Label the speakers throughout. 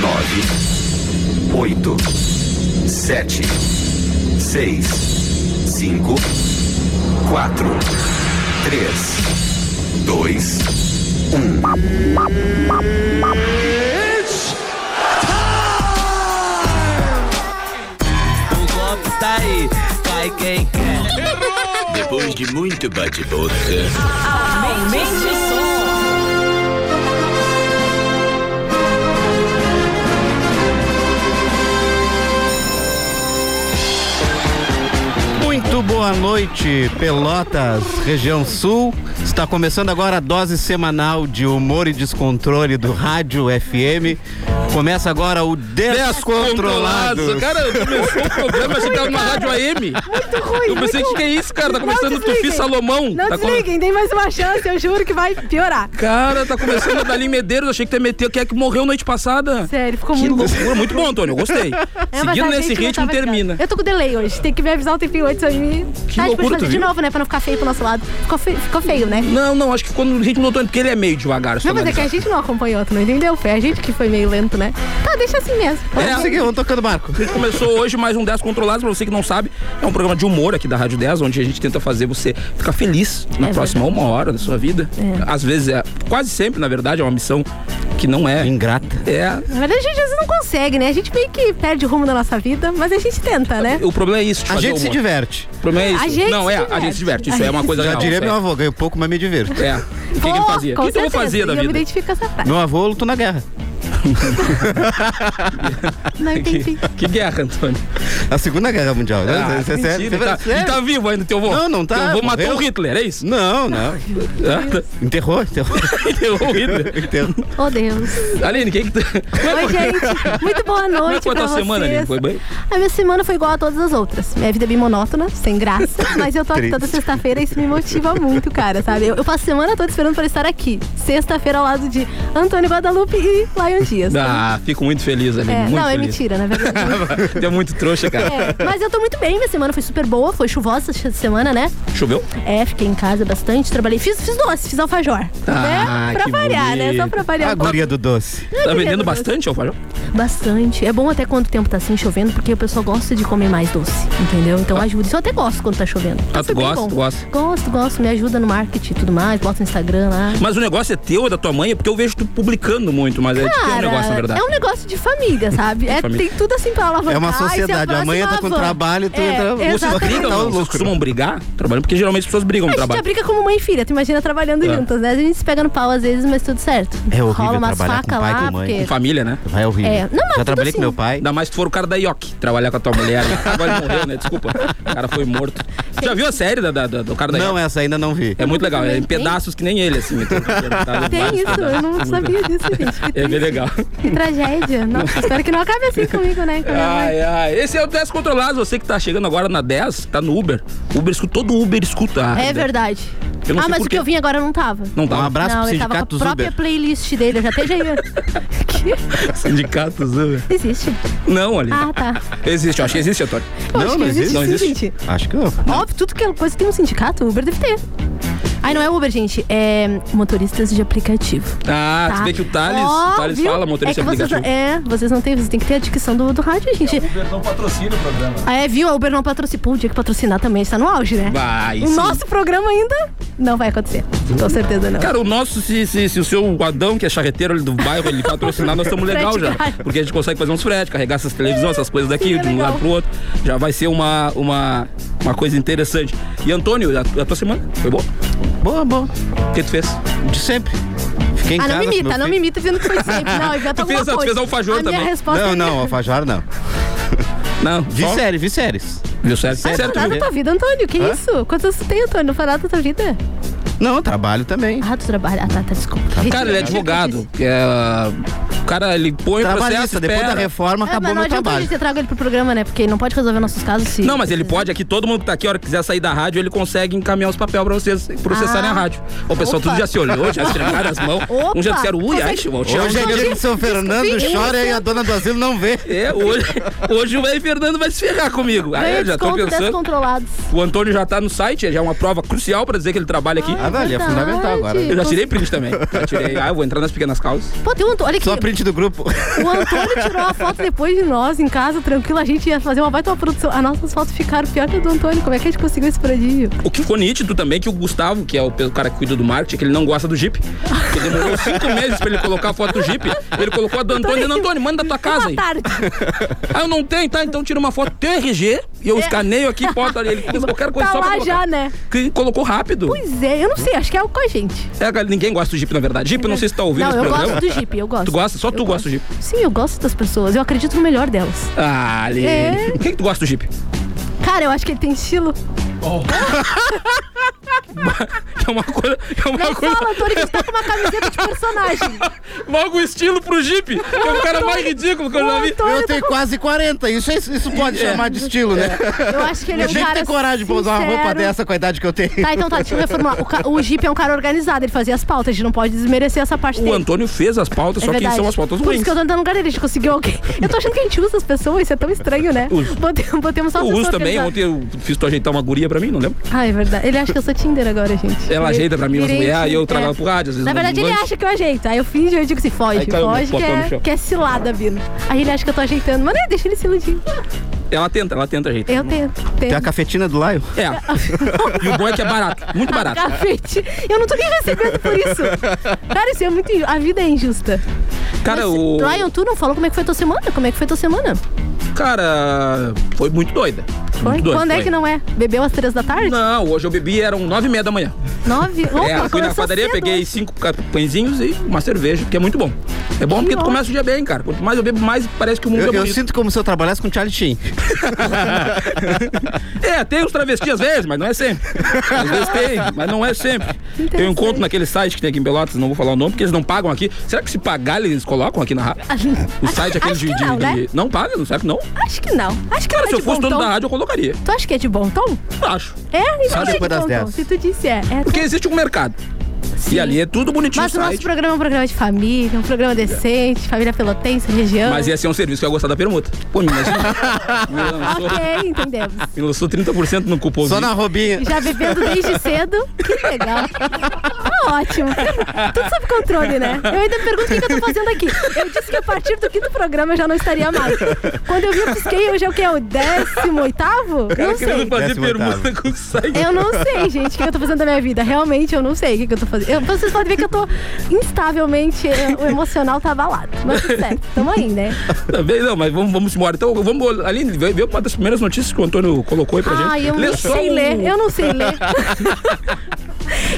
Speaker 1: Nove, oito, sete, seis, cinco, quatro, três, dois, um.
Speaker 2: O golpe tá aí, cai quem quer.
Speaker 3: Depois de muito bate-boca,
Speaker 4: Aumente o som.
Speaker 5: Muito boa noite, Pelotas, região sul. Está começando agora a dose semanal de humor e descontrole do Rádio FM. Começa agora o Descontrolado.
Speaker 6: Cara, começou o programa, achei que tava numa rádio AM.
Speaker 7: Muito Tá ruim.
Speaker 6: Eu pensei, o que, que é isso, cara? Tá começando o Tufi
Speaker 7: desliguem.
Speaker 6: Salomão.
Speaker 7: Não
Speaker 6: tá com-
Speaker 7: desliguem, tem mais uma chance, eu juro que vai piorar.
Speaker 6: Cara, tá começando a Dali Medeiros, achei que tu ia meter o que é que morreu noite passada.
Speaker 7: Sério, ficou
Speaker 6: Que
Speaker 7: muito
Speaker 6: loucura, muito bom, Antônio, eu gostei.
Speaker 7: É, um mas
Speaker 6: Seguindo
Speaker 7: a
Speaker 6: nesse
Speaker 7: gente não
Speaker 6: ritmo,
Speaker 7: tava
Speaker 6: termina.
Speaker 7: ligando. Eu tô com delay hoje, tem que me avisar um tempinho antes de mim.
Speaker 6: Que
Speaker 7: tá, a gente pode
Speaker 6: loucura, tu
Speaker 7: fazer de
Speaker 6: viu?
Speaker 7: novo, né? Pra não ficar feio pro nosso lado. Ficou feio, ficou feio né?
Speaker 6: Não, não, acho que ficou no ritmo do Antônio, porque ele é meio devagar. se
Speaker 7: Não, mas é que a
Speaker 6: analisar.
Speaker 7: gente não acompanhou, tu não entendeu? Foi a gente que foi meio lento, né? Tá, deixa assim mesmo.
Speaker 5: Vamos seguir, vamos tocando barco.
Speaker 6: A gente É, começou hoje mais um 10 Controlados, pra você que não sabe, é um programa de humor aqui da Rádio 10, onde a gente tenta fazer você ficar feliz na
Speaker 7: É
Speaker 6: próxima uma hora da sua vida. Às vezes é, quase sempre, na verdade, é uma missão que não é.
Speaker 5: Ingrata.
Speaker 6: É,
Speaker 7: Na verdade, a gente às vezes não consegue, né? A gente meio que perde o rumo da nossa vida, mas a gente tenta, né?
Speaker 6: O problema é isso, de
Speaker 5: A
Speaker 6: fazer
Speaker 5: gente se
Speaker 6: humor.
Speaker 5: diverte.
Speaker 6: O problema é isso.
Speaker 7: A gente
Speaker 6: não,
Speaker 7: se
Speaker 6: é, a
Speaker 7: diverte.
Speaker 6: gente se diverte. Isso
Speaker 7: A
Speaker 6: é uma
Speaker 7: gente
Speaker 6: coisa
Speaker 7: se
Speaker 5: Já
Speaker 6: real.
Speaker 5: diria
Speaker 6: isso
Speaker 5: meu avô, ganho pouco, mas me divirto.
Speaker 6: É. É. O que, que ele
Speaker 7: Pô,
Speaker 6: fazia?
Speaker 7: com
Speaker 6: O que, que eu
Speaker 7: certeza,
Speaker 6: fazia da
Speaker 7: Eu me
Speaker 6: vida?
Speaker 7: identifico com essa frase.
Speaker 5: Meu avô lutou na guerra.
Speaker 7: Não entendi.
Speaker 6: Que guerra, Antônio.
Speaker 5: A Segunda Guerra Mundial. né?
Speaker 6: Ah,
Speaker 5: Isso é sério,
Speaker 6: mentira,
Speaker 5: isso é
Speaker 6: tá-
Speaker 5: sério.
Speaker 6: E tá vivo ainda teu avô?
Speaker 5: Não, não tá,
Speaker 6: Teu avô matou
Speaker 5: morreu.
Speaker 6: o Hitler, é isso? Ah,
Speaker 5: Não, não. Enterrou, enterrou.
Speaker 6: Enterrou o Hitler.
Speaker 5: enterrou.
Speaker 7: Oh, Deus.
Speaker 6: Aline, quem que tu...
Speaker 7: Oi, gente. Muito boa noite
Speaker 6: Como é que foi
Speaker 7: pra
Speaker 6: a tua
Speaker 7: vocês.
Speaker 6: semana, Aline? Foi bem?
Speaker 7: A minha semana foi igual a todas as outras. Minha vida é bem monótona, sem graça, mas eu tô aqui
Speaker 5: Triste.
Speaker 7: toda sexta-feira e isso me motiva muito, cara, sabe? Eu, eu passo a semana toda esperando pra estar aqui. Sexta-feira ao lado de Antônio Guadalupe e Lion Dias.
Speaker 6: Ah, fico muito feliz, Aline.
Speaker 7: É,
Speaker 6: muito
Speaker 7: não, é
Speaker 6: feliz.
Speaker 7: mentira, na verdade.
Speaker 6: Tu é muito trouxa, cara.
Speaker 7: É, mas eu tô muito bem, minha semana foi super boa, foi chuvosa essa semana, né?
Speaker 6: Choveu?
Speaker 7: É, fiquei em casa bastante, trabalhei, fiz, fiz doce, fiz alfajor.
Speaker 6: Ah,
Speaker 7: né? Pra
Speaker 6: que
Speaker 7: variar, né? Só
Speaker 6: bonito.
Speaker 7: pra variar
Speaker 5: A
Speaker 7: um pouco.
Speaker 5: guria do doce.
Speaker 6: Tá vendendo bastante, alfajor?
Speaker 7: Bastante. É bom até quando o tempo tá assim chovendo, porque o pessoal gosta de comer mais doce, entendeu? Então ajuda. Isso eu até gosto quando tá chovendo. Tá
Speaker 6: Ah, tu
Speaker 7: super
Speaker 6: gosta,
Speaker 7: bom.
Speaker 6: tu gosta?
Speaker 7: Gosto, gosto. Me ajuda no marketing e tudo mais. Bota no Instagram lá.
Speaker 6: Mas o negócio é teu, é da tua mãe, é porque eu vejo tu publicando muito, mas é de teu
Speaker 7: Cara,
Speaker 6: negócio, na verdade.
Speaker 7: é um negócio de família, sabe? É,
Speaker 6: família.
Speaker 7: Tem tudo assim pra alavancar.
Speaker 5: É uma
Speaker 7: e se
Speaker 5: sociedade. A mãe
Speaker 7: próxima
Speaker 5: tá com
Speaker 7: alavanca.
Speaker 5: trabalho, tu
Speaker 7: é,
Speaker 5: entra- Ou se
Speaker 6: Vocês
Speaker 7: exatamente.
Speaker 5: Tá
Speaker 6: brigam?
Speaker 5: louco.
Speaker 6: Vocês costumam brigar trabalhando? Porque geralmente as pessoas brigam
Speaker 7: A
Speaker 6: no
Speaker 7: gente já
Speaker 6: trabalho.
Speaker 7: briga como mãe e filha, tu imagina trabalhando
Speaker 6: É.
Speaker 7: juntas, né? A gente se pega no pau às vezes, mas tudo certo.
Speaker 5: É horrível
Speaker 7: Rola umas
Speaker 5: trabalhar com
Speaker 7: facas
Speaker 5: pai e com
Speaker 7: lá,
Speaker 5: mãe.
Speaker 7: porque.
Speaker 6: Com família, né?
Speaker 5: Vai horrível.
Speaker 7: É, não, mas
Speaker 5: Já
Speaker 7: tudo
Speaker 5: trabalhei com
Speaker 7: assim.
Speaker 5: meu pai.
Speaker 6: Ainda mais se for o cara da IOC, trabalhar com a tua mulher. Agora ele morreu, né? Desculpa. O cara foi morto. Tu já viu a série da, da- da- do cara da
Speaker 5: Não,
Speaker 6: IOC?
Speaker 5: essa ainda não vi.
Speaker 6: É muito legal. É
Speaker 7: Tem?
Speaker 6: em pedaços que nem ele, assim. então, tá-
Speaker 7: Tem isso, eu não sabia disso, Tá gente. Que
Speaker 6: É bem legal.
Speaker 7: Que tragédia. Nossa, espero que não acabe assim comigo, né? Com a minha mãe.
Speaker 6: Ai, ai. Esse é o 10 Controlados. Você que tá chegando agora na 10, tá no Uber. Uber escuta, todo Uber escuta.
Speaker 7: É
Speaker 6: a rádio 10.
Speaker 7: verdade.
Speaker 6: Eu não
Speaker 7: Ah,
Speaker 6: sei
Speaker 7: mas
Speaker 6: por
Speaker 7: o que
Speaker 6: quê.
Speaker 7: eu vim agora não tava.
Speaker 6: Não
Speaker 5: Um
Speaker 6: dá. Um
Speaker 5: abraço
Speaker 7: não,
Speaker 5: pro
Speaker 7: ele tava
Speaker 5: sindicato
Speaker 7: com a
Speaker 5: dos
Speaker 7: própria
Speaker 5: Uber.
Speaker 7: playlist dele, eu já até já ia. Que-
Speaker 6: Sindicato Uber.
Speaker 7: Existe.
Speaker 6: né? Não, Aline.
Speaker 7: Ah, tá.
Speaker 6: Existe, eu acho que existe, Antônio.
Speaker 7: Eu
Speaker 5: Não,
Speaker 7: acho que
Speaker 5: não existe,
Speaker 6: não
Speaker 7: sim,
Speaker 6: existe.
Speaker 7: gente.
Speaker 5: Acho que não.
Speaker 7: Óbvio, tudo que é coisa tem um sindicato, o Uber deve ter. Ai, não é Uber, gente. É motoristas de aplicativo.
Speaker 6: Ah,
Speaker 7: Tá?
Speaker 6: tu vê que o Thales,
Speaker 7: Ó,
Speaker 6: o Thales
Speaker 7: viu?
Speaker 6: fala motorista
Speaker 7: é que vocês,
Speaker 6: aplicativo.
Speaker 7: É, vocês não têm, vocês têm que ter a dicção do, do rádio, gente. A É, Uber não patrocina o programa. Ah, é, viu? A Uber não patrocina. Pô, o dia que patrocinar também está no auge, né?
Speaker 6: Vai,
Speaker 7: O
Speaker 6: sim.
Speaker 7: nosso programa ainda não vai acontecer. Com certeza não.
Speaker 6: Cara, o nosso, se, se, se o seu Adão, que é charreteiro ali do bairro, ele patrocinar, nós estamos legal já.
Speaker 7: Frete,
Speaker 6: Porque a gente consegue fazer uns frete, carregar essas televisões, essas coisas daqui,
Speaker 7: Seria
Speaker 6: de um lado
Speaker 7: é legal.
Speaker 6: pro outro. Já vai ser uma, uma, uma coisa interessante. E Antônio, a, a tua semana foi boa?
Speaker 5: Boa, boa.
Speaker 6: O que tu fez?
Speaker 5: De sempre. Fiquei em
Speaker 7: Ah,
Speaker 5: casa.
Speaker 7: não me
Speaker 5: com
Speaker 7: imita,
Speaker 5: meu
Speaker 7: não me
Speaker 5: filho.
Speaker 7: imita dizendo que foi sempre. Não, inventa
Speaker 6: Tu fez-
Speaker 7: alguma
Speaker 6: tu
Speaker 7: coisa.
Speaker 6: fez alfajor
Speaker 7: a minha
Speaker 6: também.
Speaker 7: resposta
Speaker 5: Não, não, alfajor não.
Speaker 6: Não,
Speaker 5: Vi
Speaker 6: só-
Speaker 5: série, vi séries.
Speaker 6: Viu certo?
Speaker 7: Ah, não
Speaker 6: certo.
Speaker 7: foi nada da tua vida, Antônio. Que
Speaker 5: Hã?
Speaker 7: isso? Quantos tu tem, Antônio? Não foi nada da tua vida?
Speaker 5: Não, trabalho também.
Speaker 7: Ah, tu trabalha. Ah, tá, tá, desculpa.
Speaker 6: Cara, ele é advogado. É, cara, ele põe o processo,
Speaker 5: Trabalhista, depois da
Speaker 6: espera.
Speaker 5: reforma
Speaker 7: É, mas
Speaker 5: acabou
Speaker 7: não
Speaker 5: meu
Speaker 7: adianta a
Speaker 5: trabalho.
Speaker 7: gente ter trago ele pro programa, né? Porque ele não pode resolver nossos casos se.
Speaker 6: Não, mas ele pode aqui, todo mundo que tá aqui, a hora que quiser sair da rádio, ele consegue encaminhar os papéis pra vocês processarem
Speaker 7: Ah.
Speaker 6: a rádio. Ô, pessoal,
Speaker 7: Opa.
Speaker 6: tudo já se olhou, já se treinaram as mãos.
Speaker 7: Opa.
Speaker 6: Um já disseram, ui,
Speaker 7: Consegue-
Speaker 6: ai, o
Speaker 5: Hoje é
Speaker 7: Não,
Speaker 5: dia
Speaker 7: gente,
Speaker 5: de São Fernando,
Speaker 7: desconfia.
Speaker 5: chora e a dona do asilo não vê.
Speaker 6: É, hoje, hoje o velho Fernando vai se ferrar comigo. Ah,
Speaker 7: Ganha
Speaker 6: é, já tô
Speaker 7: desconto
Speaker 6: pensando.
Speaker 7: descontrolados.
Speaker 6: O Antônio já tá no site, já é uma prova crucial pra dizer que ele trabalha aqui.
Speaker 5: Ah, velho, é
Speaker 7: verdade.
Speaker 5: fundamental agora.
Speaker 6: né? Eu já tirei print também. Já tirei. Ah, eu vou entrar nas pequenas causas.
Speaker 7: Pô, tem um Antônio. Olha aqui.
Speaker 5: Só print do grupo.
Speaker 7: O Antônio tirou a foto depois de nós em casa, tranquilo. A gente ia fazer uma baita produção. As nossas fotos ficaram pior que a do Antônio. Como é que a gente conseguiu esse prodígio?
Speaker 6: O que ficou nítido também é que o Gustavo, que é o pe- cara que cuida do marketing, é que ele não gosta do Jeep. Que demorou cinco meses pra ele colocar a foto do Jeep. Ele colocou a do
Speaker 7: Então,
Speaker 6: Antônio dizendo, Antônio, manda da tua casa aí.
Speaker 7: Boa é tarde.
Speaker 6: Ah, eu não tenho, tá? Então tira uma foto do teu RG e eu escaneio aqui e boto ali. Ele fez qualquer coisa
Speaker 7: É. Tá
Speaker 6: só pra
Speaker 7: lá
Speaker 6: colocar.
Speaker 7: já, né?
Speaker 6: Que colocou rápido.
Speaker 7: Pois é, eu não sei, acho que é algo com a gente.
Speaker 6: É, cara, ninguém gosta do Jeep, na verdade. Jeep, eu não sei se tá ouvindo
Speaker 7: é. Não,
Speaker 6: esse
Speaker 7: eu
Speaker 6: programa.
Speaker 7: gosto do Jeep, eu gosto.
Speaker 6: Tu gosta? Só
Speaker 7: Eu
Speaker 6: tu gosta do Jeep.
Speaker 7: Sim, eu gosto das pessoas, eu acredito no melhor delas.
Speaker 6: Ah, ali.
Speaker 7: É.
Speaker 6: Por que, que tu gosta do Jeep?
Speaker 7: Cara, eu acho que ele tem estilo.
Speaker 6: É uma coisa. É uma
Speaker 7: Nem
Speaker 6: coisa.
Speaker 7: fala, Antônio, que tu tá com uma camiseta de personagem.
Speaker 6: Logo o estilo pro Jeep, que é o cara mais ridículo que eu já vi.
Speaker 7: Antônio
Speaker 5: Eu
Speaker 7: tá
Speaker 5: tenho
Speaker 7: com-
Speaker 5: quase 40, isso, é- isso pode chamar de estilo, né?
Speaker 7: Eu acho que ele é
Speaker 5: A
Speaker 7: um
Speaker 5: gente
Speaker 7: cara
Speaker 5: tem coragem de usar uma roupa
Speaker 7: sincero.
Speaker 5: dessa com a idade que eu tenho.
Speaker 7: Tá, então tá, deixa eu reformular. O, ca- o Jeep é um cara organizado, ele fazia as pautas, a gente não pode desmerecer essa parte
Speaker 6: O
Speaker 7: dele.
Speaker 6: Antônio fez as pautas,
Speaker 7: É
Speaker 6: só que
Speaker 7: verdade.
Speaker 6: são as pautas
Speaker 7: Por isso
Speaker 6: ruins.
Speaker 7: que eu tô andando no lugar dele, a gente conseguiu alguém. Eu tô achando que a gente usa as pessoas, isso é tão estranho, né?
Speaker 6: Uso.
Speaker 7: Bote- Botemos só
Speaker 6: Eu
Speaker 7: pessoas
Speaker 6: uso também, é
Speaker 7: organizadas.
Speaker 6: ontem eu fiz tu ajeitar uma guria pra mim, não lembro?
Speaker 7: Ah, é verdade. Ele acha que eu sou Tinder agora, gente.
Speaker 6: Ela ajeita pra mim umas
Speaker 7: Virei
Speaker 6: mulheres e ah, eu
Speaker 7: Tinder.
Speaker 6: trago ela pro rádio, às vezes
Speaker 7: Na
Speaker 6: eu
Speaker 7: verdade,
Speaker 6: dou um
Speaker 7: ele
Speaker 6: lanche.
Speaker 7: acha que eu ajeito. Aí eu finjo, eu digo assim, foge,
Speaker 6: Aí cai o
Speaker 7: foge, que
Speaker 6: papel no
Speaker 7: é,
Speaker 6: chão.
Speaker 7: que é cilada, Bino. Aí ele acha que eu tô ajeitando. Mas não, deixa ele se iludir.
Speaker 6: Ela tenta, ela tenta ajeitar.
Speaker 7: Eu tento,
Speaker 5: Tem a
Speaker 7: tento.
Speaker 5: cafetina do Laio.
Speaker 6: É. e o bom é que é barato, muito barato.
Speaker 7: Cafete. Eu não tô nem recebendo por isso. Cara, isso é muito. inju- A vida é injusta.
Speaker 6: Cara,
Speaker 7: Mas,
Speaker 6: o.
Speaker 7: Lion, tu não falou como é que foi tua semana? Como é que foi tua semana?
Speaker 6: Cara, foi muito doida.
Speaker 7: Foi?
Speaker 6: Muito doida.
Speaker 7: Quando é
Speaker 6: foi.
Speaker 7: que não é? Bebeu às três da tarde?
Speaker 6: Não, hoje eu bebi, eram nove e meia da manhã.
Speaker 7: Nove? Opa,
Speaker 6: é, fui na
Speaker 7: começou
Speaker 6: padaria,
Speaker 7: cedo.
Speaker 6: peguei cinco ca- pãezinhos e uma cerveja, que é muito bom. É bom porque tu
Speaker 7: bom.
Speaker 6: começa o dia bem, cara. Quanto mais eu bebo, mais parece que o mundo
Speaker 5: Eu,
Speaker 6: é
Speaker 5: eu
Speaker 6: bonito.
Speaker 5: sinto como se eu trabalhasse com Charlie Sheen.
Speaker 6: É, tem os travestis às vezes, mas não é sempre. Às vezes tem, mas não é sempre.
Speaker 7: Interessante.
Speaker 6: Eu encontro naquele site que tem aqui em Pelotas, não vou falar o nome, porque eles não pagam aqui. Será que se pagar, eles colocam aqui na rádio? O site aquele
Speaker 7: acho
Speaker 6: de,
Speaker 7: que
Speaker 6: de-
Speaker 7: não, né?
Speaker 6: de- Não paga, não será que não?
Speaker 7: Acho que não. Acho que
Speaker 6: Cara,
Speaker 7: não é
Speaker 6: se eu
Speaker 7: de bom
Speaker 6: fosse dono
Speaker 7: tom.
Speaker 6: da rádio, eu colocaria.
Speaker 7: Tu acha que é de bom tom?
Speaker 6: Acho.
Speaker 7: É, então
Speaker 5: Só
Speaker 7: acho que é
Speaker 5: depois
Speaker 7: de
Speaker 5: das
Speaker 7: bom tom.
Speaker 5: 10.
Speaker 7: Se tu disse é. é
Speaker 6: Porque existe um mercado.
Speaker 7: Sim.
Speaker 6: E ali é tudo bonitinho
Speaker 7: Mas
Speaker 6: o
Speaker 7: o nosso
Speaker 6: site.
Speaker 7: programa é um programa de família, um programa decente, família pelotense, região.
Speaker 6: Mas ia ser um serviço que eu ia gostar da permuta. Pô, me imagina. me lançou,
Speaker 7: Ok, entendemos.
Speaker 6: me lançou 30% no cupom.
Speaker 5: Só na robinha.
Speaker 7: Já bebendo desde cedo. Que legal. Tá ótimo. Tudo sob controle, né? Eu ainda me pergunto o que, que eu tô fazendo aqui. Eu disse que a partir do quinto programa eu já não estaria mais. Quando eu vi o pisquei, hoje é o que? O décimo oitavo?
Speaker 6: Cara,
Speaker 7: Não sei.
Speaker 6: querendo fazer
Speaker 5: Décimo
Speaker 6: permuta
Speaker 5: oitavo.
Speaker 6: com o site.
Speaker 7: Eu não sei, gente, o que eu tô fazendo da minha vida. Realmente, eu não sei o que, que eu tô fazendo. Eu- vocês podem ver que eu tô instavelmente, eh, o emocional tá abalado. Mas tudo certo, tamo aí, né?
Speaker 6: Também Tá não, mas vamos, vamos embora. Então, vamos ali ver ver uma das primeiras notícias que o Antônio colocou aí pra gente. um-
Speaker 7: Ai, Ah, eu
Speaker 6: Lê
Speaker 7: nem
Speaker 6: só
Speaker 7: sei
Speaker 6: o-
Speaker 7: ler. Eu não sei ler.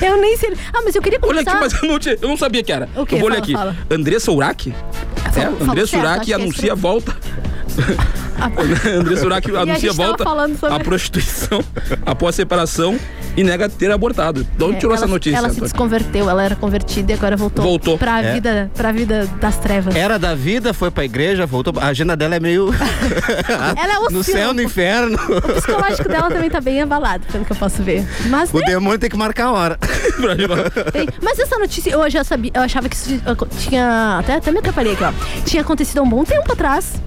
Speaker 7: eu nem sei ler. Ah, mas eu queria
Speaker 6: Olha
Speaker 7: começar...
Speaker 6: aqui, mas eu não, tinha- eu não sabia que era.
Speaker 7: O quê?
Speaker 6: Eu vou ler
Speaker 7: Fala,
Speaker 6: aqui.
Speaker 7: fala.
Speaker 6: Andressa Urach. É,
Speaker 7: falou
Speaker 6: Andressa
Speaker 7: certo, acho que
Speaker 6: Urach
Speaker 7: é Ah,
Speaker 6: anuncia
Speaker 7: isso.
Speaker 6: a volta. Andressa Urach
Speaker 7: a
Speaker 6: anuncia a
Speaker 7: gente tava
Speaker 6: volta
Speaker 7: falando sobre-
Speaker 6: à prostituição após separação e nega ter abortado. De onde
Speaker 7: É,
Speaker 6: tirou
Speaker 7: ela,
Speaker 6: essa notícia,
Speaker 7: Ela se
Speaker 6: Antônio?
Speaker 7: desconverteu, ela era convertida e agora voltou.
Speaker 6: Voltou.
Speaker 7: Pra,
Speaker 5: É.
Speaker 7: vida, pra vida das trevas.
Speaker 5: Era da vida, foi pra igreja, voltou. A agenda dela é meio.
Speaker 7: Ela é o
Speaker 5: no
Speaker 6: né?
Speaker 5: céu, no inferno.
Speaker 7: O psicológico dela também tá bem abalado, pelo que eu posso ver. Mas,
Speaker 5: O
Speaker 7: né,
Speaker 5: demônio tem que marcar a hora.
Speaker 7: tem- mas essa notícia, eu já sabia, eu achava que isso tinha. Até, até me atrapalhei aqui, ó. Tinha acontecido há um bom tempo atrás.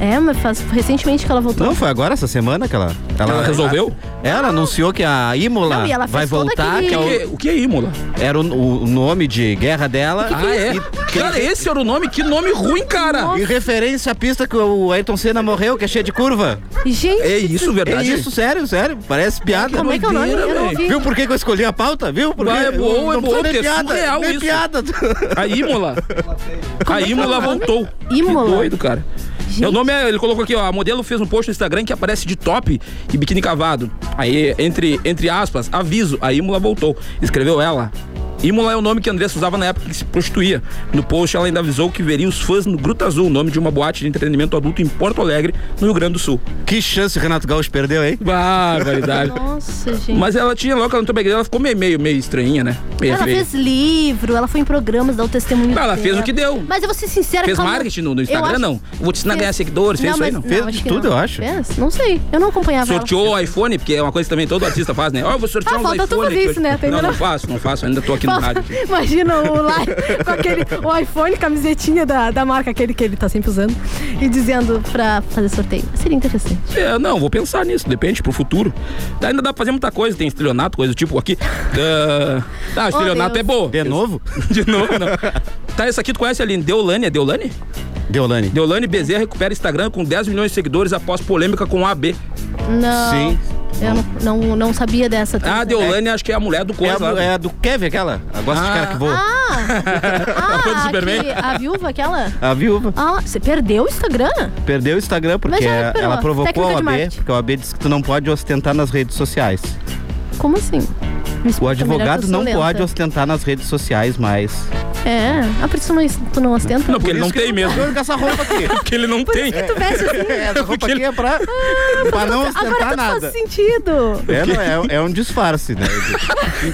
Speaker 7: É, mas faz recentemente que ela voltou.
Speaker 5: Não, foi agora essa semana que ela.
Speaker 6: Ela resolveu?
Speaker 5: Ela anunciou que a Imola
Speaker 7: Não, e ela fez
Speaker 5: vai
Speaker 7: todo
Speaker 5: voltar,
Speaker 7: aquele-
Speaker 5: que é
Speaker 6: O
Speaker 5: o-
Speaker 6: que- o que é Imola?
Speaker 5: era o, o nome de guerra dela.
Speaker 6: Ah, é? Cara, esse era o nome? Que nome ruim, cara!
Speaker 5: Em referência à pista que o Ayrton Senna morreu, que é cheia de curva.
Speaker 7: Gente,
Speaker 6: É isso,
Speaker 5: É
Speaker 6: verdade?
Speaker 5: isso, sério, sério. Parece piada.
Speaker 7: como é que é o nome?
Speaker 6: doideira,
Speaker 7: Eu não
Speaker 6: velho.
Speaker 7: vi.
Speaker 5: Viu por que, que eu escolhi a pauta? Viu? Porque
Speaker 6: Vai, é
Speaker 5: eu-
Speaker 6: bom, é
Speaker 5: não
Speaker 6: bom,
Speaker 5: precisa nem
Speaker 6: porque é
Speaker 5: piada,
Speaker 6: surreal
Speaker 5: nem
Speaker 6: isso.
Speaker 5: piada.
Speaker 6: A Imola.
Speaker 7: é
Speaker 6: a
Speaker 7: que é o
Speaker 6: Imola
Speaker 7: nome?
Speaker 6: voltou.
Speaker 7: Imola?
Speaker 6: Que doido, cara.
Speaker 7: Gente.
Speaker 6: O nome é, ele colocou aqui, ó, a modelo fez um post no Instagram que aparece de top e biquíni cavado. Aí, entre, entre aspas, aviso, a Imola voltou. Escreveu ela. Imola é o nome que a Andressa usava na época que se prostituía. No post, ela ainda avisou que veria os fãs no Gruta Azul, nome de uma boate de entretenimento adulto em Porto Alegre, no Rio Grande do Sul.
Speaker 5: Que chance o Renato Gaúcho perdeu, hein?
Speaker 6: Barbaridade.
Speaker 7: Nossa, gente.
Speaker 6: Mas ela tinha logo, ela não tô ela ficou meio, meio, meio estranhinha, né? Meio
Speaker 7: Ela
Speaker 6: feia.
Speaker 7: fez livro, ela foi em programas, dá o testemunho
Speaker 6: Ela fez
Speaker 7: dela.
Speaker 6: o que deu.
Speaker 7: Mas eu vou ser sincera
Speaker 6: Fez
Speaker 7: que ela-
Speaker 6: marketing no, no
Speaker 7: Eu
Speaker 6: Instagram,
Speaker 7: acho-
Speaker 6: não. Vou te ensinar a ganhar seguidores, fez isso aí,
Speaker 7: mas-
Speaker 6: não.
Speaker 5: Fez
Speaker 7: acho
Speaker 5: de
Speaker 7: que
Speaker 5: tudo, eu acho.
Speaker 7: Fez? Não sei. Eu não acompanhava
Speaker 6: Sorteou o iPhone, porque é uma coisa que também todo artista faz, né? Ó, eu vou sortear
Speaker 7: Ah,
Speaker 6: uns
Speaker 7: falta tu
Speaker 6: iPhone.
Speaker 7: fazer
Speaker 6: aqui
Speaker 7: isso,
Speaker 6: hoje.
Speaker 7: né? Tu ainda
Speaker 6: Não,
Speaker 7: não-
Speaker 6: não faço, não faço, ainda tô aqui no
Speaker 7: ela.
Speaker 6: rádio. gente.
Speaker 7: Imagina o lá com aquele o iPhone, camisetinha da, da marca, aquele que ele tá sempre usando, e dizendo pra fazer sorteio. Seria interessante.
Speaker 6: É, não, vou pensar nisso, depende pro futuro. Ainda dá pra fazer muita coisa, tem estelionato, coisa do tipo aqui. Ah, ah, estelionato
Speaker 7: Oh, Deus.
Speaker 6: é bom.
Speaker 5: De novo?
Speaker 6: De novo, não. Tá, essa aqui tu conhece ali, Deolane, é Deolane?
Speaker 5: Deolane.
Speaker 6: Deolane Bezerra recupera Instagram com 10 milhões de seguidores após polêmica com a AB.
Speaker 7: Não.
Speaker 5: Sim.
Speaker 7: Ah, Eu não, não, não sabia dessa.
Speaker 6: Ah, Deolane acho que é a mulher do
Speaker 5: É
Speaker 6: coisa
Speaker 5: a,
Speaker 6: lá.
Speaker 5: do- é a do Kevin, aquela? A gosta de
Speaker 6: Ah.
Speaker 5: cara que voa.
Speaker 7: Ah,
Speaker 6: foi do Superman?
Speaker 7: que- a viúva, aquela?
Speaker 5: A viúva.
Speaker 7: Ah, você perdeu o Instagram?
Speaker 5: Perdeu o Instagram porque
Speaker 7: já
Speaker 5: ela,
Speaker 7: recuperou.
Speaker 5: provocou
Speaker 7: Técnica
Speaker 5: a
Speaker 7: de
Speaker 5: OAB,
Speaker 7: marketing.
Speaker 5: porque a OAB disse que tu não pode ostentar nas redes sociais.
Speaker 7: Como assim?
Speaker 5: O
Speaker 7: Me explica melhor que
Speaker 5: advogado
Speaker 7: eu sou
Speaker 5: não
Speaker 7: lenta.
Speaker 5: pode ostentar nas redes sociais mais.
Speaker 7: É. Ah, por isso não, tu não ostenta?
Speaker 6: Não, porque ele não tem mesmo.
Speaker 5: Com essa roupa aqui.
Speaker 6: Porque ele não tem.
Speaker 7: Tu veste assim.
Speaker 5: Essa roupa aqui é pra, pra não
Speaker 7: Agora
Speaker 5: ostentar
Speaker 6: tá
Speaker 7: tudo
Speaker 5: nada.
Speaker 7: faz sentido.
Speaker 5: É, não, é, é um disfarce, né?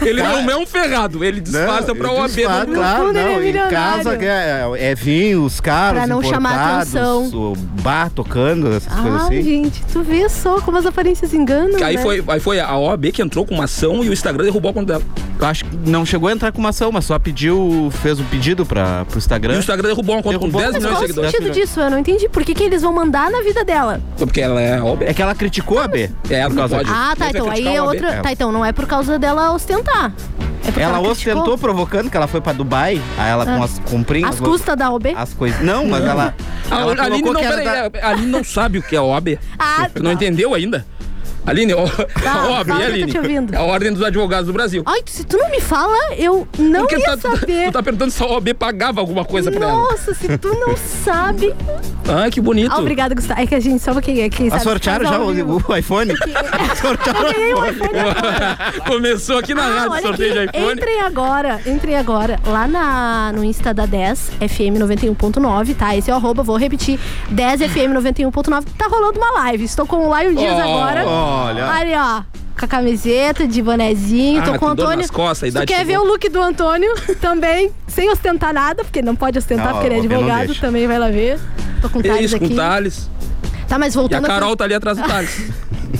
Speaker 6: Ele não é um ferrado, ele disfarça
Speaker 5: Não,
Speaker 6: pra OAB.
Speaker 5: disfarça, Né?
Speaker 6: não-
Speaker 5: Claro,
Speaker 7: fundo, ele
Speaker 5: não.
Speaker 7: é
Speaker 5: em casa
Speaker 7: milionário.
Speaker 5: é, é vinho, os caros
Speaker 7: Pra não chamar
Speaker 5: importados,
Speaker 7: atenção.
Speaker 5: O bar tocando, essas coisas
Speaker 7: Ah,
Speaker 5: assim.
Speaker 7: gente, tu vê só como as aparências enganam.
Speaker 6: Aí
Speaker 7: né?
Speaker 6: foi, aí foi a OAB que entrou com uma ação e o Instagram derrubou a conta dela.
Speaker 5: Eu acho que não chegou a entrar com uma ação, mas só pediu, fez um pedido pra, pro
Speaker 6: E o
Speaker 5: Instagram.
Speaker 6: Instagram derrubou uma conta
Speaker 5: Né? Derrubou.
Speaker 6: com 10
Speaker 7: Mas
Speaker 6: milhões
Speaker 7: qual
Speaker 6: de
Speaker 7: o
Speaker 6: seguidores.
Speaker 7: sentido disso? Eu não entendi. Por que, que eles vão mandar na vida dela?
Speaker 5: Né?
Speaker 6: Porque ela é a OAB.
Speaker 5: É que ela criticou a B.
Speaker 6: É, ela
Speaker 5: por
Speaker 6: não
Speaker 5: causa
Speaker 6: pode.
Speaker 5: disso.
Speaker 7: Ah, tá.
Speaker 6: Mas vai
Speaker 7: Então aí
Speaker 6: criticar
Speaker 7: é
Speaker 6: o AB.
Speaker 7: outra. Tá, então não é por causa dela ostentar. É porque
Speaker 5: Ela
Speaker 7: criticou
Speaker 5: ostentou provocando que ela foi pra Dubai, aí ela com
Speaker 7: Ah.
Speaker 5: as comprinhas.
Speaker 7: As custas da OB?
Speaker 6: Ah,
Speaker 5: As coisas. Não, mas ela.
Speaker 6: A,
Speaker 5: ela
Speaker 6: a Aline
Speaker 5: colocou
Speaker 6: não,
Speaker 5: que era
Speaker 6: peraí,
Speaker 5: da-
Speaker 6: a- a Aline não sabe o que é OAB.
Speaker 7: Ah,
Speaker 6: Tu não
Speaker 7: tá.
Speaker 6: entendeu ainda? Aline, ó, a
Speaker 7: fala
Speaker 6: OAB,
Speaker 7: que eu tô
Speaker 6: Aline.
Speaker 7: te ouvindo.
Speaker 6: É a Ordem dos Advogados do Brasil.
Speaker 7: Ai, se tu não me fala, Ah, eu não
Speaker 6: Porque
Speaker 7: ia
Speaker 6: tá, tu,
Speaker 7: saber.
Speaker 6: tu tá perguntando se a OAB pagava alguma coisa pra ela.
Speaker 7: Nossa, se tu não sabe.
Speaker 6: Ah, que bonito.
Speaker 7: Ah, obrigada, Gustavo. É que a gente só quem é
Speaker 5: Ah,
Speaker 7: que
Speaker 6: Tá
Speaker 7: sabe.
Speaker 5: sortearam
Speaker 7: faz
Speaker 5: já
Speaker 7: ao vivo. é
Speaker 5: o, o iPhone? sortearam.
Speaker 6: Começou aqui na
Speaker 7: Ah,
Speaker 6: rádio
Speaker 7: olha
Speaker 6: sorteio de
Speaker 7: aqui.
Speaker 6: iPhone.
Speaker 7: Entrem agora, entrem agora lá na, no Insta da 10 FM 91.9, tá? Esse é o arroba, vou repetir. 10 FM 91.9. Tá rolando uma live. Estou com o Lion Dias
Speaker 6: Oh,
Speaker 7: agora.
Speaker 5: olha.
Speaker 7: Aí, ó. Com a camiseta, de bonezinho,
Speaker 6: Ah,
Speaker 7: tô com o
Speaker 6: com dor
Speaker 7: Antônio.
Speaker 6: nas costas, a
Speaker 7: Se tu
Speaker 6: idade
Speaker 7: quer ver
Speaker 6: chegou.
Speaker 7: o look do Antônio também, sem ostentar nada, porque não pode ostentar,
Speaker 5: Não,
Speaker 7: porque ele é
Speaker 5: óbvio, não
Speaker 7: advogado,
Speaker 5: deixa.
Speaker 7: também vai lá ver. Tô com o Thales
Speaker 6: Isso, com
Speaker 7: aqui.
Speaker 6: o Thales.
Speaker 7: Tá, mas
Speaker 6: E a
Speaker 7: voltando
Speaker 6: Carol tá ali atrás do Thales.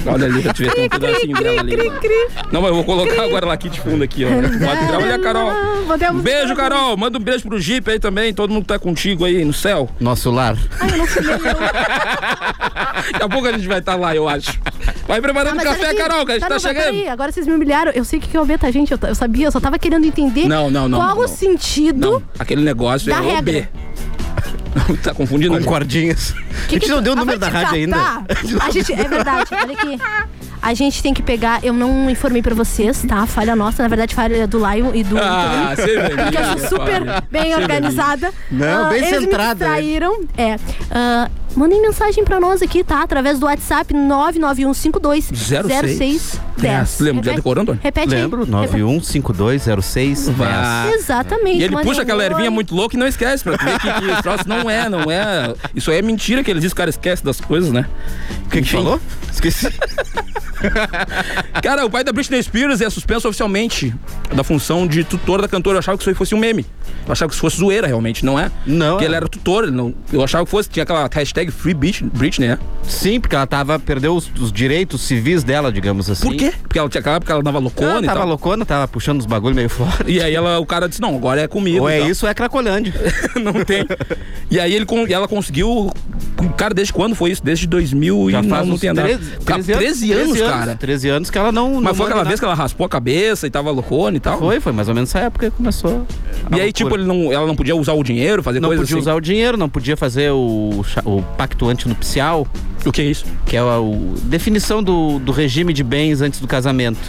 Speaker 6: Olha ali, eu te ver, tem um pedacinho dela ali.
Speaker 7: Cri, cri.
Speaker 6: Não, mas eu vou colocar agora lá aqui de fundo aqui, ó. Pode entrar. Olha a Carol.
Speaker 7: Botei a
Speaker 6: Um
Speaker 7: música
Speaker 6: beijo,
Speaker 7: pra-
Speaker 6: Carol. Manda um beijo pro Jeep aí também. Todo mundo que tá contigo aí no céu.
Speaker 5: Nosso lar.
Speaker 7: Ai, eu não filmei meu.
Speaker 6: Daqui a pouco a gente vai estar lá, eu acho. Vai
Speaker 7: Ah,
Speaker 6: preparando
Speaker 7: mas
Speaker 6: café,
Speaker 7: olha aqui.
Speaker 6: Carol, que a gente tá,
Speaker 7: não, mas
Speaker 6: chegando.
Speaker 7: peraí, agora vocês me humilharam. Eu sei que que é OB, tá, gente? Eu, ta- eu sabia, eu só tava querendo entender
Speaker 6: Não, não, não,
Speaker 7: qual
Speaker 6: não,
Speaker 7: o
Speaker 6: não.
Speaker 7: sentido.
Speaker 6: Não, aquele negócio
Speaker 7: Da
Speaker 6: é
Speaker 7: regra.
Speaker 6: OB. tá confundindo?
Speaker 5: Com cordinhas.
Speaker 7: Que
Speaker 5: a gente
Speaker 7: que
Speaker 5: não
Speaker 7: tu-
Speaker 5: deu o
Speaker 7: Ah,
Speaker 5: número da
Speaker 7: vai te
Speaker 5: rádio ainda.
Speaker 7: catar? A gente, é verdade, olha aqui. A gente tem que pegar. Eu não informei pra vocês, tá? Falha nossa, na verdade, falha do Lion e do.
Speaker 6: Ah,
Speaker 7: Antônio.
Speaker 6: você
Speaker 7: Porque eu sou super
Speaker 6: é
Speaker 7: bem organizada.
Speaker 5: Não,
Speaker 7: Ah,
Speaker 5: bem
Speaker 7: eles
Speaker 5: centrada,
Speaker 7: Me distraíram. É. Ah, mandem mensagem pra nós aqui, tá? Através do WhatsApp 99152 0610.
Speaker 6: Lembra? Já decorou, Antônio?
Speaker 7: Repete aí.
Speaker 5: Lembro, 91520610.
Speaker 6: Vá.
Speaker 7: Exatamente. é
Speaker 6: Ah. E ele
Speaker 7: mandem
Speaker 6: puxa aquela
Speaker 7: um oi.
Speaker 6: ervinha muito louca e não esquece, pra tu ver que, que esse troço não é, não é. Isso aí é mentira que eles dizem que o cara esquece das coisas, né?
Speaker 5: O que, que
Speaker 6: Enfim.
Speaker 5: falou? Esqueci.
Speaker 6: Cara, o pai da Britney Spears é suspenso oficialmente da função de tutor da cantora. Eu achava que isso aí fosse um meme. Eu achava que isso fosse zoeira, realmente, não é?
Speaker 5: Não,
Speaker 6: Porque
Speaker 5: é.
Speaker 6: ele era tutor, ele não... eu achava que fosse. Tinha aquela hashtag Free Brit- Britney, né?
Speaker 5: Sim, porque ela tava, perdeu os, os direitos civis dela, digamos assim.
Speaker 6: Por quê? Porque ela tinha aquela época ela dava loucona
Speaker 5: Ela
Speaker 6: e
Speaker 5: tava
Speaker 6: tal.
Speaker 5: loucona, tava puxando os bagulho meio fora.
Speaker 6: E aí ela, o cara disse, não, agora é comigo.
Speaker 5: Ou
Speaker 6: e
Speaker 5: é
Speaker 6: tal.
Speaker 5: isso ou é Cracolândia.
Speaker 6: não tem. E aí ele, con- e ela conseguiu. Cara, desde quando foi isso? Desde 2000
Speaker 5: Já
Speaker 6: e
Speaker 5: faz
Speaker 6: não, não
Speaker 5: uns
Speaker 6: tem nada.
Speaker 5: 13,
Speaker 6: Cara,
Speaker 5: 13 anos,
Speaker 6: 13 anos, cara.
Speaker 5: 13 anos que ela não. não
Speaker 6: Mas foi aquela
Speaker 5: manda
Speaker 6: vez que ela raspou a cabeça e tava loucona e tal?
Speaker 5: nada. Foi, foi mais ou menos essa época que começou. a
Speaker 6: E aí,
Speaker 5: loucura.
Speaker 6: tipo, ele não, ela não podia usar o dinheiro, fazer
Speaker 5: Não
Speaker 6: coisa
Speaker 5: podia
Speaker 6: assim.
Speaker 5: usar o dinheiro, não podia fazer o, cha- o pacto antinupcial,
Speaker 6: O que é isso?
Speaker 5: que é a o- definição do, do regime de bens antes do casamento.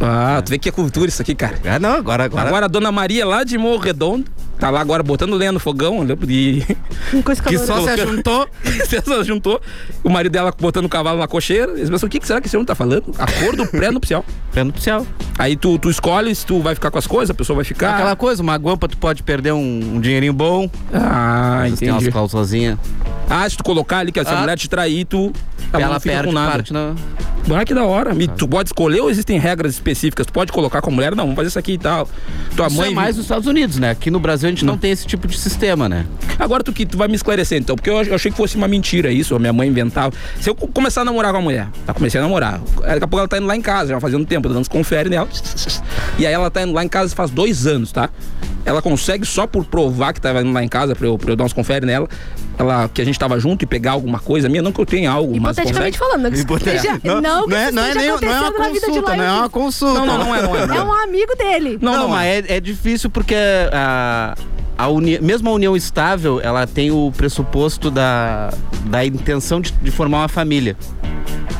Speaker 6: Ah, tu vê que é cultura isso aqui, cara.
Speaker 5: Ah, não, agora. agora,
Speaker 6: Agora a dona Maria lá de Morro Redondo tá lá agora botando lenha no fogão né, e
Speaker 7: Uma coisa
Speaker 6: que só se
Speaker 7: calorosa.
Speaker 6: ajuntou, se juntou, o marido dela botando o cavalo na cocheira. Eles pensam, o que, que será que esse homem tá falando? A cor do pré-nupcial.
Speaker 5: Pré nupcial.
Speaker 6: Aí tu, tu escolhe se tu vai ficar com as coisas, a pessoa vai ficar.
Speaker 7: Ah.
Speaker 5: Aquela coisa, uma guampa tu pode perder um, um dinheirinho bom.
Speaker 6: Ah,
Speaker 5: Às vezes tem umas
Speaker 6: entendi.
Speaker 5: clausulazinhas.
Speaker 6: Ah, se tu colocar ali que se a
Speaker 5: Ah.
Speaker 6: mulher te trair, tu a mulher
Speaker 5: Ela
Speaker 6: Tá não fica
Speaker 5: perde
Speaker 6: com nada.
Speaker 5: parte na...
Speaker 6: Ah, que da hora. E tu pode escolher ou existem regras específicas? Tu pode colocar com a mulher? Não, vamos fazer isso aqui e tal. Tua
Speaker 5: Isso
Speaker 6: mãe.
Speaker 5: é mais nos Estados Unidos, né? Aqui no Brasil a gente não, tem esse tipo de sistema, né?
Speaker 6: Agora tu que tu vai me esclarecer, então, porque eu, ach- eu achei que fosse uma mentira isso, a minha mãe inventava. Se eu co- começar a namorar com a mulher, tá comecei a namorar. Daqui a pouco ela tá indo lá em casa, já fazendo tempo, dando confere nela. E aí ela tá indo lá em casa faz dois anos, tá? Ela consegue só por provar que tava indo lá em casa pra eu, pra eu dar uns confere nela, ela, que a gente tava junto e pegar alguma coisa minha, não que eu tenha algo, mas consegue.
Speaker 7: Hipoteticamente falando, que isso esteja, não, não, que
Speaker 5: é,
Speaker 7: isso
Speaker 5: não, é
Speaker 7: esteja
Speaker 5: nem, não é
Speaker 7: acontecendo
Speaker 5: uma
Speaker 7: na vida de
Speaker 5: consulta,
Speaker 7: lá,
Speaker 5: não é uma
Speaker 7: gente.
Speaker 5: consulta.
Speaker 6: Não, não, não é, não é. Não,
Speaker 7: É um amigo dele.
Speaker 5: Não,
Speaker 6: não, é.
Speaker 5: mas é, é difícil porque a, a uni, mesmo a união estável, ela tem o pressuposto da, da intenção de, de formar uma família.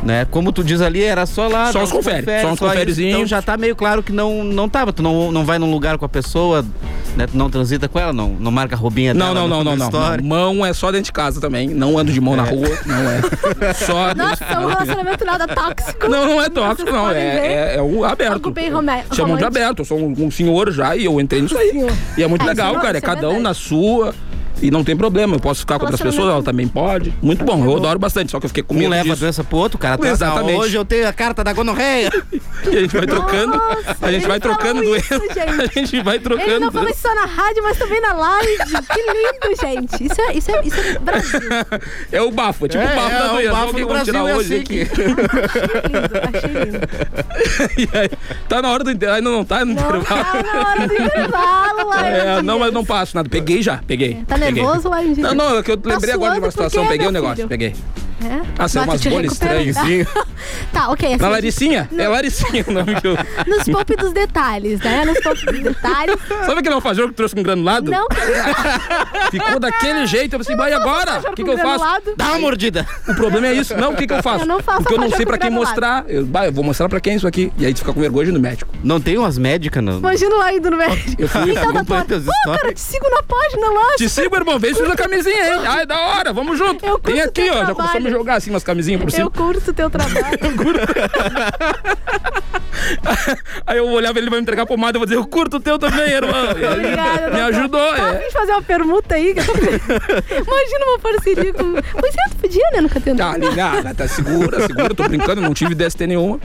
Speaker 5: Né? Como tu diz ali, era só lá.
Speaker 6: Só
Speaker 5: dar uns
Speaker 6: os confere, só um uns
Speaker 5: isso.
Speaker 6: conferezinhos.
Speaker 5: Então já tá meio claro que não, não tava. Tu não, não vai num lugar com a pessoa, né? tu não transita com ela, não, não marca a roubinha
Speaker 6: Não,
Speaker 5: dela.
Speaker 7: né?
Speaker 6: não, não,
Speaker 5: conta
Speaker 6: não, não,
Speaker 5: história.
Speaker 6: não. Mão é só dentro de casa também. Não ando de mão na rua, não é. Só dentro
Speaker 7: Nossa, é um relacionamento nada tóxico.
Speaker 6: Não, não é tóxico,
Speaker 7: Vocês
Speaker 6: não.
Speaker 7: podem ver.
Speaker 6: É, é, é um aberto.
Speaker 7: Algo bem romé-
Speaker 6: Chamam de
Speaker 7: romântico.
Speaker 6: aberto. Eu sou um, um senhor já e eu entrei nisso aí.
Speaker 7: Senhor.
Speaker 6: E é muito
Speaker 7: É,
Speaker 6: legal,
Speaker 7: isso não,
Speaker 6: cara. É
Speaker 7: isso é
Speaker 6: cada um
Speaker 7: verdade. é
Speaker 6: na sua. E não tem problema. Eu posso ficar com outras pessoas, ela também pode.
Speaker 7: Tá
Speaker 6: Muito bom, eu adoro bastante. Só que eu fiquei com
Speaker 5: Um
Speaker 6: medo
Speaker 5: leva a
Speaker 6: disso.
Speaker 5: doença pro outro, cara. Tu-
Speaker 6: Exatamente.
Speaker 5: "Ah, Hoje eu tenho a carta da gonorreia.
Speaker 6: E a gente vai trocando.
Speaker 7: Nossa,
Speaker 6: a gente
Speaker 7: ele
Speaker 6: vai
Speaker 7: falou
Speaker 6: trocando
Speaker 7: isso,
Speaker 6: doença. A
Speaker 7: gente.
Speaker 6: gente vai trocando.
Speaker 7: Ele não falou isso só na rádio, mas também na live. Que lindo, gente. Isso é, isso é, isso é Brasil.
Speaker 6: É o bafo, é tipo o bafo da doença.
Speaker 5: o bafo
Speaker 6: Alguém
Speaker 5: do
Speaker 6: vai tirar
Speaker 5: Brasil é
Speaker 6: hoje
Speaker 5: assim
Speaker 6: aqui.
Speaker 5: que...
Speaker 7: Achei lindo, achei lindo.
Speaker 6: E aí, tá na hora do intervalo. Ainda não tá no
Speaker 7: Não
Speaker 6: intervalo.
Speaker 7: tá na hora do intervalo, lá.
Speaker 6: É, não, mas não passo nada. Peguei já, peguei.
Speaker 7: Tá
Speaker 6: Peguei.
Speaker 7: nervoso, Laranjinha?
Speaker 6: Não, não, é que eu
Speaker 7: Tá
Speaker 6: lembrei agora de uma
Speaker 7: suando por quê,
Speaker 6: situação. Peguei o
Speaker 7: meu
Speaker 6: negócio,
Speaker 7: filho?
Speaker 6: peguei.
Speaker 7: É?
Speaker 6: Ah, saiu
Speaker 7: Mas tu
Speaker 6: umas
Speaker 7: te
Speaker 6: bolhas
Speaker 7: recuperou.
Speaker 6: estranhas. assim.
Speaker 7: Tá, ok.
Speaker 6: Na
Speaker 7: assim,
Speaker 6: Laricinha? É Laricinha o nome que eu...
Speaker 7: Nos poupe dos detalhes, né? Nos poupe dos detalhes.
Speaker 6: Sabe aquele alfajor que trouxe com granulado?
Speaker 7: Não,
Speaker 6: Ficou daquele jeito. Eu pensei, vai agora? O que, que eu faço?
Speaker 7: Lado.
Speaker 5: Dá uma mordida.
Speaker 6: O problema é isso. Não, o que, que eu faço?
Speaker 7: Eu não faço
Speaker 6: Porque eu não
Speaker 7: alfajor
Speaker 6: sei pra
Speaker 7: com
Speaker 6: quem
Speaker 7: granulado.
Speaker 6: mostrar. Eu, bah, eu vou mostrar pra quem isso aqui. E aí tu fica com vergonha de ir no médico.
Speaker 5: Não tem umas médicas, não?
Speaker 7: Imagina lá indo no médico.
Speaker 6: Eu fui-
Speaker 7: Então, da
Speaker 5: acompanha
Speaker 7: tua...
Speaker 5: teus
Speaker 7: Pô, cara,
Speaker 5: stories.
Speaker 7: te sigo na página lá.
Speaker 6: Te sigo, irmão. Vem, usa a camisinha, hein? Ai, da hora. Vamos junto.
Speaker 7: Eu
Speaker 6: Tem
Speaker 7: curto
Speaker 6: aqui,
Speaker 7: teu
Speaker 6: ó. Já começou a me
Speaker 7: trabalho.
Speaker 6: jogar assim umas camisinhas por cima.
Speaker 7: Eu curto o teu trabalho.
Speaker 6: Aí eu olhava, ele vai me entregar a pomada. Eu vou dizer, eu curto o teu também, irmão.
Speaker 7: Obrigada.
Speaker 6: Me
Speaker 7: doutor.
Speaker 6: ajudou,
Speaker 7: Tá,
Speaker 6: é.
Speaker 7: vim fazer uma permuta aí. que eu tô- Imagina uma parceria com... Pois é, tu podia, né? Nunca tentou.
Speaker 6: Tá ligada, tá segura, segura. Tô brincando, não tive DST nenhuma.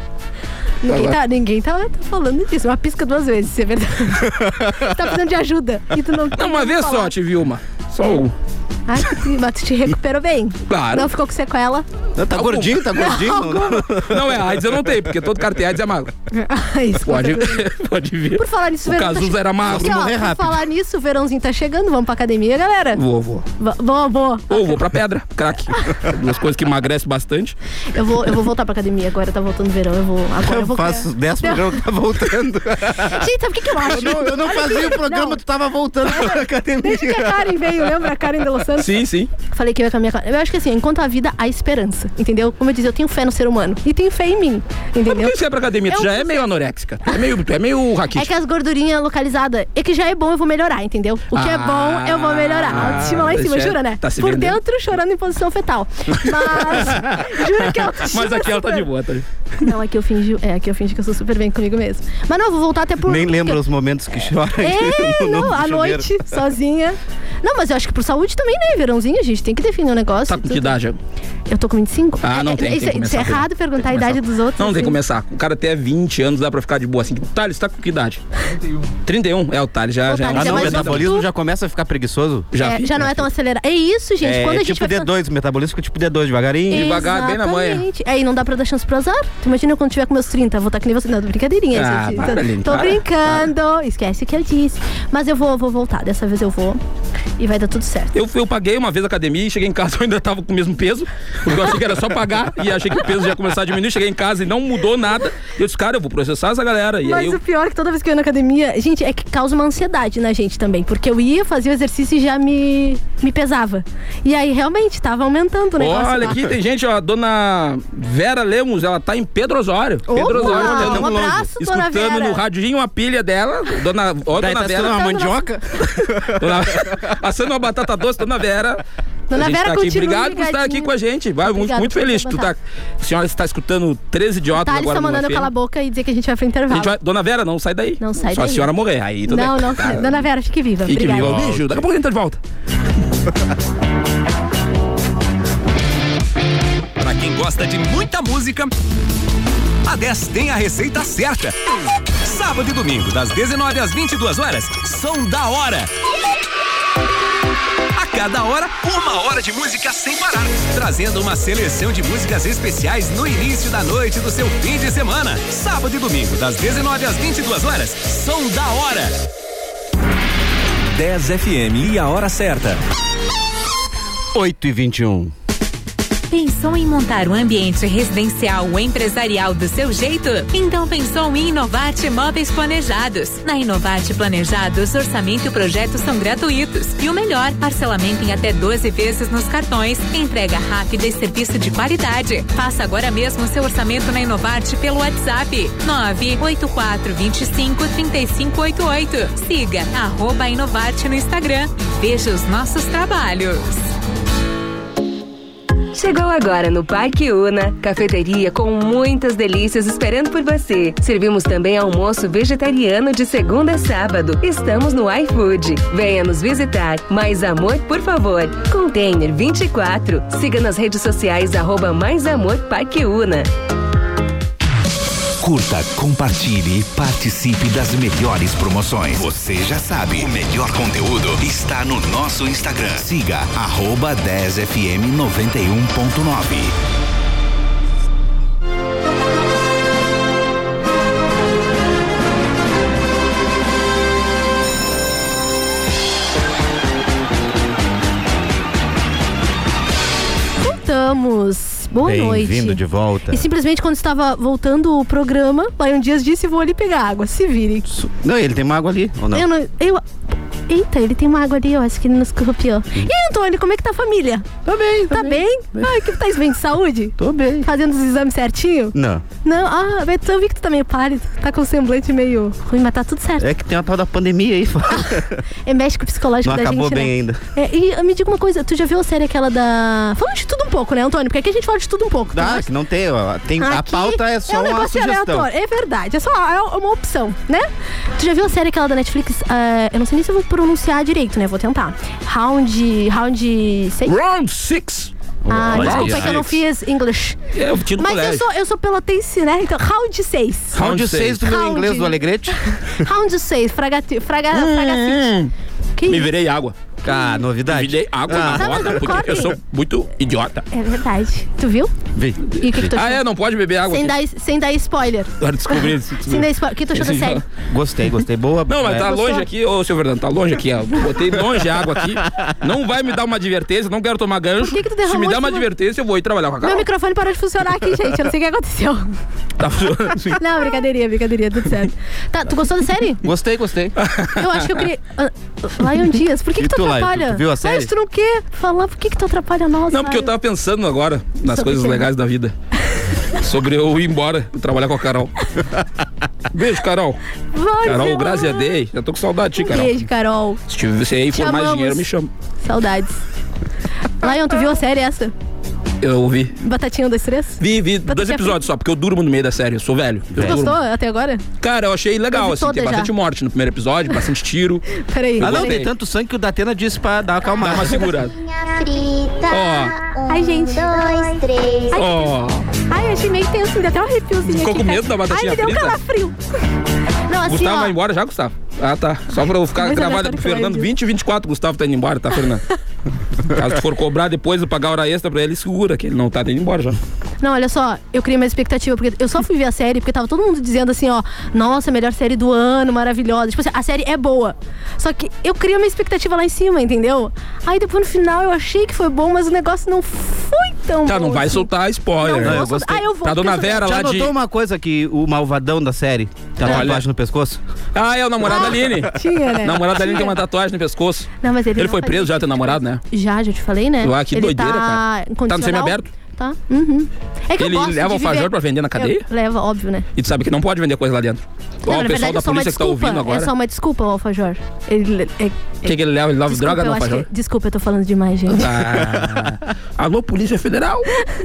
Speaker 7: Ninguém tá, ninguém tá, tá falando disso. Uma pisca duas vezes, isso é verdade. Tu tá precisando de ajuda. E tu não,
Speaker 6: Não, É uma vez
Speaker 7: falar.
Speaker 6: só tipo. tive uma. Só um.
Speaker 7: Ai, que tu- mas tu te recuperou bem.
Speaker 6: Claro.
Speaker 7: Não ficou com sequela.
Speaker 5: Tá gordinho, tá gordinho?
Speaker 6: Não, é AIDS eu não tenho, porque todo cara que tem AIDS é magro.
Speaker 7: Ai, Ah, isso
Speaker 6: Pode,
Speaker 7: conta comigo.
Speaker 6: pode vir.
Speaker 7: Por falar nisso, o
Speaker 6: O
Speaker 7: verão tá
Speaker 6: Cazuza
Speaker 7: che-
Speaker 6: era
Speaker 7: Aqui,
Speaker 6: magro.
Speaker 7: ó,
Speaker 5: morrer
Speaker 7: por
Speaker 5: rápido.
Speaker 7: falar nisso, o verãozinho tá chegando. Vamos pra academia, galera?
Speaker 6: Vou, vou.
Speaker 7: Va- Vou, vou.
Speaker 6: Ou vou pra pedra, craque. Duas coisas que emagrecem bastante.
Speaker 7: Eu vou, eu vou voltar pra academia agora, tá voltando o verão. Eu vou, agora eu
Speaker 5: Eu
Speaker 7: vou...
Speaker 5: faço 10 programas que tá voltando.
Speaker 7: Gente, sabe o que, que eu acho?
Speaker 5: Eu não, eu não
Speaker 7: Olha
Speaker 5: fazia o programa,
Speaker 7: Não.
Speaker 5: tu tava voltando pra
Speaker 7: Desde que
Speaker 5: academia.
Speaker 7: a Karen veio, lembra? A Karen de Los Santos?
Speaker 6: Sim, sim.
Speaker 7: Falei que eu ia caminhar com a- Eu acho que assim, enquanto a vida, há esperança. Entendeu? Como eu disse, eu tenho fé no ser humano. E tenho fé em mim. Entendeu?
Speaker 6: Por que você é pra academia? Tu
Speaker 7: Eu
Speaker 6: já
Speaker 7: não
Speaker 6: é meio anoréxica. Tu é meio, tu é meio
Speaker 7: É que
Speaker 6: raquítica.
Speaker 7: as gordurinhas localizadas, é que já é bom, eu vou melhorar, entendeu? O que é
Speaker 6: Ah,
Speaker 7: bom, eu vou melhorar. A autoestima lá em cima,
Speaker 6: isso é-
Speaker 7: jura, né?
Speaker 6: tá se
Speaker 7: Por
Speaker 6: vendendo.
Speaker 7: dentro, chorando em posição fetal. Mas, juro que a autoestima
Speaker 6: Mas aqui
Speaker 7: é
Speaker 6: ela tá
Speaker 7: super-
Speaker 6: de boa, tá?
Speaker 7: Não, é que eu fingi, é é que eu fingi que eu sou super bem comigo mesmo. Mas não, eu vou voltar até por...
Speaker 5: Nem lembro os momentos que chora.
Speaker 7: É,
Speaker 5: no- Ah,
Speaker 7: não,
Speaker 5: no
Speaker 7: à
Speaker 5: chuveiro.
Speaker 7: noite, sozinha. Não, mas eu acho que por saúde também, né? Verãozinho, a gente tem que definir um negócio.
Speaker 6: Tá com que idade? agora?
Speaker 7: Eu tô com 25.
Speaker 6: Ah, não
Speaker 7: É,
Speaker 6: tem,
Speaker 7: Isso,
Speaker 6: tem que
Speaker 7: isso é
Speaker 6: começar por-
Speaker 7: errado perguntar a idade dos outros.
Speaker 6: Não, tem que
Speaker 7: assim.
Speaker 6: começar. O cara até 20 anos, dá pra ficar de boa assim. Thales, tá com que idade? 31. 31? É, o Thales já,
Speaker 7: O Thales
Speaker 6: já
Speaker 5: Ah, não,
Speaker 7: é
Speaker 5: o
Speaker 7: mais novo que
Speaker 5: metabolismo
Speaker 7: tu.
Speaker 5: já começa a ficar preguiçoso.
Speaker 6: já,
Speaker 7: É,
Speaker 6: vi,
Speaker 7: já não é tão acelerado. É isso, gente.
Speaker 5: É,
Speaker 7: Quando a gente
Speaker 5: tipo
Speaker 7: vai ficando-
Speaker 5: D2, o metabolismo fica tipo D2, devagarinho.
Speaker 6: Devagar, bem na manha.
Speaker 7: Exatamente. É, e não dá pra dar chance pro azar. Tu imagina quando tiver com meus 30, vou estar que nem você. Não, brincadeirinha,
Speaker 6: Ah,
Speaker 7: gente.
Speaker 6: para,
Speaker 7: Tô-
Speaker 6: Aline,
Speaker 7: Tô
Speaker 6: para,
Speaker 7: brincando. Esquece o que eu disse. Mas eu vou, vou voltar. Dessa vez eu vou. E vai dar tudo certo.
Speaker 6: Eu, eu paguei uma vez a academia e cheguei em casa eu ainda tava com o mesmo peso, porque eu achei que era só pagar e achei que o peso já ia começar a diminuir. Cheguei em casa e não mudou nada. E eu disse, cara, eu vou processar essa galera. E aí
Speaker 7: Mas
Speaker 6: eu
Speaker 7: o pior é que toda vez que eu ia na academia, gente, é que causa uma ansiedade na gente também. Porque eu ia fazer o exercício e já me, me pesava. E aí realmente tava aumentando o negócio.
Speaker 6: Olha,
Speaker 7: lá.
Speaker 6: aqui tem gente, ó, a dona Vera Lemos, ela tá em Pedro Osório. Pedro
Speaker 7: Opa,
Speaker 6: Osório,
Speaker 7: um
Speaker 6: Pernambuco.
Speaker 7: abraço, dona
Speaker 6: Escutando
Speaker 7: Vera.
Speaker 6: no radinho a pilha dela. Dona, ó,
Speaker 5: Daí
Speaker 6: dona
Speaker 5: tá sendo
Speaker 6: Vera.
Speaker 5: uma
Speaker 7: Tá, dona-
Speaker 5: mandioca.
Speaker 6: Dona, assando uma batata doce, dona Vera.
Speaker 7: Dona
Speaker 6: a gente
Speaker 7: Vera,
Speaker 6: tá aqui.
Speaker 7: continue
Speaker 6: Obrigado por estar aqui
Speaker 7: ligadinha.
Speaker 6: com a gente. Vai, muito,
Speaker 7: Obrigada
Speaker 6: muito
Speaker 7: por
Speaker 6: feliz.
Speaker 7: ter
Speaker 6: Tu tá,
Speaker 7: botado.
Speaker 6: a senhora está escutando três idiotas
Speaker 7: Thales
Speaker 6: agora.
Speaker 7: tá
Speaker 6: no
Speaker 7: mandando eu
Speaker 6: FM.
Speaker 7: calar a boca e dizer que a gente vai pro
Speaker 6: A
Speaker 7: intervalo.
Speaker 6: gente vai- Dona Vera, não sai daí.
Speaker 7: Tá. Não sai
Speaker 6: Só
Speaker 7: daí.
Speaker 6: a senhora morrer. Aí tudo
Speaker 7: Não,
Speaker 6: bem.
Speaker 7: não,
Speaker 6: Tá.
Speaker 7: Dona Vera, fique viva.
Speaker 6: Fique
Speaker 7: Obrigada.
Speaker 6: viva. Um beijo. Daqui a pouco a gente tá de volta.
Speaker 8: Para quem gosta de muita música, a 10 tem a receita certa. Sábado e domingo, das 19 às 22 horas, são da hora. A cada hora, uma hora de música sem parar, trazendo uma seleção de músicas especiais no início da noite do seu fim de semana. Sábado e domingo, das 19 às 22 horas, são da hora. 10 FM e a hora certa.
Speaker 5: 8 e 21.
Speaker 4: Pensou em montar um ambiente residencial ou empresarial do seu jeito? Então pensou em Inovate Imóveis Planejados. Na Inovate Planejados, orçamento e projeto são gratuitos. E o melhor, parcelamento em até 12 vezes nos cartões, entrega rápida e serviço de qualidade. Faça agora mesmo seu orçamento na Inovate pelo WhatsApp 984253588. Siga arroba Inovate no Instagram e veja os nossos trabalhos.
Speaker 9: Chegou agora no Parque Una, cafeteria com muitas delícias esperando por você. Servimos também almoço vegetariano de segunda a sábado. Estamos no iFood. Venha nos visitar. Mais amor, por favor. Container 24. Siga nas redes sociais arroba Mais Amor Parque Una.
Speaker 8: Curta, compartilhe e participe das melhores promoções. Você já sabe, o melhor conteúdo está no nosso Instagram. Siga arroba 10fm91.9.
Speaker 7: Voltamos. Boa noite.
Speaker 5: Bem-vindo de volta.
Speaker 7: E simplesmente quando estava voltando o programa, Baion Dias disse: vou ali pegar água, se virem.
Speaker 5: Não, ele tem mágoa ali, ou não?
Speaker 7: Eu não. Eu... Eita, ele tem uma água ali, eu acho que ele nos corropiou. E aí, Antônio, como é que tá a família?
Speaker 5: Hum. Tá bem,
Speaker 7: Tá bem? Ai, que tá bem de saúde?
Speaker 5: Tô Hum. bem.
Speaker 7: Fazendo os exames certinho?
Speaker 5: Não.
Speaker 7: Não, ah, Beto, eu vi que tu tá meio pálido, tá com o semblante meio ruim, mas tá tudo certo.
Speaker 5: É que tem uma tal da pandemia aí.
Speaker 7: É médico psicológico
Speaker 5: Não
Speaker 7: da
Speaker 5: acabou
Speaker 7: gente,
Speaker 5: bem
Speaker 7: né?
Speaker 5: ainda.
Speaker 7: É, e ah, me diga uma coisa, tu já viu a série aquela da... Falando de tudo um pouco, né, Antônio? Porque aqui a gente fala de tudo um pouco. tu
Speaker 5: Dá,
Speaker 7: gosta?
Speaker 5: que não tem, ó. Tem, a
Speaker 7: Aqui
Speaker 5: pauta é só
Speaker 7: um
Speaker 5: uma
Speaker 7: negócio
Speaker 5: sugestão.
Speaker 7: aleatório. É verdade, é só é uma opção, né? Tu já viu a série aquela da Netflix? Ah, eu não sei nem se eu vou pronunciar direito, né? Vou tentar. Round... Round 6?
Speaker 6: Round six.
Speaker 7: Ah,
Speaker 6: Olha
Speaker 7: desculpa, é
Speaker 6: aí.
Speaker 7: que eu não fiz English.
Speaker 6: É, eu tiro do
Speaker 7: Mas eu
Speaker 6: colégio.
Speaker 7: sou, eu sou pelotense, né? Então, round 6.
Speaker 5: Round
Speaker 6: Round
Speaker 5: 6 do
Speaker 7: seis.
Speaker 5: meu inglês
Speaker 7: Round.
Speaker 5: do Alegrete.
Speaker 7: Round 6, fragati, fraga, fragacite. Que
Speaker 6: Me
Speaker 7: isso?
Speaker 6: virei água.
Speaker 5: Ah,
Speaker 6: Me
Speaker 5: novidade.
Speaker 6: virei Hum. água
Speaker 5: Ah.
Speaker 6: na
Speaker 7: Tá, mas
Speaker 6: roda,
Speaker 7: não
Speaker 6: porque
Speaker 7: corre.
Speaker 6: eu sou muito idiota.
Speaker 7: É verdade. Tu viu?
Speaker 5: Vi.
Speaker 7: E o que, que tu achou?
Speaker 6: Ah, é? Não pode beber água.
Speaker 7: sem,
Speaker 6: aqui.
Speaker 7: dar, sem dar spoiler.
Speaker 6: Agora descobri isso.
Speaker 7: Sem dar spoiler. O que tu achou da série?
Speaker 5: Gostei, gostei. Boa.
Speaker 6: Não, mas
Speaker 5: é.
Speaker 6: tá
Speaker 7: Gostou?
Speaker 6: longe aqui, ô seu Fernando, tá longe aqui, ó. Botei longe a água aqui. Não vai me dar uma advertência, não quero tomar gancho.
Speaker 7: Por que que tu
Speaker 6: Se
Speaker 7: derramou
Speaker 6: me
Speaker 7: em
Speaker 6: der uma
Speaker 7: cima-
Speaker 6: advertência, eu vou ir trabalhar com a
Speaker 7: Meu
Speaker 6: cara.
Speaker 7: microfone parou de funcionar aqui, gente. Eu não sei o que aconteceu.
Speaker 6: Tá funcionando assim.
Speaker 7: Não, brincadeirinha, brincadeirinha, tudo certo. Tá, tu gostou da série?
Speaker 5: Gostei, gostei.
Speaker 7: Eu acho que eu queria. Ah, Lion Dias, por que,
Speaker 5: E
Speaker 7: que tu
Speaker 5: tu, Lion,
Speaker 7: atrapalha?
Speaker 5: tu viu a série?
Speaker 7: Lion, tu não quer falar por que, que tu atrapalha nós?
Speaker 6: Não, porque eu
Speaker 7: Lion?
Speaker 6: tava pensando agora nas
Speaker 7: Sobre
Speaker 6: coisas
Speaker 7: quem?
Speaker 6: legais da vida. Sobre eu ir embora e trabalhar com a Carol. Beijo, Carol.
Speaker 7: Vai,
Speaker 6: Carol,
Speaker 7: Lion.
Speaker 6: graças a Deus. Já tô com saudade de ti,
Speaker 7: Um
Speaker 6: Carol.
Speaker 7: beijo, Carol.
Speaker 6: Se tiver- se aí for mais
Speaker 7: amamos.
Speaker 6: dinheiro, me chama.
Speaker 7: Saudades. Lion, tu viu a série essa?
Speaker 6: Eu ouvi.
Speaker 7: Batatinha 1, 2, 3?
Speaker 6: Vi, vi dois
Speaker 7: ter
Speaker 6: episódios só, porque eu durmo no meio da série. Eu sou velho. Eu durmo.
Speaker 7: Gostou até agora?
Speaker 6: Cara, eu achei
Speaker 7: Eu
Speaker 6: legal,
Speaker 7: vi
Speaker 6: assim. Tem
Speaker 7: toda já.
Speaker 6: bastante morte no primeiro episódio, bastante tiro.
Speaker 7: Peraí.
Speaker 5: Ah, não,
Speaker 7: peraí.
Speaker 5: tem tanto sangue que o Datena disse pra dar uma
Speaker 6: Dá
Speaker 5: acalmada.
Speaker 6: uma segurada.
Speaker 10: frita.
Speaker 6: Ó.
Speaker 10: Um,
Speaker 7: Ai, gente.
Speaker 10: dois, três.
Speaker 6: Ó.
Speaker 7: Ai, eu achei meio tenso, me deu até um arrepiozinho.
Speaker 6: Ficou
Speaker 7: aqui,
Speaker 6: com
Speaker 7: cara.
Speaker 6: medo da batatinha
Speaker 7: Ai, me deu um
Speaker 6: frita?
Speaker 7: calafrio. Não, assim,
Speaker 6: Gustavo
Speaker 7: ó.
Speaker 6: vai embora já, Gustavo? Ah, tá. Só pra eu ficar
Speaker 7: Coisa
Speaker 6: gravado
Speaker 7: aleatória
Speaker 6: pro
Speaker 7: que eu
Speaker 6: Fernando.
Speaker 7: lembro.
Speaker 6: 20 e 24, Gustavo tá indo embora, tá, Fernando? Caso tu for cobrar depois, eu pagar hora extra pra ele, segura que ele não tá indo embora já.
Speaker 7: Não, olha só, eu criei uma expectativa, porque eu só fui ver a série porque tava todo mundo dizendo assim, ó, nossa, melhor série do ano, maravilhosa. Tipo assim, a série é boa. Só que eu criei uma expectativa lá em cima, entendeu? Aí depois no final eu achei que foi bom, mas o negócio não foi tão
Speaker 6: Tá,
Speaker 7: bom.
Speaker 6: não vai
Speaker 7: assim.
Speaker 6: soltar
Speaker 7: Não,
Speaker 5: Não,
Speaker 6: spoiler,
Speaker 7: vou
Speaker 6: né?
Speaker 5: eu
Speaker 7: soltar.
Speaker 5: gostei.
Speaker 7: Ah, eu vou.
Speaker 6: Tá, dona
Speaker 7: porque eu sou-
Speaker 6: Vera
Speaker 5: Já
Speaker 6: lá de...
Speaker 5: notou uma coisa que o malvadão da série tem uma
Speaker 6: Olha.
Speaker 5: tatuagem no pescoço?
Speaker 6: Ah, é o namorado da Aline.
Speaker 7: Tinha, né?
Speaker 6: O namorado da Aline
Speaker 7: Tinha.
Speaker 6: tem uma tatuagem no pescoço.
Speaker 7: Não, mas ele
Speaker 6: Ele
Speaker 7: não
Speaker 6: foi
Speaker 7: fazia
Speaker 6: preso já, teu namorado, né?
Speaker 7: Já, já te falei, né?
Speaker 6: Ah, que
Speaker 7: ele
Speaker 6: doideira,
Speaker 7: tá
Speaker 6: cara.
Speaker 7: incondicional.
Speaker 6: Tá no semiaberto?
Speaker 7: Tá. Uhum. É que eu
Speaker 6: Ele
Speaker 7: gosto de
Speaker 6: leva o
Speaker 7: viver.
Speaker 6: alfajor pra vender na cadeia?
Speaker 7: Eu- leva, óbvio, né?
Speaker 6: E tu sabe que não pode vender coisa lá dentro. Ó,
Speaker 7: Não,
Speaker 6: o
Speaker 7: na
Speaker 6: pessoal
Speaker 7: verdade,
Speaker 6: da
Speaker 7: é só uma
Speaker 6: polícia que tá
Speaker 7: desculpa.
Speaker 6: ouvindo agora.
Speaker 7: É só uma desculpa o alfajor. Ele, é, é,
Speaker 6: O que, que ele leva? Ele leva
Speaker 7: desculpa,
Speaker 6: droga
Speaker 7: eu
Speaker 6: no
Speaker 7: acho que-
Speaker 6: alfajor?
Speaker 7: Desculpa, eu tô falando demais, gente.
Speaker 6: Ah. Alô, Polícia Federal?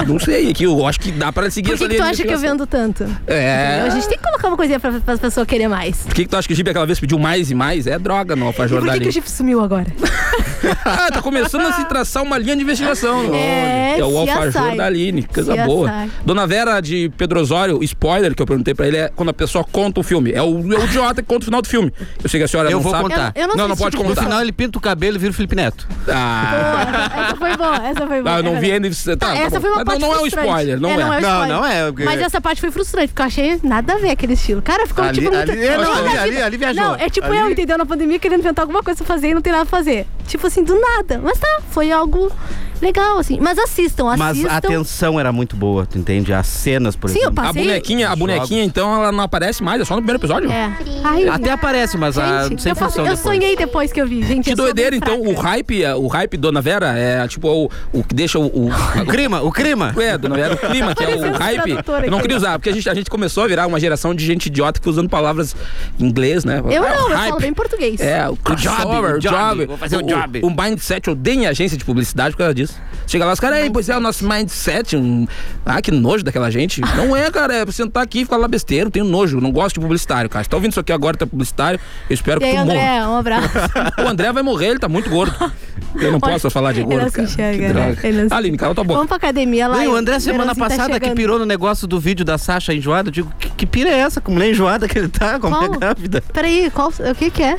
Speaker 6: Não sei, aqui eu acho que dá pra seguir
Speaker 7: Por
Speaker 6: essa
Speaker 7: que, que tu
Speaker 6: linha de
Speaker 7: acha que eu
Speaker 6: investigação.
Speaker 7: vendo tanto?
Speaker 6: É.
Speaker 7: A gente tem que colocar uma coisinha pra, pra pessoa querer mais.
Speaker 6: Por que, que tu acha que o Gibi aquela vez pediu mais e mais? É droga no
Speaker 7: E
Speaker 6: alfajor
Speaker 7: por
Speaker 6: da
Speaker 7: que, que o
Speaker 6: Aline.
Speaker 7: Chip sumiu agora?
Speaker 6: Ah, tá começando a se traçar uma linha de investigação.
Speaker 7: É,
Speaker 6: o
Speaker 7: CSI.
Speaker 6: alfajor da Aline, coisa
Speaker 7: CSI.
Speaker 6: boa. Dona Vera de Pedro Osório, o spoiler que eu perguntei pra ele é quando a pessoa conta o filme. É o, é o idiota que conta o final do filme. Eu sei que a senhora
Speaker 5: Eu
Speaker 6: não
Speaker 5: vou
Speaker 6: sabe.
Speaker 5: contar.
Speaker 7: Eu- eu não
Speaker 6: Tá. não,
Speaker 7: sei
Speaker 6: não
Speaker 7: se
Speaker 6: pode
Speaker 7: tipo de
Speaker 5: No
Speaker 6: contar.
Speaker 5: final ele pinta o cabelo e vira o Felipe Neto.
Speaker 6: Ah.
Speaker 7: essa foi boa, essa foi boa.
Speaker 6: Ah, eu não
Speaker 7: é
Speaker 6: vi
Speaker 7: verdade.
Speaker 6: ainda. Tá, tá
Speaker 7: essa
Speaker 6: bom.
Speaker 7: foi uma
Speaker 6: Mas não,
Speaker 7: parte
Speaker 6: não é um
Speaker 7: frustrante.
Speaker 6: spoiler, não é.
Speaker 7: não é um
Speaker 5: Não,
Speaker 7: spoiler.
Speaker 5: não é, porque-
Speaker 7: Mas essa parte foi frustrante, porque eu achei nada a ver aquele estilo. Cara, ficou
Speaker 5: Ali-
Speaker 7: tipo... muito-
Speaker 5: ali- é, não,
Speaker 7: Toda
Speaker 5: ali-
Speaker 7: a vida-
Speaker 5: ali- ali viajou.
Speaker 7: Não, é tipo
Speaker 5: Ali-
Speaker 7: eu, entendeu? Na pandemia, querendo inventar alguma coisa pra fazer e não tem nada pra fazer. Tipo assim, do nada. Mas tá, foi algo legal, assim. Mas assistam,
Speaker 5: Mas
Speaker 7: assistam.
Speaker 5: a tensão era muito boa, tu entende? As cenas, por
Speaker 7: Sim, eu
Speaker 5: exemplo.
Speaker 6: A
Speaker 7: passei...
Speaker 6: bonequinha, a bonequinha, então, ela não aparece mais, é só no primeiro episódio.
Speaker 7: É. Ai,
Speaker 5: Até aparece, mas a-
Speaker 7: gente,
Speaker 5: sem
Speaker 7: eu,
Speaker 5: função
Speaker 7: eu
Speaker 5: depois.
Speaker 7: sonhei depois que eu vi, gente.
Speaker 6: Que
Speaker 7: eu sou
Speaker 6: doideira,
Speaker 7: bem
Speaker 6: então,
Speaker 7: fraca.
Speaker 6: o hype, é- o hype Dona Vera é tipo o, o que deixa o. o
Speaker 5: O crima, o crima.
Speaker 6: é, Dona Vera, o clima, que é o
Speaker 7: Parecendo
Speaker 6: hype.
Speaker 7: tradutora
Speaker 6: Eu não
Speaker 7: aqui. né?
Speaker 6: queria usar, porque a gente, a gente começou a virar uma geração de gente idiota que fica usando palavras em inglês, né?
Speaker 7: Eu
Speaker 6: É, o
Speaker 7: não, eu
Speaker 6: hype.
Speaker 7: falo bem português.
Speaker 6: É, o crossover, o
Speaker 5: job,
Speaker 6: job.
Speaker 5: vou fazer o job.
Speaker 6: O mindset, eu odeio em agência de publicidade por causa disso. Chega lá, os caras, "Ei, pois é, o nosso mindset. um- Ah, que nojo daquela gente. Não é, cara, é pra sentar aqui e ficar lá besteira. Eu tenho nojo, não gosto de publicitário, cara. Se tá ouvindo isso aqui agora, tá publicitário, eu espero
Speaker 7: E
Speaker 6: que
Speaker 7: aí,
Speaker 6: tu morra.
Speaker 7: André, um abraço.
Speaker 6: O André vai morrer, ele tá muito gordo. Eu não posso falar de
Speaker 7: Ele
Speaker 6: gordo,
Speaker 7: não se
Speaker 6: cara.
Speaker 7: enxerga, né? Ele
Speaker 6: que
Speaker 7: não se-
Speaker 6: droga. Aline, cala tua boca.
Speaker 7: Vamos pra academia lá.
Speaker 5: Bem, o
Speaker 7: eu-
Speaker 5: André semana
Speaker 7: verãozinho tá
Speaker 5: passada que
Speaker 7: chegando.
Speaker 5: pirou no negócio do vídeo da Sasha enjoada, eu digo, que, que pira é essa? Com mulher enjoada que ele tá, com a mulher
Speaker 7: Qual?
Speaker 5: grávida.
Speaker 7: Peraí, qual, o que que é?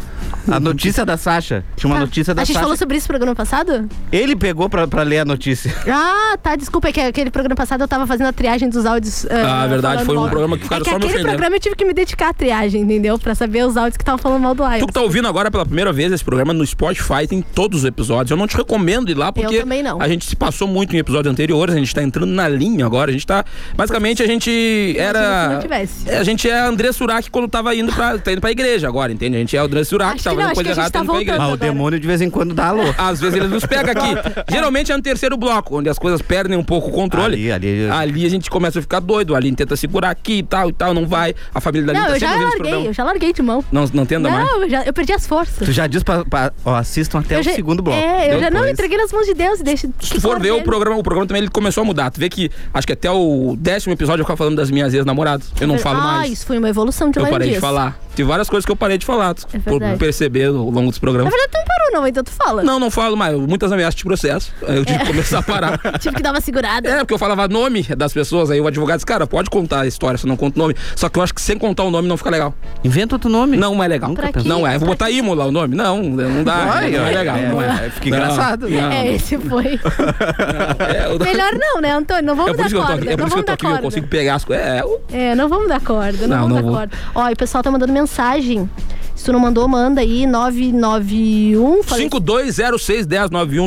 Speaker 5: A notícia da Sasha. Tinha uma
Speaker 7: Tá.
Speaker 5: notícia da
Speaker 7: A gente
Speaker 5: Sasha.
Speaker 7: falou sobre isso no programa passado?
Speaker 5: Ele pegou pra, pra ler a notícia.
Speaker 7: Ah, tá, desculpa, é que aquele programa passado eu tava fazendo a triagem dos áudios.
Speaker 6: Ah, verdade, foi um programa que
Speaker 7: cara é
Speaker 6: ficaram
Speaker 7: que
Speaker 6: só me
Speaker 7: aquele
Speaker 6: ofendendo.
Speaker 7: programa eu tive que me dedicar à triagem, entendeu? Pra saber os áudios que estavam falando mal do Lion.
Speaker 6: Tu que tá ouvindo agora pela primeira vez esse programa no Spotify, tem todos os episódios. Eu não te recomendo ir lá porque
Speaker 7: também não.
Speaker 6: a gente se passou muito em episódios anteriores, a gente tá entrando na linha agora. A gente tá. Basicamente, a gente
Speaker 7: se
Speaker 6: era.
Speaker 7: não tivesse.
Speaker 6: É, A gente é André Surak quando tava indo pra, tá indo pra igreja agora, entende? A gente é o André Surak,
Speaker 7: Acho
Speaker 6: tava
Speaker 7: que não,
Speaker 6: fazendo
Speaker 7: acho
Speaker 6: coisa
Speaker 7: que a
Speaker 6: errada,
Speaker 7: gente
Speaker 6: tá indo
Speaker 7: tá
Speaker 6: pra igreja.
Speaker 5: Ah, o
Speaker 7: Agora.
Speaker 5: demônio de vez em quando dá alô.
Speaker 6: Às vezes ele nos pega aqui. Geralmente é no terceiro bloco, onde as coisas perdem um pouco o controle.
Speaker 5: Ali, ali-
Speaker 6: a gente começa a ficar doido. Ali tenta segurar aqui e tal e tal, não vai. A família da Aline
Speaker 7: Não,
Speaker 6: tá
Speaker 7: eu já
Speaker 6: sempre ouvindo esse
Speaker 7: larguei,
Speaker 6: programa.
Speaker 7: eu já larguei de mão.
Speaker 6: Não, não tenta mais.
Speaker 7: Não, eu, já, eu perdi as forças.
Speaker 5: Tu já diz pra. pra- ó, assistam até
Speaker 7: Eu
Speaker 5: o
Speaker 7: já-
Speaker 5: segundo bloco.
Speaker 7: É, eu já não
Speaker 5: Depois.
Speaker 7: entreguei nas mãos de Deus e deixa.
Speaker 6: Se tu for ver o programa, o programa também ele começou a mudar. Tu vê que acho que até o décimo episódio eu ficava falando das minhas ex-namoradas. Eu não falo
Speaker 7: ah,
Speaker 6: mais.
Speaker 7: isso foi uma evolução de
Speaker 6: Eu
Speaker 7: Lion
Speaker 6: parei de
Speaker 7: Dias.
Speaker 6: falar. Tem várias coisas que eu parei de falar, tu-
Speaker 7: É
Speaker 6: por
Speaker 7: verdade.
Speaker 6: perceber ao longo dos
Speaker 7: Na
Speaker 6: programas.
Speaker 7: verdade, tu não parou, não, então tu fala.
Speaker 6: Não, não falo mais. Muitas ameaças de processo. Aí Eu
Speaker 7: É.
Speaker 6: tive que começar a parar.
Speaker 7: Tive que dar uma segurada.
Speaker 6: É, porque eu falava nome das pessoas, aí o advogado disse, cara, pode contar a história, se não conta o nome. Só que eu acho que sem contar o nome não fica legal.
Speaker 5: Inventa outro nome.
Speaker 6: Não é legal.
Speaker 7: Pra quê?
Speaker 6: Não é. Vou botar Imola o nome? Não, não dá.
Speaker 5: Vai,
Speaker 6: não é
Speaker 5: ó.
Speaker 6: legal.
Speaker 5: É,
Speaker 6: não é.
Speaker 5: é, fica
Speaker 6: Não,
Speaker 5: engraçado.
Speaker 6: não.
Speaker 7: É, esse foi.
Speaker 6: É, eu-
Speaker 7: Melhor não, né, Antônio? Não
Speaker 6: É
Speaker 7: vamos
Speaker 6: por
Speaker 7: dar
Speaker 6: isso que eu tô aqui.
Speaker 7: corda.
Speaker 6: É por
Speaker 7: não
Speaker 6: isso que eu
Speaker 7: vamos
Speaker 6: tô
Speaker 7: dar
Speaker 6: aqui, eu
Speaker 7: corda.
Speaker 6: consigo pegar as coisas. É, eu-
Speaker 7: É, não vamos dar corda, não,
Speaker 6: Não,
Speaker 7: vamos
Speaker 6: não
Speaker 7: dar
Speaker 6: vou.
Speaker 7: corda. Ó, e o pessoal tá mandando mensagem. Se tu não mandou, manda aí, 991. Falei,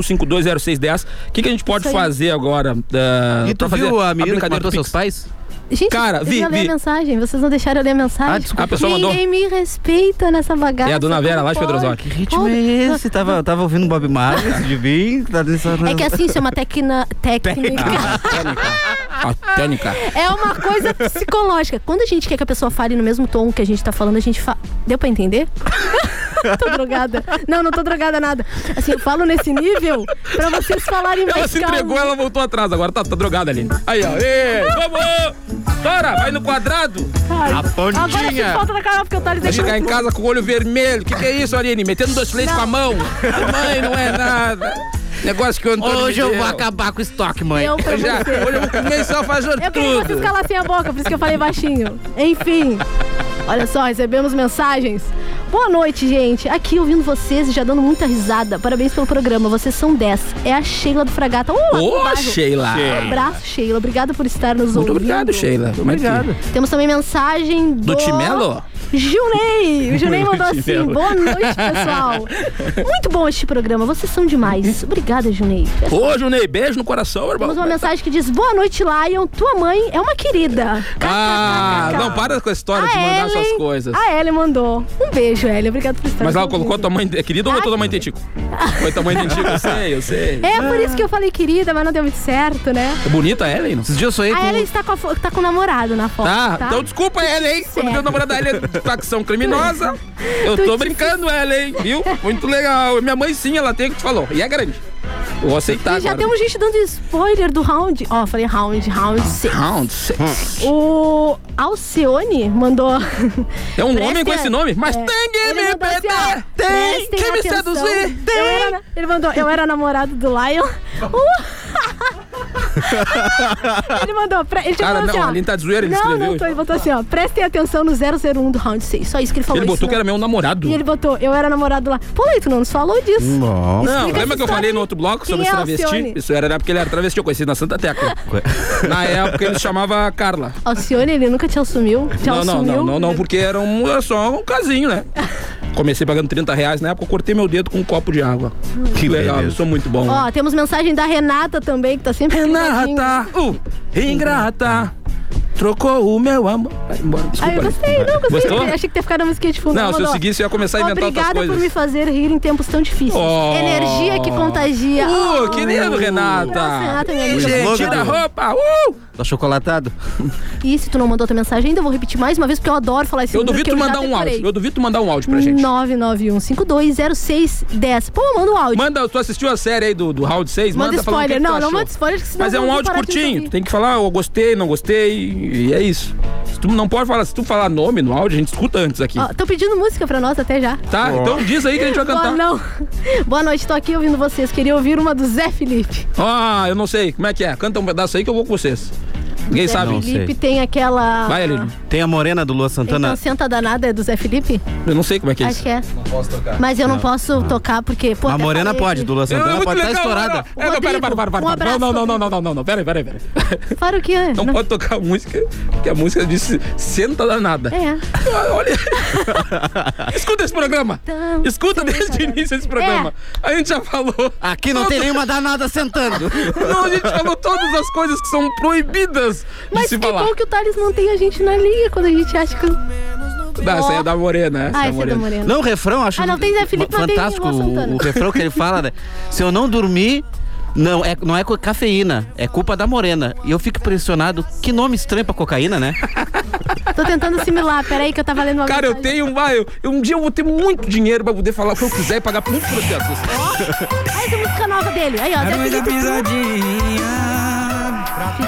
Speaker 6: 52061091520610. O que, que a gente pode
Speaker 7: Isso aí.
Speaker 6: fazer agora? ah,
Speaker 5: E tu
Speaker 6: pra fazer
Speaker 5: viu a menina que
Speaker 6: brincadeira
Speaker 5: matou
Speaker 6: do Pix?
Speaker 5: seus pais?
Speaker 7: gente,
Speaker 6: Cara,
Speaker 7: eu
Speaker 6: vi,
Speaker 7: já li
Speaker 6: vi.
Speaker 7: a mensagem, vocês não deixaram eu ler a mensagem.
Speaker 5: Ah, desculpa.
Speaker 6: A pessoa mandou.
Speaker 7: Ninguém me respeita nessa bagaça.
Speaker 6: É a dona Vera lá de
Speaker 7: como
Speaker 6: Pedro
Speaker 7: pode?
Speaker 5: Que ritmo
Speaker 7: Pô,
Speaker 5: é esse? Tava, tava ouvindo Bob Marley, esse de mim. Tá nessa...
Speaker 7: É que assim, isso é uma tecna, técnica.
Speaker 6: A técnica.
Speaker 7: É uma coisa psicológica. Quando a gente quer que a pessoa fale no mesmo tom que a gente tá falando, a gente fala. Deu pra entender? tô drogada. Não, não tô drogada nada. Assim, eu falo nesse nível pra vocês falarem mais
Speaker 6: Ela se
Speaker 7: calmo.
Speaker 6: entregou, ela voltou atrás. Agora tá, tá drogada ali. Aí, ó. Ê, vamos! Tora, vai no quadrado.
Speaker 7: Ai,
Speaker 5: A pontinha.
Speaker 7: Agora eu falta da Carol, porque eu tava
Speaker 6: Vai chegar em
Speaker 7: dizendo.
Speaker 6: casa com o olho vermelho. O que, que é isso, Aline? Metendo dois leites com a mão. Mãe, não é nada. Negócio que o Antônio. me deu.
Speaker 5: acabar com o estoque, mãe.
Speaker 7: é assim. Eu pra
Speaker 6: Já,
Speaker 7: você.
Speaker 6: hoje eu vou comer só fazendo
Speaker 7: Eu queria que vocês
Speaker 6: tudo.
Speaker 7: calassem a boca, por isso que eu falei baixinho. Enfim. Olha só, recebemos mensagens. Boa noite, gente. Aqui ouvindo vocês e já dando muita risada. Parabéns pelo programa. Vocês são 10. É a Sheila do Fragata. Uh, Ô, lá do
Speaker 6: Ô,
Speaker 7: bairro.
Speaker 6: Sheila!
Speaker 7: Um abraço, Sheila. Obrigada por estar nos
Speaker 6: Muito
Speaker 7: ouvindo.
Speaker 6: obrigado, Sheila. Obrigado.
Speaker 7: Temos também mensagem do...
Speaker 6: Do Timelo?
Speaker 7: Gilney! O Gilney mandou assim,
Speaker 6: Timelo.
Speaker 7: boa noite, pessoal. Muito bom este programa, vocês são demais. Obrigada, Gilney.
Speaker 6: Ô, Junei, beijo no coração, irmão.
Speaker 7: Temos uma mensagem que
Speaker 6: tá.
Speaker 7: diz, boa noite, Lion, tua mãe é uma querida.
Speaker 6: Ah,
Speaker 7: KKKKK.
Speaker 6: não, para com a história
Speaker 7: A
Speaker 6: de mandar
Speaker 7: Ellen-
Speaker 6: suas coisas.
Speaker 7: A Ellen mandou. Um beijo, Ellen. Obrigada por estar
Speaker 6: Mas
Speaker 7: nos
Speaker 6: ela colocou a
Speaker 7: ouvindo.
Speaker 6: tua mãe. É querida ou botou tua mãe Tentico? Foi tua mãe Tentico, eu sei, eu sei.
Speaker 7: Ah, É, por isso que eu falei querida, mas não deu muito certo, né?
Speaker 6: É bonita a Ellen? não?
Speaker 5: Esses dias eu sonhei
Speaker 7: A Ellen
Speaker 5: com...
Speaker 7: está com, a fo- tá com o namorado na foto,
Speaker 6: Tá,
Speaker 7: tá?
Speaker 6: então desculpa, Ellen, hein? Quando
Speaker 7: Certo. é.
Speaker 6: meu namorado da Ellen é de facção criminosa. Eu
Speaker 7: Tu
Speaker 6: tô
Speaker 7: disse-
Speaker 6: brincando, Ellen, viu? Muito legal. E Minha mãe sim, ela tem o que te falou. E é grande. Eu vou aceitar
Speaker 7: E já um
Speaker 6: agora.
Speaker 7: temos gente dando spoiler do round. Ó, falei round, round 6. Hum.
Speaker 6: Round six.
Speaker 7: O Alcione mandou.
Speaker 6: É um
Speaker 7: Prestem
Speaker 6: homem com esse nome? Mas
Speaker 7: é,
Speaker 6: tem que
Speaker 7: ele
Speaker 6: me
Speaker 7: mandou assim, ó,
Speaker 6: pegar! Tem
Speaker 7: prestem
Speaker 6: que me
Speaker 7: atenção.
Speaker 6: seduzir!
Speaker 7: Eu era- ele mandou, eu era namorado do Lion. Uh! ele mandou, pre- ele tinha
Speaker 6: Cara,
Speaker 7: falado
Speaker 6: não,
Speaker 7: assim, ó,
Speaker 6: ele tá de zoeira, ele
Speaker 7: não,
Speaker 6: escreveu
Speaker 7: Não,
Speaker 6: isso.
Speaker 7: não, ele botou assim, ó, prestem atenção no 001 do round 6. Só isso que ele falou.
Speaker 6: Ele
Speaker 7: isso
Speaker 6: botou que
Speaker 7: não.
Speaker 6: era meu namorado.
Speaker 7: E ele botou, eu era namorado lá. Pô, Leito, não nos falou disso.
Speaker 5: Não.
Speaker 6: Não,
Speaker 7: Explica
Speaker 6: lembra
Speaker 7: essa
Speaker 6: que eu falei
Speaker 7: história
Speaker 6: no
Speaker 7: aí.
Speaker 6: outro bloco
Speaker 7: Quem
Speaker 6: sobre
Speaker 7: é
Speaker 6: os travestis?
Speaker 7: Alcione?
Speaker 6: Isso era na época que ele era travesti, eu conheci na Santa Tecla. na época ele se chamava Carla.
Speaker 7: Alcione, ele nunca te assumiu. Te
Speaker 6: não, não,
Speaker 7: Então assumiu.
Speaker 6: não, não, não, porque era, um, era só um casinho, né? Comecei pagando 30 reais na época, eu cortei meu dedo com um copo de água.
Speaker 5: Que
Speaker 6: legal, eu
Speaker 5: beleza.
Speaker 6: sou muito bom.
Speaker 7: Hum. Ó, temos mensagem da Renata também, que tá sempre.
Speaker 6: Renata, uh, ingrata, trocou o meu amor. Vai embora,
Speaker 7: Ai,
Speaker 6: desculpa.
Speaker 7: Ah, eu gostei, não, gostei.
Speaker 6: Gostou?
Speaker 7: Achei que ter ficado a musiquinha de fundo.
Speaker 6: Não,
Speaker 7: Ela
Speaker 6: se eu
Speaker 7: mandou,
Speaker 6: seguisse, eu ia começar a inventar
Speaker 7: Obrigada
Speaker 6: outras
Speaker 7: por me
Speaker 6: coisas.
Speaker 7: fazer rir em tempos tão difíceis.
Speaker 6: Oh.
Speaker 7: Energia que contagia.
Speaker 6: Uh, que lindo, Renata.
Speaker 7: Nossa, Renata, minha
Speaker 6: Ih,
Speaker 7: amiga.
Speaker 6: gente, tira a roupa, uh!
Speaker 5: Do achocolatado?
Speaker 7: E se tu não mandou tua mensagem ainda, eu vou repetir mais uma vez, porque eu adoro falar esse
Speaker 6: é- Eu
Speaker 7: número,
Speaker 6: duvido
Speaker 7: que
Speaker 6: tu
Speaker 7: já
Speaker 6: mandar um
Speaker 7: decorei.
Speaker 6: áudio, eu duvido tu mandar um áudio pra gente.
Speaker 7: 991520610. Pô, manda um áudio.
Speaker 6: Manda, tu assistiu a série aí do, do Round 6?
Speaker 7: Manda
Speaker 6: falando o
Speaker 7: spoiler.
Speaker 6: que que tu
Speaker 7: Não, não
Speaker 6: achou.
Speaker 7: manda spoiler, que senão
Speaker 6: Mas é
Speaker 7: eu
Speaker 6: um
Speaker 7: vou
Speaker 6: áudio
Speaker 7: parar de
Speaker 6: curtinho,
Speaker 7: ouvir.
Speaker 6: tu tem que falar, eu gostei, não gostei, e é isso. Se tu não pode falar, se tu falar nome no áudio, a gente escuta antes aqui.
Speaker 7: Ó, Tô pedindo música pra nós até já.
Speaker 6: Tá? Então diz aí que a gente vai
Speaker 7: Boa,
Speaker 6: cantar.
Speaker 7: não. Boa noite, tô aqui ouvindo vocês. Queria ouvir uma do Zé Felipe.
Speaker 6: Ah, eu não sei, como é que é? Canta um pedaço aí que eu vou com vocês. Ninguém sabe.
Speaker 5: Não
Speaker 7: Felipe
Speaker 5: sei.
Speaker 7: tem aquela.
Speaker 6: Vai, Aline.
Speaker 5: Tem a morena do Lua Santana.
Speaker 7: Então, Senta Danada é do Zé Felipe?
Speaker 6: Eu não sei como é que é
Speaker 7: Acho
Speaker 6: isso.
Speaker 7: que é. Mas eu não, posso tocar porque. Pô,
Speaker 5: a
Speaker 7: até
Speaker 5: morena
Speaker 7: falei
Speaker 5: pode,
Speaker 7: aqui.
Speaker 5: do Lua
Speaker 6: Eu-
Speaker 5: Santana
Speaker 6: É, muito
Speaker 5: pode estar
Speaker 6: legal,
Speaker 5: estourada.
Speaker 6: não, não. É, não, pera,
Speaker 7: é Rodrigo,
Speaker 6: para, para, para,
Speaker 7: um
Speaker 6: para.
Speaker 7: abraço,
Speaker 6: não, não, não, não, não, não, não, pera, pera, pera.
Speaker 7: Para o que é.
Speaker 6: Não, pode tocar música, porque a música disse senta danada.
Speaker 7: É.
Speaker 6: Ah, Olha. Escuta esse programa.
Speaker 7: Então,
Speaker 6: Escuta
Speaker 7: senta
Speaker 6: desde o
Speaker 7: danada.
Speaker 6: início esse programa.
Speaker 7: É.
Speaker 6: A gente já falou.
Speaker 5: Aqui não tem nenhuma danada sentando.
Speaker 6: Não, a gente falou todas as coisas que são proibidas de
Speaker 7: Mas
Speaker 6: se
Speaker 7: que
Speaker 6: falar.
Speaker 7: bom que o Thales mantém a gente na linha quando a gente acha que.
Speaker 6: Não, essa aí é da Morena, essa
Speaker 7: Ah,
Speaker 6: é
Speaker 7: esse é da Morena.
Speaker 5: Não, o refrão, acho
Speaker 7: Ah, não, tem Zé Felipe, mas tem
Speaker 5: fantástico
Speaker 7: Lua Santana.
Speaker 5: o, o refrão que ele fala, né? Se eu não dormir, não é, não é co- cafeína, é culpa da morena. E eu fico impressionado, que nome estranho pra cocaína, né?
Speaker 7: Tô tentando assimilar. Peraí, que eu tava lendo uma
Speaker 6: Cara, eu
Speaker 7: mensagem.
Speaker 6: tenho um bairro. Um dia eu vou ter muito dinheiro pra poder falar o que eu quiser e pagar por muitos processos.
Speaker 7: Ah, essa música nova dele. Aí, ó, Zé
Speaker 6: é
Speaker 7: Felipe.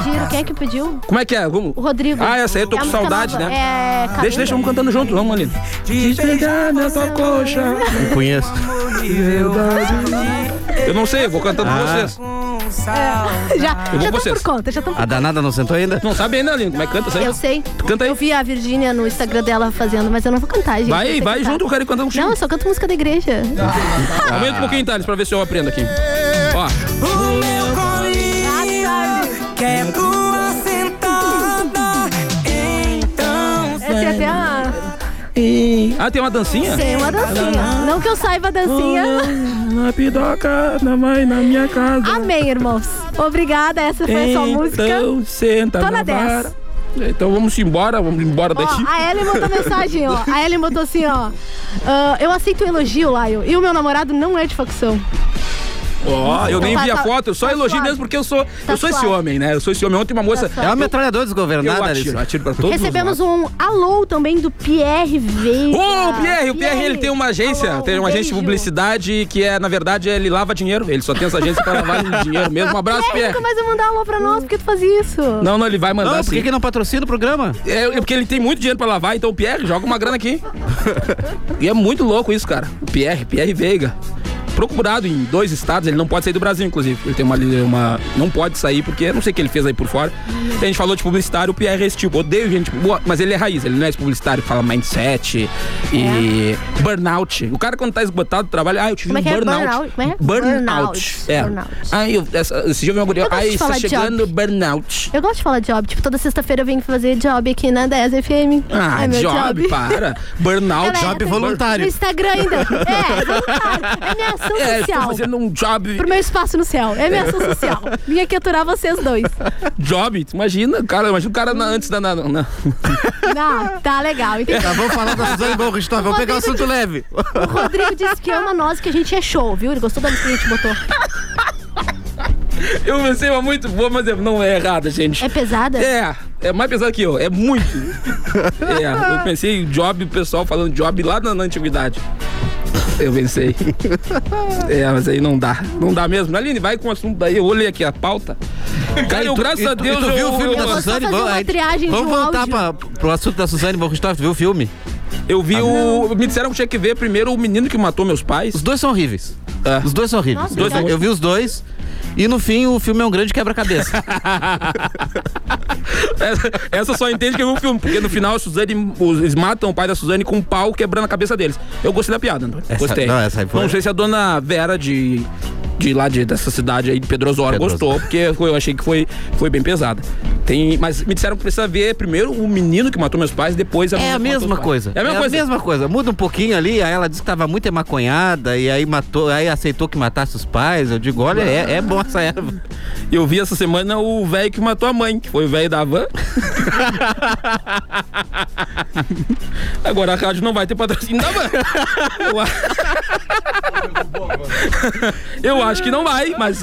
Speaker 7: Pediram, quem é que pediu?
Speaker 6: Como é que é? Vamos.
Speaker 7: O Rodrigo.
Speaker 6: Ah, essa aí eu tô
Speaker 7: É a
Speaker 6: com
Speaker 7: música
Speaker 6: saudade,
Speaker 7: nova,
Speaker 6: né?
Speaker 7: É.
Speaker 6: Deixa, deixa, vamos cantando junto, vamos ali. Despegar na tua coxa.
Speaker 5: Não conheço.
Speaker 6: Eu não sei, eu vou cantando com
Speaker 5: Ah.
Speaker 6: vocês.
Speaker 7: cantar. Já,
Speaker 6: vou
Speaker 7: já
Speaker 6: com
Speaker 7: tô
Speaker 6: vocês.
Speaker 7: por conta, já tô por
Speaker 5: A danada não sentou ainda?
Speaker 6: Tu não sabe ainda, Aline, como é que canta isso aí?
Speaker 7: Eu sei.
Speaker 6: Tu canta aí.
Speaker 7: Eu vi a Virgínia no Instagram dela fazendo, mas eu não vou cantar, gente. Eu
Speaker 6: Vai,
Speaker 7: sei
Speaker 6: vai
Speaker 7: cantar.
Speaker 6: junto, Tá. eu quero ir cantando contigo.
Speaker 7: Não, tá. eu só canto música da igreja.
Speaker 6: Aumenta um pouquinho, Thales, pra ver se eu aprendo aqui. Ó. então
Speaker 7: Essa é até a...
Speaker 6: Ah, tem uma dancinha?
Speaker 7: Tem uma dancinha. Não que eu saiba a dancinha.
Speaker 6: Na pidoca, na mãe, na minha casa.
Speaker 7: Amém, irmãos. Obrigada, essa Ah, foi a sua música.
Speaker 6: Então, senta
Speaker 7: Tô na
Speaker 6: na
Speaker 7: 10.
Speaker 6: vara. Então vamos embora, vamos embora daqui.
Speaker 7: Ó, ah, a Ellen botou mensagem, ó. A Ellen botou assim, ó. "Ah, eu aceito o elogio, Laio. E o meu namorado não é de facção.
Speaker 6: Ó, eu nem
Speaker 7: Tá,
Speaker 6: vi a
Speaker 7: tá,
Speaker 6: foto, eu só
Speaker 7: tá
Speaker 6: elogio
Speaker 7: suave. Tá
Speaker 6: mesmo porque eu sou, eu sou esse
Speaker 7: suave. Tá
Speaker 6: homem, né? Eu sou esse homem. Ontem uma moça.
Speaker 7: suave.
Speaker 5: É uma metralhadora
Speaker 6: eu
Speaker 5: desgovernada, Alice.
Speaker 6: atiro, atiro pra todos. os
Speaker 7: Recebemos
Speaker 6: lados.
Speaker 7: um alô também do Pierre Veiga.
Speaker 6: Ô, o Pierre, o Pierre ele tem uma agência,
Speaker 7: Alô,
Speaker 6: tem uma
Speaker 7: um
Speaker 6: agência de
Speaker 7: beijo.
Speaker 6: publicidade que é, na verdade, ele lava dinheiro. Ele só tem essa agência pra lavar dinheiro mesmo. Um abraço,
Speaker 7: Pierre,
Speaker 6: Pierre.
Speaker 7: nunca mais vai mandar alô pra nós, porque tu fazia isso?
Speaker 6: Não, não, ele vai mandar
Speaker 5: Não, por
Speaker 6: sim.
Speaker 5: que, que não patrocina o programa?
Speaker 6: É, é porque ele tem muito dinheiro pra lavar, então o Pierre joga uma grana aqui. e é muito louco isso, cara. O Pierre, Pierre Veiga. procurado em dois estados, ele não pode sair do Brasil, inclusive. Ele tem uma. uma não pode sair, porque eu não sei o que ele fez aí por fora. A gente falou de publicitário, o Pierre Restivo. Odeio gente boa, mas ele é raiz, ele não é esse publicitário que fala mindset e burnout. O cara, quando tá esgotado do trabalho, ah, eu tive
Speaker 7: É. Como é
Speaker 6: um
Speaker 7: que é?
Speaker 6: burnout.
Speaker 7: Burnout, como é?
Speaker 6: Burnout. É.
Speaker 7: Burnout.
Speaker 6: Aí, eu, essa, esse dia eu vi uma guria.
Speaker 7: Eu gosto
Speaker 6: Aí,
Speaker 7: de
Speaker 6: está
Speaker 7: falar de
Speaker 6: chegando
Speaker 7: job.
Speaker 6: burnout.
Speaker 7: Eu gosto de falar job. Tipo, toda sexta-feira eu venho fazer job aqui na 10 FM.
Speaker 6: Ah,
Speaker 7: é meu é
Speaker 6: job, para. Burnout.
Speaker 7: Galera,
Speaker 5: job
Speaker 7: no
Speaker 5: voluntário.
Speaker 7: Instagram ainda. É, voluntário. É minha ação
Speaker 6: É, estou
Speaker 7: social.
Speaker 6: fazendo um job.
Speaker 7: Pro meu espaço no céu. É minha ação social. Vim aqui aturar vocês dois.
Speaker 6: Job, tu imagina, cara, imagina o cara na- antes da. na- na-
Speaker 7: Não, tá legal. Entendi.
Speaker 5: Tá, vamos falar da Suzane Gorristói, vamos pegar o assunto leve.
Speaker 7: O Rodrigo disse que ama nós, que a gente é show, viu? Ele gostou da lista que a gente botou.
Speaker 6: Eu pensei uma muito boa, mas é- não é errada, gente.
Speaker 7: É pesada?
Speaker 6: É, é mais pesado que eu, é muito. é, eu pensei em job, o pessoal falando job lá na, na antiguidade. Eu pensei. É, mas aí não dá. Não dá mesmo. Aline, vai com o assunto daí. Eu olhei aqui a pauta. Cara, eu, graças a Deus,
Speaker 5: tu, tu viu
Speaker 6: eu,
Speaker 5: o filme
Speaker 6: eu,
Speaker 5: da
Speaker 7: vou só
Speaker 5: Suzane?
Speaker 7: fazer uma
Speaker 5: aí-
Speaker 7: triagem de
Speaker 5: vamos
Speaker 7: um
Speaker 5: voltar
Speaker 7: áudio.
Speaker 5: pra, pro assunto da Suzane Borristói, tu viu o filme?
Speaker 6: eu
Speaker 7: Ah,
Speaker 6: vi o. Me disseram que tinha que ver primeiro o menino que matou meus pais.
Speaker 5: Os dois são horríveis.
Speaker 6: É.
Speaker 5: Os dois são horríveis.
Speaker 7: Nossa,
Speaker 5: Dois-
Speaker 7: legal.
Speaker 5: eu vi os dois. E no fim, o filme é um grande quebra-cabeça.
Speaker 6: Essa, essa só entende que eu vi o filme, porque no final a Suzane, os- eles matam o pai da Suzane com um pau quebrando a cabeça deles. Eu gostei da piada, Antônio.
Speaker 5: Essa-
Speaker 6: gostei.
Speaker 5: não, essa aí foi-
Speaker 6: Não sei se a dona Vera de. De lá de, dessa cidade aí de Pedro Osório
Speaker 5: Pedro
Speaker 6: gostou, porque eu achei que foi, foi bem pesada. Tem, mas me disseram que precisa ver primeiro o menino que matou meus pais, depois a
Speaker 5: É
Speaker 6: menina
Speaker 5: a
Speaker 6: que matou
Speaker 5: mesma
Speaker 6: os pais.
Speaker 5: coisa.
Speaker 6: É a mesma coisa.
Speaker 5: coisa. Muda um pouquinho ali, aí ela disse que tava muito emaconhada, e aí matou, aí aceitou que matasse os pais. Eu digo, olha, é, é boa essa erva.
Speaker 6: Eu vi essa semana o velho que matou a mãe, que foi o velho da van. Agora a rádio não vai ter patrocínio da van. Eu, a- Eu acho que não vai, mas.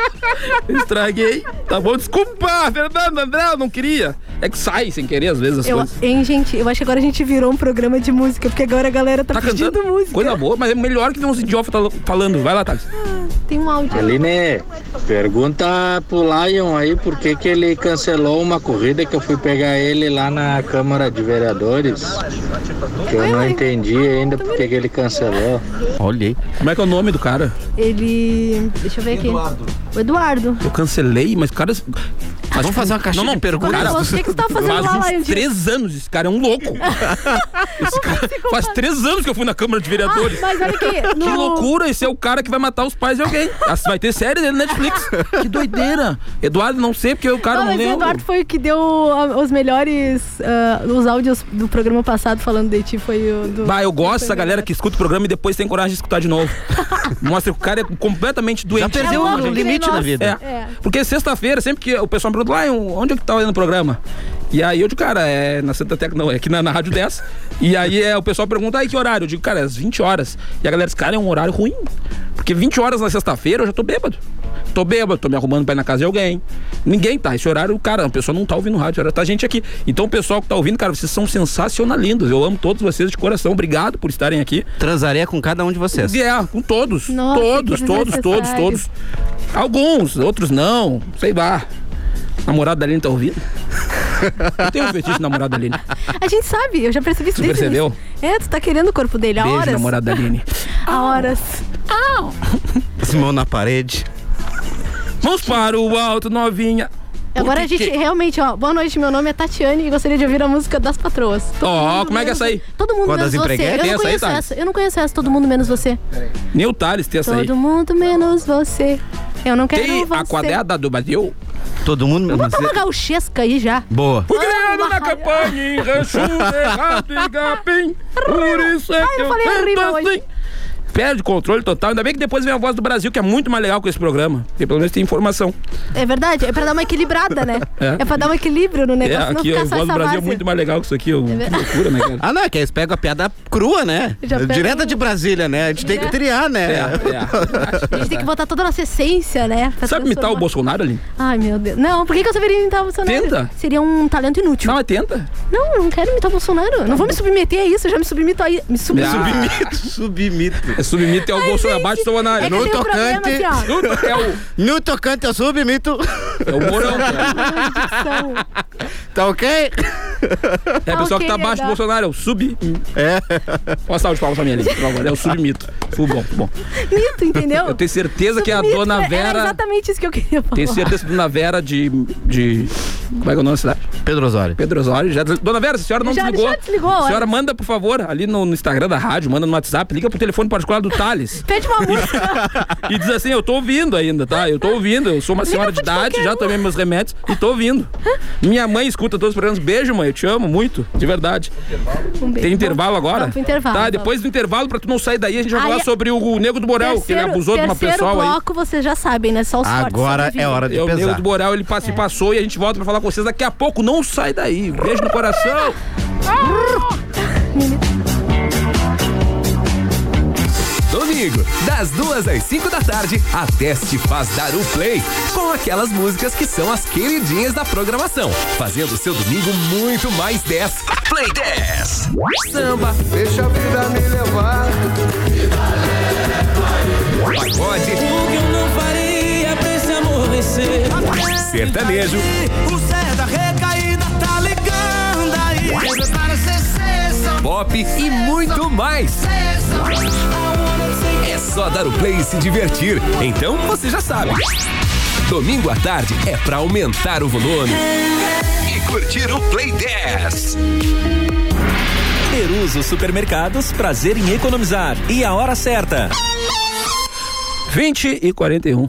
Speaker 6: Estraguei. Tá bom, desculpa, Fernando, André, eu não queria. É que sai sem querer às vezes as
Speaker 7: Eu,
Speaker 6: coisas.
Speaker 7: hein, gente, eu acho que agora a gente virou um programa de música, porque agora a galera tá,
Speaker 6: Tá
Speaker 7: pedindo
Speaker 6: cantando
Speaker 7: música.
Speaker 6: Coisa boa, mas é melhor que ter uns idiotas tal- tá falando. Vai lá, Thales.
Speaker 7: Tem um áudio.
Speaker 11: Aline, pergunta pro Lion aí por que, que ele cancelou uma corrida que eu fui pegar ele lá na Câmara de Vereadores. Que eu não entendi ainda por que, que ele cancelou.
Speaker 5: Olhei.
Speaker 6: Como é que é o nome do cara?
Speaker 7: Ele. Deixa eu ver aqui. O Eduardo.
Speaker 6: Eu cancelei, mas cara.
Speaker 5: Vamos fazer uma caixinha
Speaker 6: Não, não,
Speaker 5: de
Speaker 7: Quando
Speaker 5: perguntas.
Speaker 6: cara,
Speaker 7: ele falou, o que, que você tava fazendo
Speaker 6: Faz
Speaker 7: lá, Lion?
Speaker 6: uns três anos, esse cara é um louco. Esse cara faz três anos que eu fui na Câmara de
Speaker 7: Ah,
Speaker 6: Vereadores.
Speaker 7: mas olha aqui. No...
Speaker 6: Que loucura, esse é o cara que vai matar os pais de alguém. Ah, Vai ter série dele na Netflix. Que doideira. Eduardo, não sei, porque o cara
Speaker 7: Não,
Speaker 6: não
Speaker 7: Ah, mas o
Speaker 6: lembra.
Speaker 7: Eduardo foi o que deu ah, os melhores. ah, os áudios do programa passado falando de ti. Foi o do.
Speaker 6: Bah, eu gosto
Speaker 7: Foi
Speaker 6: dessa galera
Speaker 7: melhor.
Speaker 6: que escuta o programa e depois tem coragem de escutar de novo. Mostra que o cara é completamente doente.
Speaker 5: Já perdeu
Speaker 7: É
Speaker 5: o
Speaker 7: louco que nem
Speaker 5: limite
Speaker 7: nós.
Speaker 5: da vida.
Speaker 6: É.
Speaker 7: É.
Speaker 6: Porque sexta-feira, sempre que o pessoal me pergunta, lá, onde é que tá olhando o programa? E aí eu digo, cara, é na Santa Tecla, não, é aqui na, na Rádio 10. e aí é, o pessoal pergunta, aí que horário? Eu digo, cara, é às 20 horas. E a galera diz, cara, é um horário ruim. Porque 20 horas na sexta-feira eu já tô bêbado. Tô bêbado, tô me arrumando pra ir na casa de alguém. Ninguém tá. Esse horário, cara, o pessoal não tá ouvindo rádio, horário tá gente aqui. Então o pessoal que tá ouvindo, cara, vocês são sensacionalindos. Eu amo todos vocês de coração. Obrigado por estarem aqui.
Speaker 5: Transaria com cada um de vocês.
Speaker 6: É, com todos.
Speaker 7: Nossa,
Speaker 6: todos,
Speaker 7: que
Speaker 6: todos, todos,
Speaker 7: desnecessário.
Speaker 6: todos. Alguns, outros não. Sei lá. Namorado da Aline tá ouvindo? Eu tenho um fetiche de namorado da Aline.
Speaker 7: A gente sabe, eu já percebi isso
Speaker 6: Tu
Speaker 7: desde o
Speaker 6: percebeu?
Speaker 7: início. É, tu tá querendo o corpo dele há
Speaker 6: Beijo,
Speaker 7: horas.
Speaker 6: namorado Ah, da Aline.
Speaker 7: Há horas.
Speaker 5: Mão na parede.
Speaker 6: Vamos para o alto, novinha.
Speaker 7: Agora a gente realmente, ó. Boa noite, meu nome é Tatiane e gostaria de ouvir a música das patroas. Todo
Speaker 6: Ó,
Speaker 7: mundo
Speaker 6: como é que é
Speaker 7: menos-
Speaker 6: essa aí?
Speaker 7: Todo mundo
Speaker 5: Qual das
Speaker 7: menos você.
Speaker 5: empreguetes?
Speaker 7: Eu
Speaker 6: Tem
Speaker 7: não
Speaker 6: essa aí,
Speaker 7: conheço
Speaker 6: Thales?
Speaker 7: essa. Eu não conheço essa, todo mundo menos você.
Speaker 6: Nem o Thales tem essa aí.
Speaker 7: Todo mundo menos você. Eu não quero
Speaker 6: Tem
Speaker 7: você.
Speaker 6: a quadrada do Brasil?
Speaker 5: Todo mundo mesmo.
Speaker 7: Bota uma gauchesca aí já.
Speaker 5: Boa.
Speaker 6: Fui criado é na
Speaker 7: Marra-
Speaker 6: campanha em rancho errado e capim. Por isso é
Speaker 7: Ai,
Speaker 6: que
Speaker 7: eu
Speaker 6: eu
Speaker 7: falei
Speaker 6: canto
Speaker 7: horrível hoje.
Speaker 6: assim. Perde controle total. Ainda bem que depois vem a voz do Brasil, que é muito mais legal com esse programa. Porque pelo menos tem informação.
Speaker 7: É verdade, é pra dar uma equilibrada, né?
Speaker 6: É.
Speaker 7: É, pra dar um equilíbrio no
Speaker 6: É,
Speaker 7: negócio, não
Speaker 6: aqui
Speaker 7: ficar
Speaker 6: eu
Speaker 7: só
Speaker 6: gosto
Speaker 7: essa
Speaker 6: do
Speaker 7: É
Speaker 6: Brasil é
Speaker 7: várzea.
Speaker 6: muito mais legal que isso aqui. Eu, que loucura, né, cara?
Speaker 5: Ah, não, é que eles pegam a piada crua, né?
Speaker 7: Já pega
Speaker 5: Direta
Speaker 7: um-
Speaker 5: de Brasília, né? A gente tem que triar,
Speaker 6: É,
Speaker 5: né?
Speaker 6: é.
Speaker 7: A gente tem que botar toda a nossa essência, né? Pra
Speaker 6: Sabe imitar o
Speaker 7: transformar.
Speaker 6: Bolsonaro ali?
Speaker 7: Ai, meu Deus. Não, por que, que eu saberia imitar o Bolsonaro?
Speaker 6: Tenta.
Speaker 7: Seria um talento inútil.
Speaker 6: Não, mas tenta.
Speaker 7: Não, eu não quero imitar o Bolsonaro. não vou me submeter a isso, eu já me submeto a isso. Me sub...
Speaker 6: Ah,
Speaker 5: Submito, submito.
Speaker 6: É submito ao
Speaker 7: Ai,
Speaker 6: Bolsonaro,
Speaker 7: gente,
Speaker 6: abaixo do
Speaker 7: É que
Speaker 6: Bolsonaro.
Speaker 5: no
Speaker 7: tem um problema
Speaker 5: tocante.
Speaker 7: assim, ó.
Speaker 6: É o,
Speaker 5: No tocante, eu submito.
Speaker 6: é o Morão. cara.
Speaker 7: um Não, dicção.
Speaker 5: Tá ok?
Speaker 6: É a pessoa
Speaker 7: ok,
Speaker 6: que tá abaixo
Speaker 7: legal.
Speaker 6: do Bolsonaro, é o sub. É. Uma salva de palmas pra mim ali, por favor. É o submito. Fui bom, fui bom.
Speaker 7: Mito, entendeu?
Speaker 6: Eu tenho certeza que a
Speaker 7: Submito, é
Speaker 6: dona
Speaker 7: Era
Speaker 6: Vera.
Speaker 7: exatamente isso que eu queria falar.
Speaker 6: Tenho certeza que a dona Vera de. de como é que é o nome da cidade?
Speaker 5: Pedro Osório.
Speaker 6: Pedro Osório. Já, des- dona Vera, se a senhora não
Speaker 7: Já-
Speaker 6: desligou.
Speaker 7: já desligou,
Speaker 6: a
Speaker 7: olha.
Speaker 6: senhora manda, por favor, ali no, no Instagram da rádio, manda no WhatsApp, liga pro telefone particular do Thales.
Speaker 7: Pede uma música.
Speaker 6: E diz assim, eu tô ouvindo ainda, tá? Eu tô ouvindo, eu sou uma
Speaker 7: Liga
Speaker 6: senhora de
Speaker 7: pra
Speaker 6: idade,
Speaker 7: qualquer um."
Speaker 6: já tomei meus remédios e tô ouvindo. Minha mãe escuta todos os programas. Beijo, mãe, eu te amo muito, de verdade.
Speaker 7: Um beijo.
Speaker 6: Tem intervalo agora?
Speaker 7: Vamos pro intervalo,
Speaker 6: Tá,
Speaker 7: vamos.
Speaker 6: depois do intervalo, pra tu não sair daí, a gente vai
Speaker 7: Aí- é
Speaker 6: falar sobre o, o Nego do Borel, que ele abusou de uma pessoa
Speaker 7: Terceiro
Speaker 6: aí.
Speaker 7: bloco, vocês já sabem, né? Só os fortes
Speaker 5: Agora é
Speaker 7: sobrevivem.
Speaker 5: hora de
Speaker 6: É, o Nego
Speaker 5: pesar.
Speaker 6: do Borel, ele passa e passou e a gente volta pra falar com vocês daqui a pouco. Não sai daí. Um Beijo no coração.
Speaker 8: Domingo, das duas às 5 da tarde, a Teste faz dar o play com aquelas músicas que são as queridinhas da programação, fazendo o seu domingo muito mais 10. Play 10. Samba,
Speaker 12: Deixa a vida me levar.
Speaker 8: pagode,
Speaker 2: que eu não faria pra esse amor vencer.
Speaker 8: sertanejo,
Speaker 2: O Zé da recaída tá ligando aí.
Speaker 8: pop e muito mais. É só dar o play e se divertir. Então você já sabe. Domingo à tarde é pra aumentar o volume e curtir o Play 10.
Speaker 2: Peruso Supermercados, prazer em economizar. E a hora certa.
Speaker 6: 20 e 41.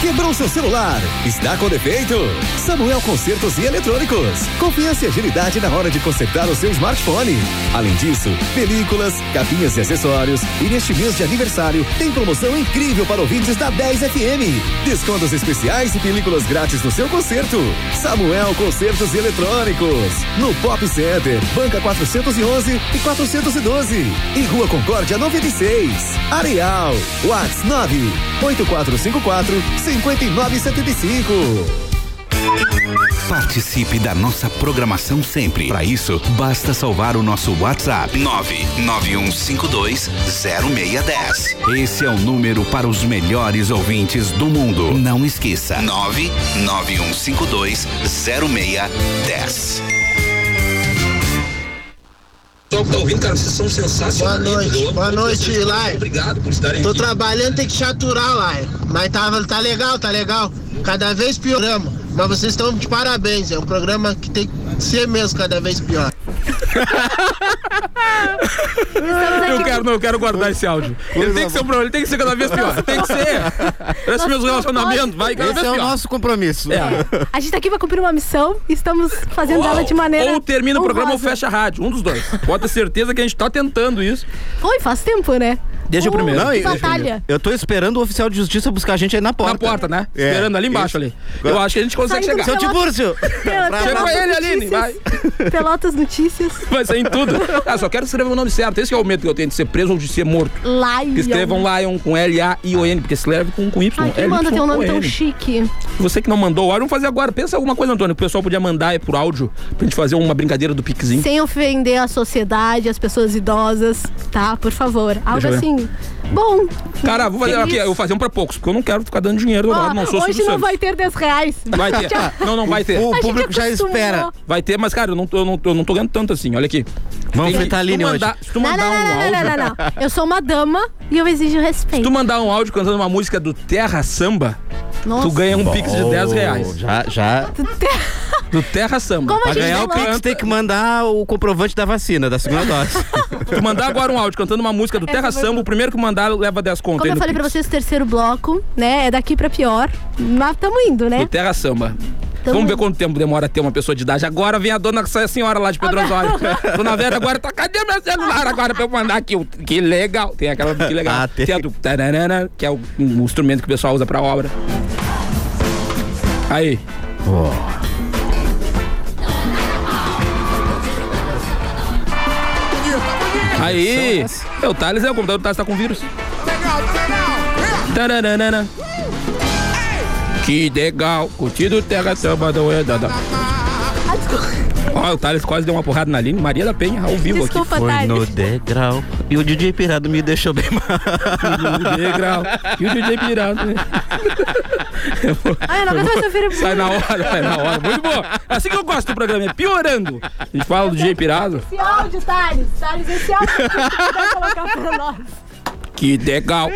Speaker 8: Quebrou seu celular? Está com defeito? Samuel Concertos e Eletrônicos. Confiança e agilidade na hora de consertar o seu smartphone. Além disso, películas, capinhas e acessórios. E neste mês de aniversário, tem promoção incrível para ouvintes da 10 FM. Descontos especiais e películas grátis no seu concerto. Samuel Concertos e Eletrônicos. No Pop Center, Banca 411 e 412. E Rua Concórdia 96. Areal. Whats 9 8454 5975.
Speaker 13: Participe da nossa programação sempre. Para isso, basta salvar o nosso WhatsApp 991520610. Esse é o número para os melhores ouvintes do mundo. Não esqueça 991520610.
Speaker 14: Pessoal que tá ouvindo, cara, vocês são sensacionais. Boa noite, boa noite, Lai. Obrigado por estarem Tô trabalhando, tem que chaturar, Lai. Mas tá, tá legal, tá legal. Cada vez pioramos. Mas vocês estão de parabéns. É um programa que tem que ser mesmo cada vez pior.
Speaker 6: Eu quero, não, eu quero guardar esse áudio. Ele tem que ser um problema, ele tem que ser cada vez pior. Tem que ser. Parece meus relacionamentos, vai cada
Speaker 5: Esse
Speaker 6: vez
Speaker 5: é o
Speaker 6: pior.
Speaker 5: nosso compromisso.
Speaker 6: É.
Speaker 7: A gente tá aqui pra cumprir uma missão e estamos fazendo ela de maneira.
Speaker 6: Ou termina o programa ou
Speaker 7: honrosa.
Speaker 6: fecha a rádio. Um dos dois. Pode ter certeza que a gente tá tentando isso.
Speaker 7: Foi, faz tempo, né?
Speaker 6: Deixa eu primeiro.
Speaker 5: Não,
Speaker 7: que
Speaker 5: e-
Speaker 7: batalha.
Speaker 5: Eu tô esperando o oficial de justiça buscar a gente aí na porta.
Speaker 6: Na porta, né?
Speaker 5: É,
Speaker 6: Esperando ali embaixo ali. Eu acho que a gente consegue
Speaker 7: Saindo
Speaker 6: chegar.
Speaker 5: Seu Tibúrcio!
Speaker 7: Pela-
Speaker 6: Chega com
Speaker 7: Pelotas
Speaker 6: ele, Aline,
Speaker 7: Notícias.
Speaker 6: vai.
Speaker 7: Pelotas Notícias.
Speaker 6: Vai sair em tudo. Ah, só quero escrever o nome certo. Esse que é o medo que eu tenho de ser preso ou de ser morto.
Speaker 7: Lion.
Speaker 6: Que escrevam Lion com L-A-I-O-N, porque escreve com, com Y.
Speaker 7: Ai, quem
Speaker 6: L
Speaker 7: manda ter um nome tão
Speaker 6: Y O N.
Speaker 7: chique?
Speaker 6: Você que não mandou o áudio, vamos fazer agora. Pensa alguma coisa, Antônio, que o pessoal podia mandar aí por áudio pra gente fazer uma brincadeira do piquezinho.
Speaker 7: Sem ofender a sociedade, as pessoas idosas, tá? Por favor. Algo
Speaker 6: eu ver.
Speaker 7: assim. Bom.
Speaker 6: Cara, vou fazer
Speaker 7: feliz.
Speaker 6: aqui, eu vou fazer um pra poucos, porque eu não quero ficar dando dinheiro do
Speaker 7: Ó,
Speaker 6: lado, não sou
Speaker 7: Ah, hoje
Speaker 6: Silvio
Speaker 7: não
Speaker 6: Santos.
Speaker 7: vai ter 10 reais.
Speaker 6: Vai ter.
Speaker 7: Tchau.
Speaker 6: Não, não vai ter.
Speaker 5: O
Speaker 7: A gente
Speaker 5: público já
Speaker 7: acostumou.
Speaker 5: espera.
Speaker 6: Vai ter, mas, cara, eu não tô, eu não tô, eu não tô ganhando tanto assim. Olha aqui.
Speaker 5: Vamos
Speaker 6: Tem que-
Speaker 5: fritar a
Speaker 6: se tu
Speaker 5: Aline né, hoje.
Speaker 6: mandar- Se tu
Speaker 7: Não, não,
Speaker 6: mandar
Speaker 7: não,
Speaker 6: um
Speaker 7: não,
Speaker 6: áudio.
Speaker 7: não, não, não, não. Eu sou uma dama e eu exijo
Speaker 6: Se
Speaker 7: respeito.
Speaker 6: tu mandar um áudio cantando uma música do Terra Samba,
Speaker 7: Nossa.
Speaker 6: tu ganha um pix de 10 reais.
Speaker 5: Já, já.
Speaker 6: Do Terra Samba.
Speaker 7: Como
Speaker 5: Pra
Speaker 7: a gente tá
Speaker 5: ganhar o
Speaker 7: falou-
Speaker 5: Pix tem que mandar o comprovante da vacina, da segunda dose.
Speaker 6: Tu mandar agora um áudio cantando uma música do
Speaker 7: Essa
Speaker 6: Terra
Speaker 7: foi
Speaker 6: Samba, o primeiro que mandar leva 10 conto.
Speaker 7: Como
Speaker 6: aí
Speaker 7: eu
Speaker 6: no
Speaker 7: falei pra
Speaker 6: Pix.
Speaker 7: vocês, o terceiro bloco, né? É daqui pra pior. Mas tamo indo,
Speaker 6: Do
Speaker 7: né?
Speaker 6: Terra Samba.
Speaker 7: Tamo
Speaker 6: Vamos ver
Speaker 7: indo.
Speaker 6: quanto tempo demora ter uma pessoa de idade. Agora vem a dona, essa senhora lá de Pedro Osório. dona Vera agora tá, cadê meu celular agora pra eu mandar aqui? o- Que legal. Tem aquela que legal.
Speaker 5: Ah, tem.
Speaker 6: é a do tararana, que é o, um instrumento que o pessoal usa pra obra. Aí.
Speaker 5: Ó.
Speaker 6: Aí. É, o Thales é o computador do Thales tá com vírus. Tararana. Que legal. Curtido terra samba da oedada. Ó, o Thales quase deu uma porrada na Aline. Maria da Penha, ao vivo
Speaker 5: Desculpa,
Speaker 7: Tá
Speaker 5: Foi
Speaker 6: aqui.
Speaker 5: no degrau. E o DJ Pirado me deixou bem mal.
Speaker 6: degrau. E o DJ Pirado.
Speaker 7: Ai, Ah, eu não aguento mais seu filho.
Speaker 6: né? Sai na hora, sai na hora. Muito bom. Assim que eu gosto do programa, é piorando. A gente fala do DJ Pirado.
Speaker 7: Esse áudio, Thales. Thales, esse áudio é que você vai colocar pra nós.
Speaker 6: Que legal.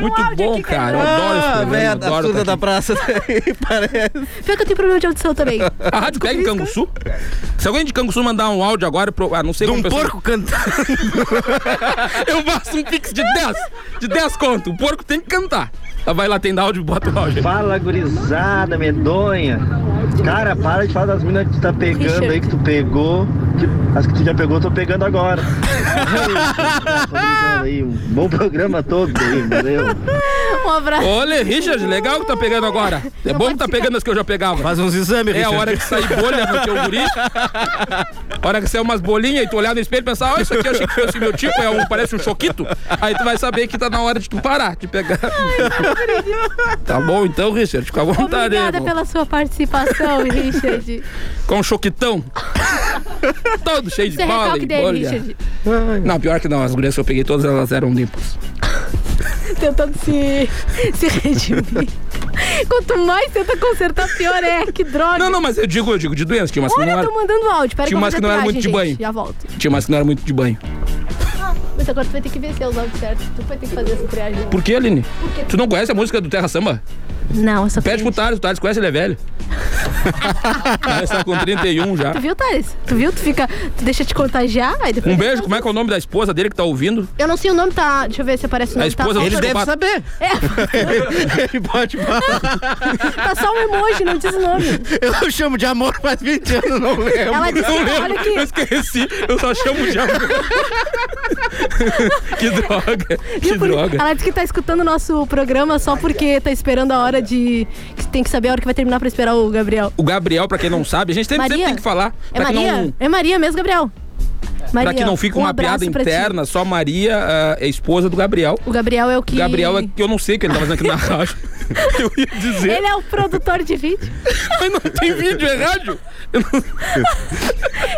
Speaker 6: Muito bom, cara. Eu adoro esse programa.
Speaker 5: véia,
Speaker 6: eu
Speaker 5: Ah, da
Speaker 6: adoro
Speaker 5: surda
Speaker 6: tá
Speaker 5: da
Speaker 6: aqui.
Speaker 5: praça daí, parece.
Speaker 7: Pior que eu tenho problema de audição também.
Speaker 6: A rádio pega em Canguçu? Se alguém de Canguçu mandar um áudio agora, pro, a não ser
Speaker 5: De um porco
Speaker 6: cantando. Eu faço um pix de 10, de 10 conto. O porco tem que cantar. Ela Vai lá, tem áudio, bota o áudio.
Speaker 15: Fala, gurizada, medonha. Cara, para de falar das minas que tu tá pegando aí, que tu pegou. que- as que tu já pegou, eu tô pegando agora. Tô brincando aí, um bom programa todo aí, valeu.
Speaker 7: Um abraço.
Speaker 6: Olha, Richard, legal que tá pegando agora. É bom que tá pegando as que eu já pegava. Faz
Speaker 5: uns exames,
Speaker 6: É
Speaker 5: Richard.
Speaker 6: a hora que sai bolha no teu guri. A hora que sai umas bolinhas e tu olhar no espelho e pensar, ó, isso aqui eu achei que fosse meu tipo, é um, parece um choquito. Aí tu vai saber que tá na hora de tu parar, de pegar. tá bom então, Richard, fica à vontade aí,
Speaker 7: Obrigada
Speaker 6: irmão.
Speaker 7: pela sua participação, Richard.
Speaker 6: Com um choquitão. Todo cheio de
Speaker 7: Isso é
Speaker 6: bola
Speaker 7: recalque
Speaker 6: e
Speaker 7: dele,
Speaker 6: bolha.
Speaker 7: Richard.
Speaker 6: Não, pior que não, as gurias que eu peguei todas elas eram limpas.
Speaker 7: Tentando se, se redimir. Quanto mais tenta consertar, pior é. Que droga.
Speaker 6: Não, não, mas eu digo, eu digo, de doença, tinha umas que
Speaker 7: Olha, eu
Speaker 6: não era.
Speaker 7: tô mandando áudio. Pera
Speaker 6: Tinha
Speaker 7: que eu
Speaker 6: umas
Speaker 7: vou
Speaker 6: que não era
Speaker 7: fazer
Speaker 6: muito de
Speaker 7: triagem,
Speaker 6: banho.
Speaker 7: gente. Já volto.
Speaker 6: Tinha umas que não era muito de banho.
Speaker 7: Mas agora tu vai ter que vencer os áudios certos. Tu vai ter que fazer essa triagem.
Speaker 6: Por que, Aline?
Speaker 7: Por quê?
Speaker 6: Tu não conhece a música do Terra Samba?
Speaker 7: Não, eu só
Speaker 6: Pede pro Thales, o Thales conhece, ele é velho. Thales tá com 31 já.
Speaker 7: Tu viu, Thales? Tu viu? Tu fica. Tu deixa te contagiar. Aí depois
Speaker 6: Um beijo, como é que é o nome da esposa dele que tá ouvindo?
Speaker 7: Eu não sei o nome, tá? Deixa eu ver se aparece o
Speaker 6: A
Speaker 7: nome.
Speaker 6: esposa
Speaker 7: tá?
Speaker 6: do psicopata.
Speaker 5: Ele pode falar.
Speaker 7: Tá só um emoji, não diz o nome.
Speaker 5: Eu chamo de amor faz 20 anos, não lembro.
Speaker 7: Ela disse, tá-
Speaker 5: não
Speaker 7: olha aqui.
Speaker 6: Eu esqueci, eu só chamo de amor. que droga, que
Speaker 7: Por-
Speaker 6: droga.
Speaker 7: Ela disse que tá escutando o nosso programa só porque tá esperando a hora de. Que tem que saber a hora que vai terminar pra esperar o Gabriel.
Speaker 6: O Gabriel, pra quem não sabe, a gente sempre, sempre
Speaker 7: Maria?
Speaker 6: tem que falar.
Speaker 7: É
Speaker 6: pra que
Speaker 7: Maria?
Speaker 6: não-
Speaker 7: É Maria mesmo, Gabriel. Maria,
Speaker 6: pra que não fique
Speaker 7: um
Speaker 6: uma
Speaker 7: abraço
Speaker 6: piada
Speaker 7: pra ti.
Speaker 6: interna, só Maria ah, é esposa do Gabriel.
Speaker 7: O Gabriel é o que.
Speaker 6: O Gabriel é que eu não sei o que ele tá fazendo aqui na rádio. Eu ia dizer.
Speaker 7: Ele é o produtor de vídeo.
Speaker 6: Mas não tem vídeo, é rádio.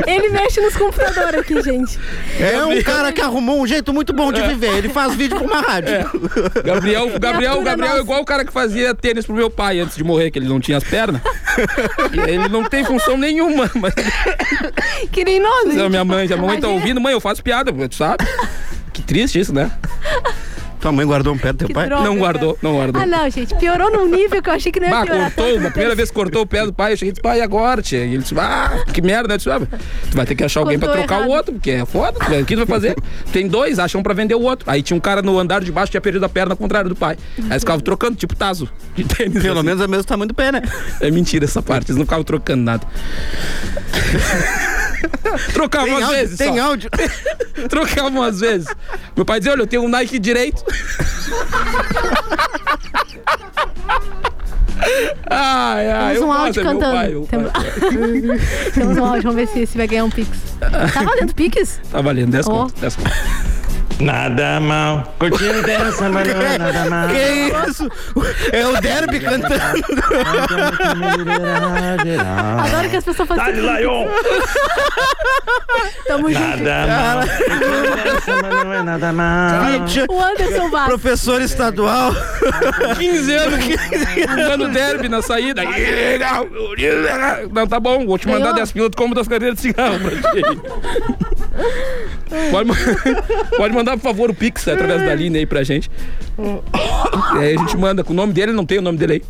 Speaker 7: Ele mexe nos computadores aqui, gente.
Speaker 5: É um cara que arrumou um jeito muito bom de
Speaker 15: É.
Speaker 5: viver. Ele faz vídeo pra uma rádio.
Speaker 6: Gabriel, o Gabriel, o
Speaker 5: Criatura
Speaker 6: Gabriel é
Speaker 5: nossa.
Speaker 6: igual o cara que fazia tênis pro meu pai antes de morrer, que ele não tinha as pernas. E ele não tem função nenhuma, mas
Speaker 7: Que nem nós,
Speaker 6: Não,
Speaker 7: gente.
Speaker 6: minha mãe, minha mãe tá
Speaker 7: Imagina.
Speaker 6: ouvindo, mãe, eu faço piada, tu sabe? Que triste isso, né?
Speaker 5: Tua mãe guardou um pé do teu
Speaker 7: Que pai? droga,
Speaker 6: não guardou, não guardou.
Speaker 7: Ah, não, gente. Piorou num nível que eu achei que não ia
Speaker 6: Bah,
Speaker 7: piorar. tá?
Speaker 6: cortou, na primeira vez que cortou o pé do pai, eu cheguei e disse, pai, e agora, tia? E ele disse, ah, que merda, eu disse, ah, tu vai ter que achar alguém pra
Speaker 7: Cortou
Speaker 6: trocar o
Speaker 7: errado.
Speaker 6: outro, porque é foda, tu- o que tu vai fazer? Tem dois, acham pra vender o outro. Aí tinha um cara no andar de baixo que tinha perdido a perna ao contrário do pai. Aí eles ficavam trocando, tipo taso, de tênis. assim. Pelo menos
Speaker 5: é o mesmo tamanho do pé, né?
Speaker 6: É mentira essa parte, eles não ficavam trocando nada. Trocavam
Speaker 5: Tem
Speaker 6: às
Speaker 5: áudio,
Speaker 6: vezes.
Speaker 5: tem
Speaker 6: só.
Speaker 5: áudio.
Speaker 6: Trocavam às vezes. Meu pai dizia: olha, eu tenho um Nike direito. ai, ai,
Speaker 7: Temos
Speaker 6: eu
Speaker 7: um áudio
Speaker 6: gosto, é meu
Speaker 7: cantando.
Speaker 6: pai, eu-
Speaker 7: Temos... Temos um áudio, vamos ver se, se vai ganhar um Pix. Tá valendo Pix?
Speaker 6: Tá valendo, 10
Speaker 7: Ó.
Speaker 6: conto, 10 conto.
Speaker 16: Nada mal. Curtindo dessa, mas não é nada
Speaker 5: Ah.
Speaker 16: mal.
Speaker 5: Que isso? É o Derby cantando.
Speaker 6: Ah.
Speaker 7: Adoro que as pessoas fazem.
Speaker 16: Dale, Lion!
Speaker 7: Tamo junto.
Speaker 16: Nada mal. Curtindo dessa, mas não é nada mal.
Speaker 7: O Anderson Vaz.
Speaker 5: Professor estadual.
Speaker 6: 15 anos, dando derby na saída. Não, tá bom, vou te mandar
Speaker 7: Ganhou?
Speaker 6: 10 pilotos, como das cadeiras de cigarro pra ti. Pode, ma- pode mandar, por favor, o Pix através da linha aí pra gente.
Speaker 7: Oh.
Speaker 6: E aí a gente manda com o nome dele, não tem o nome dele aí.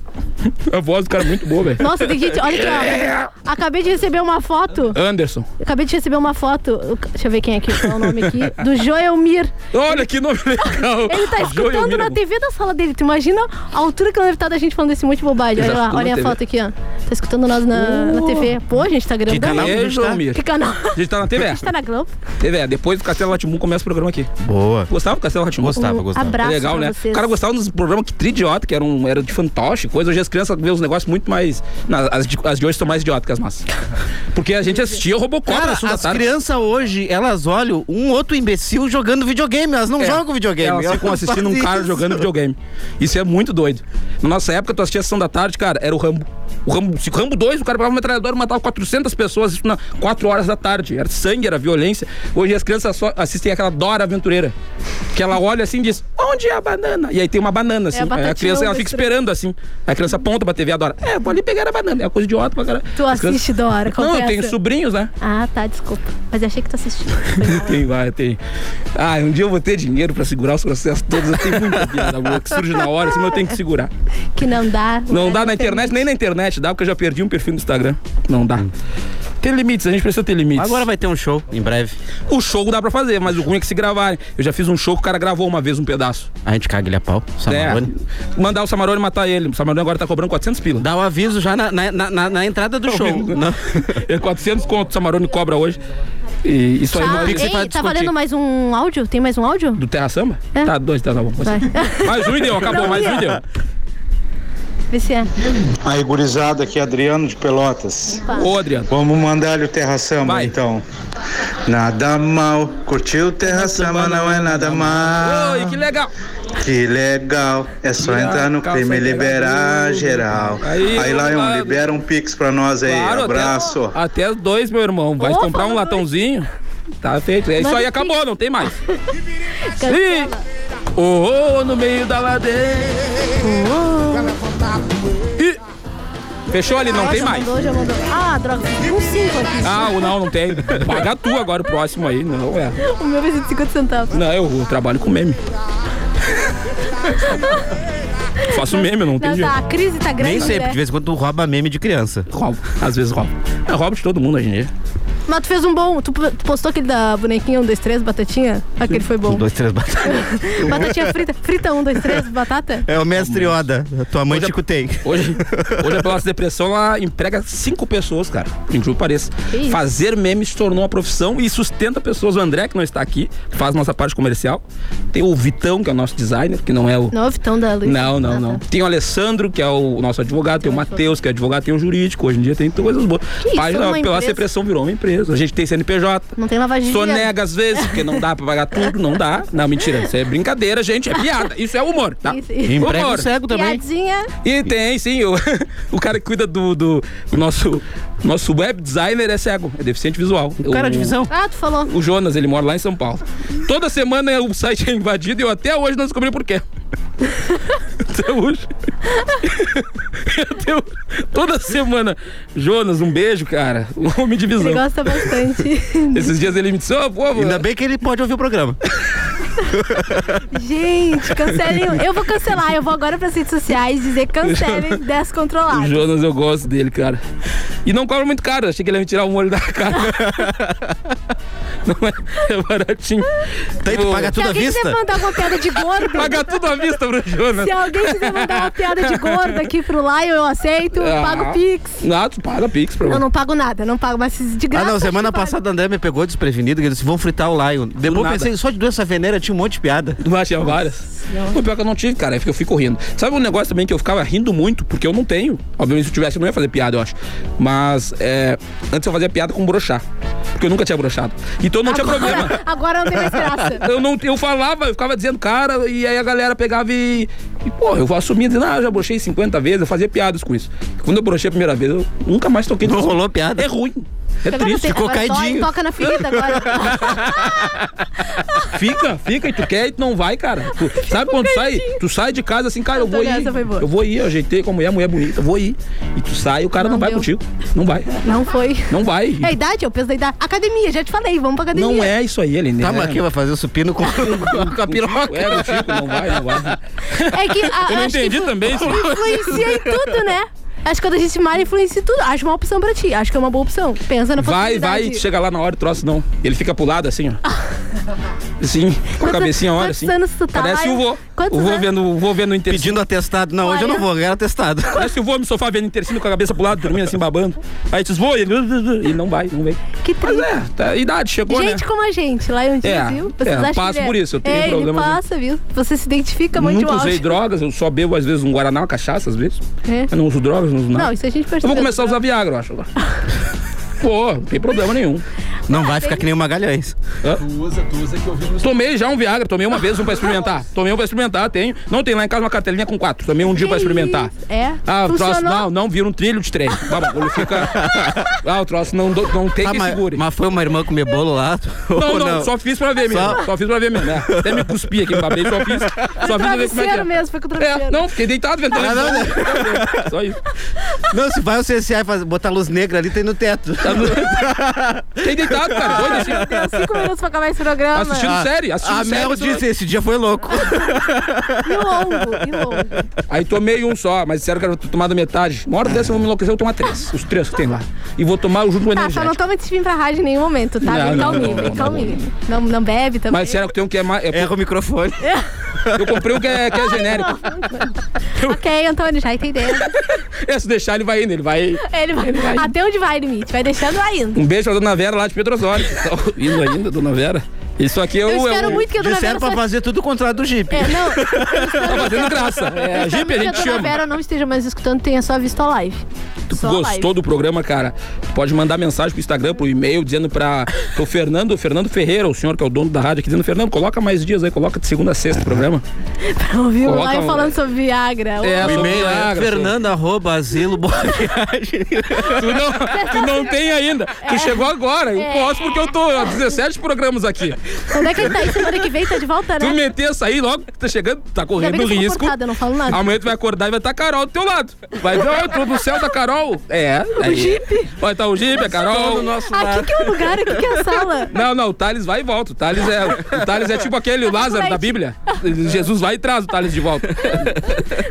Speaker 6: A voz do cara é muito boa, velho.
Speaker 7: Nossa, tem gente. Olha aqui, ó. Acabei de receber uma foto.
Speaker 6: Anderson.
Speaker 7: Acabei de receber uma foto. Deixa eu ver quem é que é o nome aqui. Do Joelmir.
Speaker 6: Olha que nome legal.
Speaker 7: Ele tá escutando na TV da sala dele. Tu imagina a altura que ele deve estar da gente falando desse monte de bobagem.
Speaker 6: Ele
Speaker 7: Olha
Speaker 6: tá
Speaker 7: lá,
Speaker 6: escutando
Speaker 7: olha a
Speaker 6: na TV.
Speaker 7: foto aqui, ó. Tá escutando nós na, na TV. Pô, a gente tá grandão.
Speaker 6: canal que a gente tá?
Speaker 7: Que canal?
Speaker 6: A gente tá na TV.
Speaker 7: A gente tá na Globo.
Speaker 6: TV, é, depois do Castelo Latimu começa o programa aqui.
Speaker 5: Boa.
Speaker 6: Gostava do Castelo Latimu?
Speaker 7: Gostava, Um gostava. abraço
Speaker 6: Tá, Legal,
Speaker 7: pra
Speaker 6: né?
Speaker 7: vocês.
Speaker 6: O cara gostava dos programas que tridiota, que era, um, era de fantoche, coisa. Hoje as crianças vê os negócios muito mais. na- as, de, as de hoje são mais idiotas que as nossas. Porque a gente assistia o Robocop
Speaker 5: Cara,
Speaker 6: na sua
Speaker 5: as crianças hoje, elas olham um outro imbecil jogando videogame. Elas não
Speaker 6: É.
Speaker 5: jogam videogame.
Speaker 6: Elas ficam assistindo um
Speaker 5: fazem
Speaker 6: cara
Speaker 5: isso.
Speaker 6: jogando videogame. Isso é muito doido. Na nossa época, tu assistia a sessão da tarde, cara, era o Rambo. O Rambo, se o Rambo 2, o cara pegava uma metralhadora e matava 400 pessoas, isso na 4 horas da tarde. Era sangue, era violência. Hoje as crianças só assistem aquela Dora Aventureira. Que ela olha assim e diz: Onde é a banana? E aí tem uma banana, assim.
Speaker 7: É, a
Speaker 6: Aí a,
Speaker 7: batatinha
Speaker 6: criança ela
Speaker 7: extra.
Speaker 6: fica esperando assim. Aí A criança aponta pra TV e adora. É, vou ali pegar a banana. É uma coisa idiota pra caralho.
Speaker 7: Tu
Speaker 6: As crianças-
Speaker 7: assiste da hora,
Speaker 6: Não, eu
Speaker 7: confessa.
Speaker 6: tenho sobrinhos, né?
Speaker 7: é Ah, tá, desculpa. Mas eu achei que tu assistiu.
Speaker 6: Tem, vai, tem. Ah, um dia eu vou ter dinheiro pra segurar os processos todos. Eu tenho muita piada boa que surge na hora, assim, mas eu tenho que segurar.
Speaker 7: Que não dá.
Speaker 6: Não dá na internet, nem na internet dá, porque eu já perdi um perfil no Instagram. Não dá. Tem limites, a gente precisa ter limites.
Speaker 5: Agora vai ter um show, em breve.
Speaker 6: O show dá pra fazer, mas o ruim é que se gravarem. Eu já fiz um show que o cara gravou uma vez um pedaço.
Speaker 5: A gente caga ele a pau. Samarone.
Speaker 6: É, mandar o Samarone matar ele. O Samarone agora tá cobrando 400 pila.
Speaker 5: Dá o aviso já na, na, na- na entrada do show. Não.
Speaker 6: É 400 conto o Samarone cobra hoje. E isso aí
Speaker 7: Tchau.
Speaker 6: no Pix
Speaker 7: Ei,
Speaker 6: você
Speaker 7: tá
Speaker 6: vai discutir.
Speaker 7: valendo mais um áudio? Tem mais um áudio?
Speaker 6: Do Terra Samba?
Speaker 7: É.
Speaker 6: Tá, dois, tá, tá bom.
Speaker 7: Vai.
Speaker 6: Mais um e deu, acabou,
Speaker 7: Não
Speaker 6: mais um
Speaker 7: ia.
Speaker 6: e deu.
Speaker 7: Vê se é.
Speaker 17: Aí, gurizada, aqui é Adriano de Pelotas.
Speaker 6: Ô, Adriano.
Speaker 17: Vamos mandar o Terra Samba, então. Nada mal, curtiu o Terra Samba, não é nada mal.
Speaker 6: Oi, que legal.
Speaker 17: Que legal, é só
Speaker 6: Legal,
Speaker 17: entrar no
Speaker 6: calça
Speaker 17: clima e liberar
Speaker 6: pegadura.
Speaker 17: geral.
Speaker 6: Aí,
Speaker 17: Aí,
Speaker 6: vamos lá.
Speaker 17: Lion, libera um pix pra nós aí.
Speaker 6: Claro, até-
Speaker 17: Abraço.
Speaker 6: Até os dois, meu irmão. Vai
Speaker 17: Ô,
Speaker 6: comprar um
Speaker 17: falou
Speaker 6: latãozinho. Tá feito. É isso
Speaker 17: Manda
Speaker 6: aí,
Speaker 17: o
Speaker 6: acabou, não tem mais. Sim. Oh, oh, no meio da ladeira. Ih. Fechou ali, não
Speaker 7: Ah,
Speaker 6: tem
Speaker 7: já
Speaker 6: mais.
Speaker 7: mandou, já mandou. Ah, droga, um 5 aqui.
Speaker 6: Ah, o não, não tem. Paga tu agora o próximo aí. Não, é.
Speaker 7: O meu vai ser de 50 centavos.
Speaker 6: Não, eu trabalho com meme. Faço meme, não tem
Speaker 7: Não,
Speaker 6: jeito.
Speaker 7: tá, a crise tá grande,
Speaker 5: Nem sei, porque
Speaker 7: né?
Speaker 5: de vez em quando tu rouba meme de criança.
Speaker 6: Rouba. Às vezes rouba. Eu roubo de todo mundo hoje em dia.
Speaker 7: Mas tu fez um bom. Tu tu postou aquele da bonequinha 1, 2, 3, batatinha? Aquele foi bom.
Speaker 5: Um, dois, três, bate.
Speaker 7: Batatinha frita. Frita 1, 2, 3, batata?
Speaker 5: É o mestre Yoda. Tua mãe
Speaker 6: Hoje é-
Speaker 5: te cutei.
Speaker 6: Hoje, hoje a Pelotas Depressão ela emprega cinco pessoas, cara. Por incrível que pareça.
Speaker 7: isso?
Speaker 6: Fazer memes se tornou uma profissão e sustenta pessoas. O André, que não está aqui, que faz nossa parte comercial. Tem o Vitão, que é o nosso designer, que não é o.
Speaker 7: Não, Ah, tá. Vitão da Luiz.
Speaker 6: Não, não, não. Tem o Alessandro, que é o nosso advogado, tem o Matheus, que é advogado, tem o jurídico. Hoje em dia tem coisas boas.
Speaker 7: Que isso,
Speaker 6: Página
Speaker 7: uma
Speaker 6: Pelotas
Speaker 7: empresa. é.
Speaker 6: Depressão virou uma empresa. A gente tem CNPJ.
Speaker 7: Não tem lavagem de dinheiro.
Speaker 6: Sonega às vezes, porque não dá pra pagar tudo, não dá. Não, mentira, isso é brincadeira, gente, é piada. Isso é humor, tá?
Speaker 7: Isso, isso. Emprego
Speaker 5: cego
Speaker 7: Piadinha.
Speaker 6: e tem, sim. O, o cara que cuida do, do do nosso, nosso web designer é cego, é deficiente visual. O
Speaker 5: cara de visão.
Speaker 7: Ah, tu falou.
Speaker 6: O Jonas, ele mora lá em São Paulo. Toda semana o site é invadido e eu até hoje não descobri por quê. Até hoje. Até hoje. Toda semana. Jonas, um beijo, cara. Um homem de visão.
Speaker 7: Ele gosta bastante.
Speaker 6: Esses dias ele me disse, ô, pô,
Speaker 5: Ainda bem que ele pode ouvir o programa.
Speaker 7: Gente, cancelem. Eu vou cancelar. Eu vou agora pras redes sociais dizer cancelem
Speaker 6: O
Speaker 7: descontrolado.
Speaker 6: Jonas, eu gosto dele, cara. E não cobra muito caro, achei que ele ia me tirar o molho da cara. não é, é baratinho.
Speaker 5: Daí tu paga
Speaker 7: Se alguém quiser mandar alguma piada de gordo.
Speaker 6: Paga tudo à vista pro Jonas.
Speaker 7: Se alguém quiser mandar uma piada de gordo aqui pro Lion, eu aceito. Eu
Speaker 6: Ah.
Speaker 7: pago Pix.
Speaker 6: Não, tu paga Pix pra
Speaker 7: Eu não pago nada, não pago, mas se de
Speaker 5: Ah,
Speaker 7: graça.
Speaker 5: não, semana passada o André me pegou desprevenido, que ele disse, vão fritar o Lion. Depois eu
Speaker 6: nada.
Speaker 5: pensei, só de doença veneira tinha um monte de piada.
Speaker 6: Mas tinha várias. O pior que eu não tive, cara, é porque eu fico rindo. Sabe um negócio também que eu ficava rindo muito, porque eu não tenho. Obviamente, se eu tivesse, eu não ia fazer piada, eu acho. Mas é, antes eu fazia piada com brochar. Porque eu nunca tinha brochado. Então eu não tinha problema. É
Speaker 7: Agora não tem mais graça.
Speaker 6: Eu, não, eu falava, eu ficava dizendo, cara, e aí a galera pegava e. e pô, eu vou assumir, dizendo, ah, eu já brochei 50 vezes, eu fazia piadas com isso. Quando eu brochei a primeira vez, eu nunca mais toquei
Speaker 5: Não rolou piada.
Speaker 6: É ruim. É
Speaker 7: Agora
Speaker 6: triste,
Speaker 7: não tem- agora dói, Toca na ferida agora.
Speaker 6: Fica, fica, e tu quer e tu não vai, cara. Tu- sabe quando tu sai? Tu sai de casa assim, cara, eu vou
Speaker 7: Antônio,
Speaker 6: ir.
Speaker 7: essa foi boa.
Speaker 6: Eu vou ir, eu ajeitei com a mulher, a mulher é bonita, eu vou ir. E tu sai e o cara não, vai
Speaker 7: deu.
Speaker 6: contigo. Não vai.
Speaker 7: Não foi.
Speaker 6: Não vai.
Speaker 7: É a idade, é o peso da idade. Academia, já te falei, vamos pra academia.
Speaker 6: Não é isso aí, Aline.
Speaker 5: Tá, mas quem vai fazer o supino com, com a piroca?
Speaker 6: É, contigo, não vai, não vai.
Speaker 7: É que. a-
Speaker 6: Eu não
Speaker 7: acho que
Speaker 6: entendi
Speaker 7: influ-
Speaker 6: também isso.
Speaker 7: Influencia em tudo, né? Acho que quando a gente se malha, influencia em tudo. Acho uma opção pra ti. Acho que é uma boa opção. Pensa na
Speaker 6: Vai,
Speaker 7: possibilidade.
Speaker 6: vai, chega lá na hora, troço não. Ele fica pro lado assim, ó. Sim, com a
Speaker 7: Quantos-
Speaker 6: cabecinha, olha assim.
Speaker 7: quantos anos tu tá
Speaker 6: Parece
Speaker 7: lá?
Speaker 6: o vô.
Speaker 7: Quantos
Speaker 6: O vô
Speaker 7: anos?
Speaker 6: vendo, o vô vendo o intercino.
Speaker 5: Pedindo atestado. Não, hoje eu não vou, eu quero atestado.
Speaker 6: Parece o vô no sofá vendo intercino com a cabeça pro lado, dormindo assim, babando. Aí diz, vô, e ele... ele não vai, não vem.
Speaker 7: Que triste.
Speaker 6: Mas é, tá, a idade chegou, né?
Speaker 7: Gente como a gente, lá onde
Speaker 6: É,
Speaker 7: viu?
Speaker 6: é, eu
Speaker 7: acham que ele
Speaker 6: passo
Speaker 7: é-
Speaker 6: por isso, eu tenho
Speaker 7: é, ele
Speaker 6: problemas, né?
Speaker 7: passa, viu? Você se identifica muito
Speaker 6: Nunca
Speaker 7: mal.
Speaker 6: usei drogas, eu só bebo às vezes um Guaraná, uma cachaça, às vezes.
Speaker 7: É.
Speaker 6: Eu não uso drogas, não uso nada.
Speaker 7: Não, isso é a gente
Speaker 6: Eu
Speaker 7: percebeu.
Speaker 6: vou começar a usar Viagra, eu acho. agora. Pô, não tem problema nenhum.
Speaker 5: Não vai ficar que nem o Magalhães.
Speaker 6: Tu usa, tu usa que eu vi Tomei já um Viagra, tomei uma vez um pra experimentar. Tomei um pra experimentar, tenho. Não tem lá em casa uma cartelinha com quatro. Tomei um dia pra experimentar.
Speaker 7: É?
Speaker 6: Ah, o troço
Speaker 7: Funcionou?
Speaker 6: não, não vira um trilho de trem. O bagulho fica. Ah, o troço não, do- não tem
Speaker 5: Tá,
Speaker 6: que
Speaker 5: mas,
Speaker 6: segure.
Speaker 5: mas foi uma irmã comer bolo lá?
Speaker 6: Não,
Speaker 5: Ou
Speaker 6: não, só fiz pra ver mesmo. Só, fiz pra ver mesmo. né? Até me cuspi aqui, babei, só fiz. Só fiz pra ver como é que
Speaker 7: Travesseiro
Speaker 6: é.
Speaker 7: mesmo, foi com o travesseiro.
Speaker 6: É, não, fiquei deitado vendo
Speaker 5: Ah, não,
Speaker 6: televisão.
Speaker 5: né?
Speaker 6: Só isso.
Speaker 5: Não, se vai o CSI e faz- botar luz negra ali, tem no teto.
Speaker 6: Tá Fiquei deitado, cara, doido assim.
Speaker 7: Deu cinco minutos pra acabar esse programa.
Speaker 6: Assistindo série, assistindo
Speaker 5: Ah, A
Speaker 6: série.
Speaker 5: Mel
Speaker 6: tudo.
Speaker 5: disse, esse dia foi louco.
Speaker 7: E longo, e longo.
Speaker 6: Aí tomei um só, mas disseram que era pra tomar da metade. Uma hora dessa eu vou me enlouquecer, eu vou tomar três. Os três que tem lá. E vou tomar junto com o
Speaker 7: Tá, só não
Speaker 6: energético.
Speaker 7: toma esse fim pra rádio em nenhum momento, tá?
Speaker 6: Não,
Speaker 7: Bem
Speaker 6: não,
Speaker 7: calminho,
Speaker 6: não,
Speaker 7: bem
Speaker 6: não,
Speaker 7: calminho. Não, não bebe também.
Speaker 6: Mas disseram que tem um que é mais. É,
Speaker 5: Erra o microfone.
Speaker 6: Eu comprei o que é, que é genérico.
Speaker 7: Ok, Antônio, já entendeu.
Speaker 6: É, se deixar, ele vai indo, ele vai.
Speaker 7: É, Ele vai, até onde vai o limite? Vai deixando vai indo.
Speaker 6: Um beijo pra dona Vera lá de Pedro Osório. Tá indo ainda, dona Vera. Isso aqui é eu.
Speaker 7: Eu espero muito que a dona Vera saiba-
Speaker 5: fazer tudo o contrário do Jeep.
Speaker 7: É, não.
Speaker 6: Tá fazendo graça. É, a
Speaker 7: espero
Speaker 6: Jeep a
Speaker 7: que
Speaker 6: gente
Speaker 7: dona
Speaker 6: chama.
Speaker 7: Vera não esteja mais escutando, tenha só visto a live.
Speaker 6: Tu
Speaker 7: Só a
Speaker 6: gostou
Speaker 7: live.
Speaker 6: do programa, cara? Tu Pode mandar mensagem pro Instagram, pro e-mail, dizendo pra, pro Fernando, Fernando Ferreira, o senhor que é o dono da rádio aqui, dizendo, Fernando, coloca mais dias aí, coloca de segunda a sexta o programa.
Speaker 7: Pra ouvir o
Speaker 6: Coloca
Speaker 7: live
Speaker 6: um-
Speaker 7: falando sobre Viagra.
Speaker 6: É,
Speaker 7: Ô,
Speaker 6: sobre-
Speaker 5: E-mail é
Speaker 6: Magra,
Speaker 5: Fernando arroba asilo boa viagem.
Speaker 6: Tu não, tu não tem ainda.
Speaker 7: É.
Speaker 6: Tu chegou agora. Eu posso porque eu tô há 17 programas aqui.
Speaker 7: Quando é que ele tá aí? Semana que vem tá de volta,
Speaker 6: Tu
Speaker 7: né?
Speaker 6: meter essa aí logo que tá chegando, tá
Speaker 7: Ainda bem
Speaker 6: correndo
Speaker 7: que eu sou
Speaker 6: risco.
Speaker 7: comportada, eu não falo nada.
Speaker 6: Amanhã tu vai acordar e vai estar a Carol do teu lado. Vai dizer, olha, eu tô no céu da Carol.
Speaker 7: Tá
Speaker 6: É. aí. Vai estar o Jeep, a Carol.
Speaker 7: Aqui que é o lugar, aqui que é a sala.
Speaker 6: Não, não, o Thales vai e volta. O Thales é, o Thales é tipo aquele Lázaro da Bíblia. Jesus vai e traz o Thales de volta.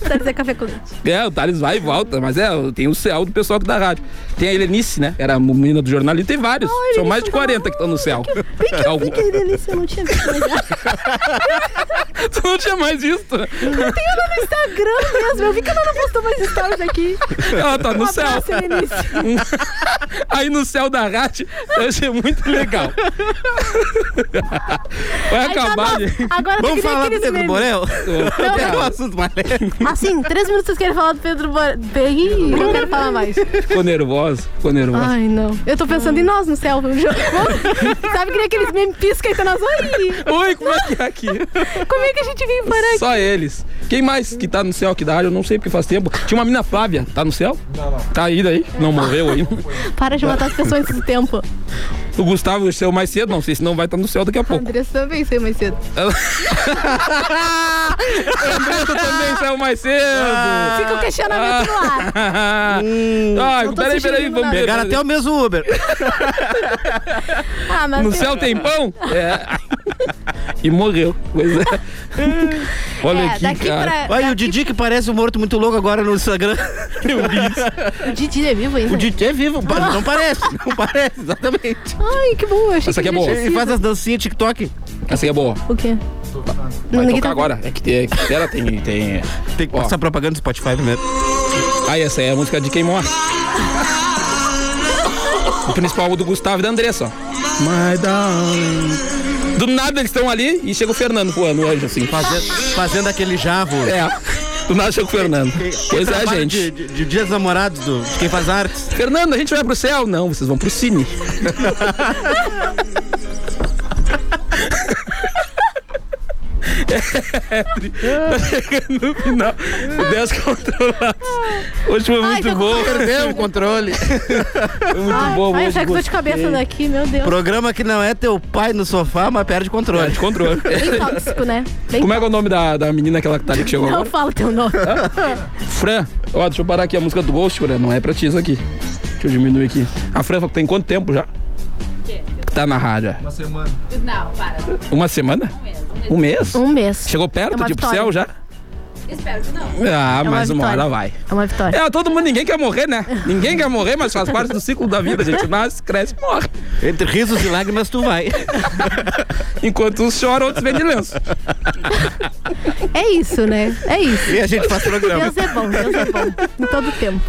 Speaker 7: Tá dizer café com leite.
Speaker 6: É, o Thales vai e volta, mas é, tem o céu do pessoal que da rádio. Tem a Helenice, né? Era a menina do jornalismo, tem vários. São mais de 40 que estão no céu. Algum-
Speaker 7: tá Que delícia, eu não tinha visto. mas-
Speaker 6: Tu não tinha mais visto.
Speaker 7: Eu tenho ela no Instagram mesmo. Eu vi que ela não postou mais stories aqui.
Speaker 6: Ela tá no
Speaker 7: Um
Speaker 6: céu.
Speaker 7: abraço, Helenice.
Speaker 6: Aí no céu da rádio, eu achei muito legal. Vai
Speaker 7: Aí tá nós.
Speaker 6: acabar. gente.
Speaker 7: Agora
Speaker 5: Vamos
Speaker 7: tem que nem
Speaker 5: falar do
Speaker 7: aqueles
Speaker 5: Pedro
Speaker 7: memes.
Speaker 5: Borel?
Speaker 7: Não,
Speaker 5: Pega
Speaker 7: não.
Speaker 5: o assunto mais leve.
Speaker 7: Assim, três minutos vocês querem falar do Pedro Borel. Ih, não quero falar mais.
Speaker 6: Ficou nervosa, ficou nervosa.
Speaker 7: Ai, não. Eu tô pensando em nós no céu. Um jogo. Sabe que nem aqueles memes pisca e tá nós. Oi!
Speaker 6: Oi, como é que é aqui?
Speaker 7: Como é que a gente veio parar aqui?
Speaker 6: Só eles. Quem mais que tá no céu aqui da área? Eu não sei porque faz tempo. Tinha uma mina Flávia, tá no céu? Não, não. Tá aí daí? Não morreu aí.
Speaker 7: Para de matar as pessoas nesse tempo.
Speaker 6: O Gustavo o céu mais cedo, não sei se não vai estar no céu daqui a pouco.
Speaker 7: Andressa também saiu mais cedo.
Speaker 6: Ela- Andressa também saiu mais cedo.
Speaker 7: Fica o questionamento
Speaker 6: Ah.
Speaker 7: no ar.
Speaker 6: Ai,
Speaker 7: Ah. não tô
Speaker 6: peraí, peraí,
Speaker 7: sugerindo
Speaker 6: vamos
Speaker 7: nada.
Speaker 6: ver.
Speaker 5: Pegaram até o mesmo Uber.
Speaker 7: Ah, mas
Speaker 6: No
Speaker 7: tem-
Speaker 6: céu tem pão? É. E morreu. Pois é. Olha
Speaker 7: É,
Speaker 6: aqui,
Speaker 7: daqui pra-
Speaker 6: cara.
Speaker 5: Olha, e o Didi que parece um morto muito louco agora no Instagram.
Speaker 6: Eu vi isso.
Speaker 7: O Didi é vivo ainda?
Speaker 5: O Didi é vivo, pá, não parece, não parece, exatamente.
Speaker 7: Ai, que bom. eu achei
Speaker 6: Essa
Speaker 7: que
Speaker 6: aqui é boa.
Speaker 7: já tinha
Speaker 5: Ele faz
Speaker 7: sido.
Speaker 5: as dancinhas TikTok.
Speaker 6: Essa aí é boa.
Speaker 7: O quê?
Speaker 6: Vai
Speaker 7: Ninguém
Speaker 6: tocar
Speaker 7: tá-
Speaker 6: agora. É que, é que ela tem. tem...
Speaker 5: Tem que passar propaganda do Spotify primeiro.
Speaker 6: Aí, essa aí é a música de quem morre. O principal álbum do Gustavo e da Andressa, ó. My darling. Do nada eles estão ali e chega o Fernando voando hoje, assim.
Speaker 5: Fazendo, fazendo aquele javo.
Speaker 6: É. Do nada chega o Fernando. Pois é,
Speaker 5: Trabalho
Speaker 6: gente.
Speaker 5: De, de, de dias namorados do, de quem faz artes.
Speaker 6: Fernando, a gente vai pro céu? Não, vocês vão pro cine. É, tá chegando no final. 10 controlados. Hoje foi
Speaker 7: Ai,
Speaker 6: muito
Speaker 7: tô com
Speaker 6: bom.
Speaker 7: fome.
Speaker 5: Perdeu o controle.
Speaker 6: Foi muito bom.
Speaker 7: Ai,
Speaker 6: hoje
Speaker 7: já Ah, que eu tô de cabeça
Speaker 6: gostei.
Speaker 7: daqui, meu Deus.
Speaker 5: Programa que não é teu pai no sofá, mas perde o
Speaker 6: É,
Speaker 5: controle.
Speaker 6: de controle.
Speaker 7: Bem tóxico, né? Bem
Speaker 6: Como é que é o nome da, da menina aquela que tá ali que chegou
Speaker 7: Não
Speaker 6: agora?
Speaker 7: fala teu nome.
Speaker 6: Fran. Ó, deixa eu parar aqui a música do Ghost, Fran. Não é pra ti isso aqui. Deixa eu diminuir aqui. A Fran tem quanto tempo já? Que tá na rádio.
Speaker 12: Uma semana.
Speaker 6: Uma semana? Um mês.
Speaker 7: Um mês.
Speaker 6: Chegou
Speaker 7: É
Speaker 6: perto
Speaker 7: uma
Speaker 6: de ir pro
Speaker 7: vitória.
Speaker 6: céu já?
Speaker 7: Espero que não.
Speaker 6: Ah,
Speaker 7: É uma
Speaker 6: mas uma
Speaker 7: vitória.
Speaker 6: hora vai.
Speaker 7: É uma vitória.
Speaker 6: É, todo mundo, ninguém quer morrer, né? Ninguém quer morrer, mas faz parte do ciclo da vida. A gente nasce, cresce, morre.
Speaker 5: Entre risos e lágrimas, tu vai.
Speaker 6: Enquanto uns choram, outros vendem lenço.
Speaker 7: É isso, né? É isso.
Speaker 6: E a gente faz programa.
Speaker 7: Deus é bom, Deus é bom. Em todo tempo.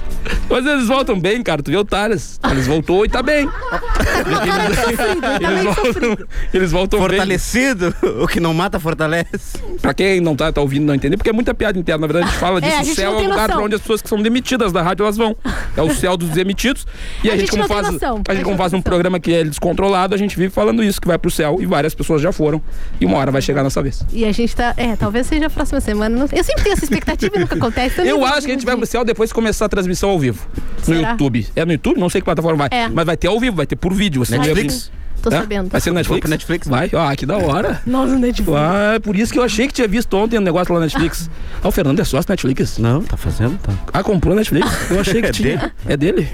Speaker 6: Mas eles voltam bem, cara. Tu viu o Thales? Thales voltou e tá bem.
Speaker 7: é
Speaker 6: Eles voltam, eles voltam
Speaker 5: Fortalecido, o que não mata fortalece.
Speaker 6: Pra quem não tá, tá ouvindo, não entender, porque é muita piada interna. Na verdade, a gente fala
Speaker 7: É,
Speaker 6: disso.
Speaker 7: a
Speaker 6: o
Speaker 7: gente
Speaker 6: céu
Speaker 7: não
Speaker 6: é o
Speaker 7: tem
Speaker 6: lugar
Speaker 7: noção.
Speaker 6: pra onde as pessoas que são demitidas da rádio elas vão. É o céu dos demitidos. E a,
Speaker 7: A
Speaker 6: gente,
Speaker 7: gente
Speaker 6: como
Speaker 7: não tem
Speaker 6: faz.
Speaker 7: noção.
Speaker 6: A
Speaker 7: A
Speaker 6: gente,
Speaker 7: gente
Speaker 6: como
Speaker 7: não
Speaker 6: faz um programa que é descontrolado, a gente vive falando isso, que vai pro céu e várias pessoas já foram. E uma hora vai chegar a nossa vez.
Speaker 7: E a gente tá. É, talvez seja a próxima semana. não- Eu sempre tenho essa expectativa e nunca acontece. então
Speaker 6: Eu
Speaker 7: nem-
Speaker 6: acho que a gente vai pro céu depois que começar a transmissão ao vivo. No
Speaker 7: Será?
Speaker 6: YouTube. É no YouTube? Não sei que plataforma vai.
Speaker 7: É.
Speaker 6: Mas vai ter ao vivo, vai ter por vídeo.
Speaker 5: É
Speaker 6: Você
Speaker 7: Netflix?
Speaker 6: Vai
Speaker 7: Tô
Speaker 6: Hã?
Speaker 7: sabendo.
Speaker 6: Vai ser no Netflix? Netflix? Vai. Ah, que da hora.
Speaker 7: Nossa, Netflix.
Speaker 6: Ah, é por isso que eu achei que tinha visto ontem um negócio lá na Netflix. Ah, o Fernando é sócio da Netflix?
Speaker 5: Não, tá fazendo, tá.
Speaker 6: Ah, comprou a Netflix? Eu achei que
Speaker 5: É
Speaker 6: tinha.
Speaker 5: dele.
Speaker 6: É dele?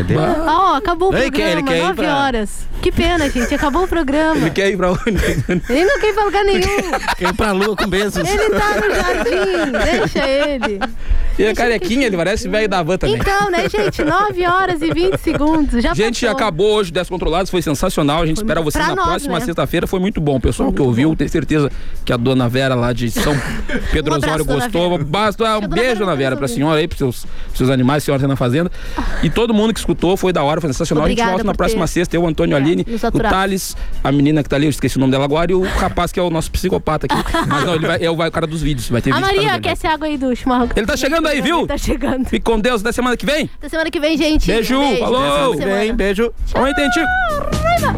Speaker 5: É dele.
Speaker 6: Bah.
Speaker 7: Ó, acabou o
Speaker 6: Ele quer- ele
Speaker 7: programa,
Speaker 6: quer ir
Speaker 7: 9
Speaker 6: pra-
Speaker 7: horas. Que pena, gente. Acabou o
Speaker 6: Ele
Speaker 7: programa.
Speaker 6: quer ir pra onde?
Speaker 7: Ele não quer ir pra lugar nenhum.
Speaker 5: Quer ir pra lua com beijos.
Speaker 7: Ele tá no jardim. Deixa ele.
Speaker 6: E a carequinha, ele parece velho da van também.
Speaker 7: Então, né, gente? 9 horas e 20 segundos. Já
Speaker 6: Gente,
Speaker 7: passou.
Speaker 6: acabou hoje o Descontrolados, foi sensacional. A gente espera você
Speaker 7: pra
Speaker 6: na
Speaker 7: nós,
Speaker 6: próxima
Speaker 7: né?
Speaker 6: sexta-feira. Foi muito bom, pessoal que ouviu. Tenho certeza que a dona Vera lá de São Pedro
Speaker 7: Um
Speaker 6: Osório
Speaker 7: abraço, dona
Speaker 6: gostou.
Speaker 7: Vera.
Speaker 6: Basta ah,
Speaker 7: Acho
Speaker 6: um
Speaker 7: que a dona
Speaker 6: beijo,
Speaker 7: Vera
Speaker 6: dona Vera,
Speaker 7: tá
Speaker 6: pra senhora aí, pros seus, pros seus animais, senhora que tá na fazenda. E todo mundo que escutou, foi da hora, foi sensacional. a
Speaker 7: Obrigada
Speaker 6: gente volta na
Speaker 7: por
Speaker 6: próxima
Speaker 7: ter- É,
Speaker 6: sexta. Eu, Antônio Aline,
Speaker 7: nos
Speaker 6: o
Speaker 7: aturado.
Speaker 6: Thales, a menina que tá ali, eu esqueci o nome dela agora, e o rapaz que é o nosso psicopata aqui. Mas não, ele vai, é o, vai- o cara dos vídeos. Vai ter
Speaker 7: A
Speaker 6: vídeo pra
Speaker 7: Maria
Speaker 6: vender.
Speaker 7: quer essa água aí do chimarrão.
Speaker 6: tá né? Ele tá chegando aí, viu?
Speaker 7: Tá chegando.
Speaker 6: Fique com Deus, até semana que vem.
Speaker 7: Até semana que vem, gente.
Speaker 6: Beijo,
Speaker 7: Um
Speaker 6: falou.
Speaker 7: Boa semana.
Speaker 6: beijo. Oi, Tentinho.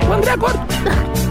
Speaker 7: O André agora.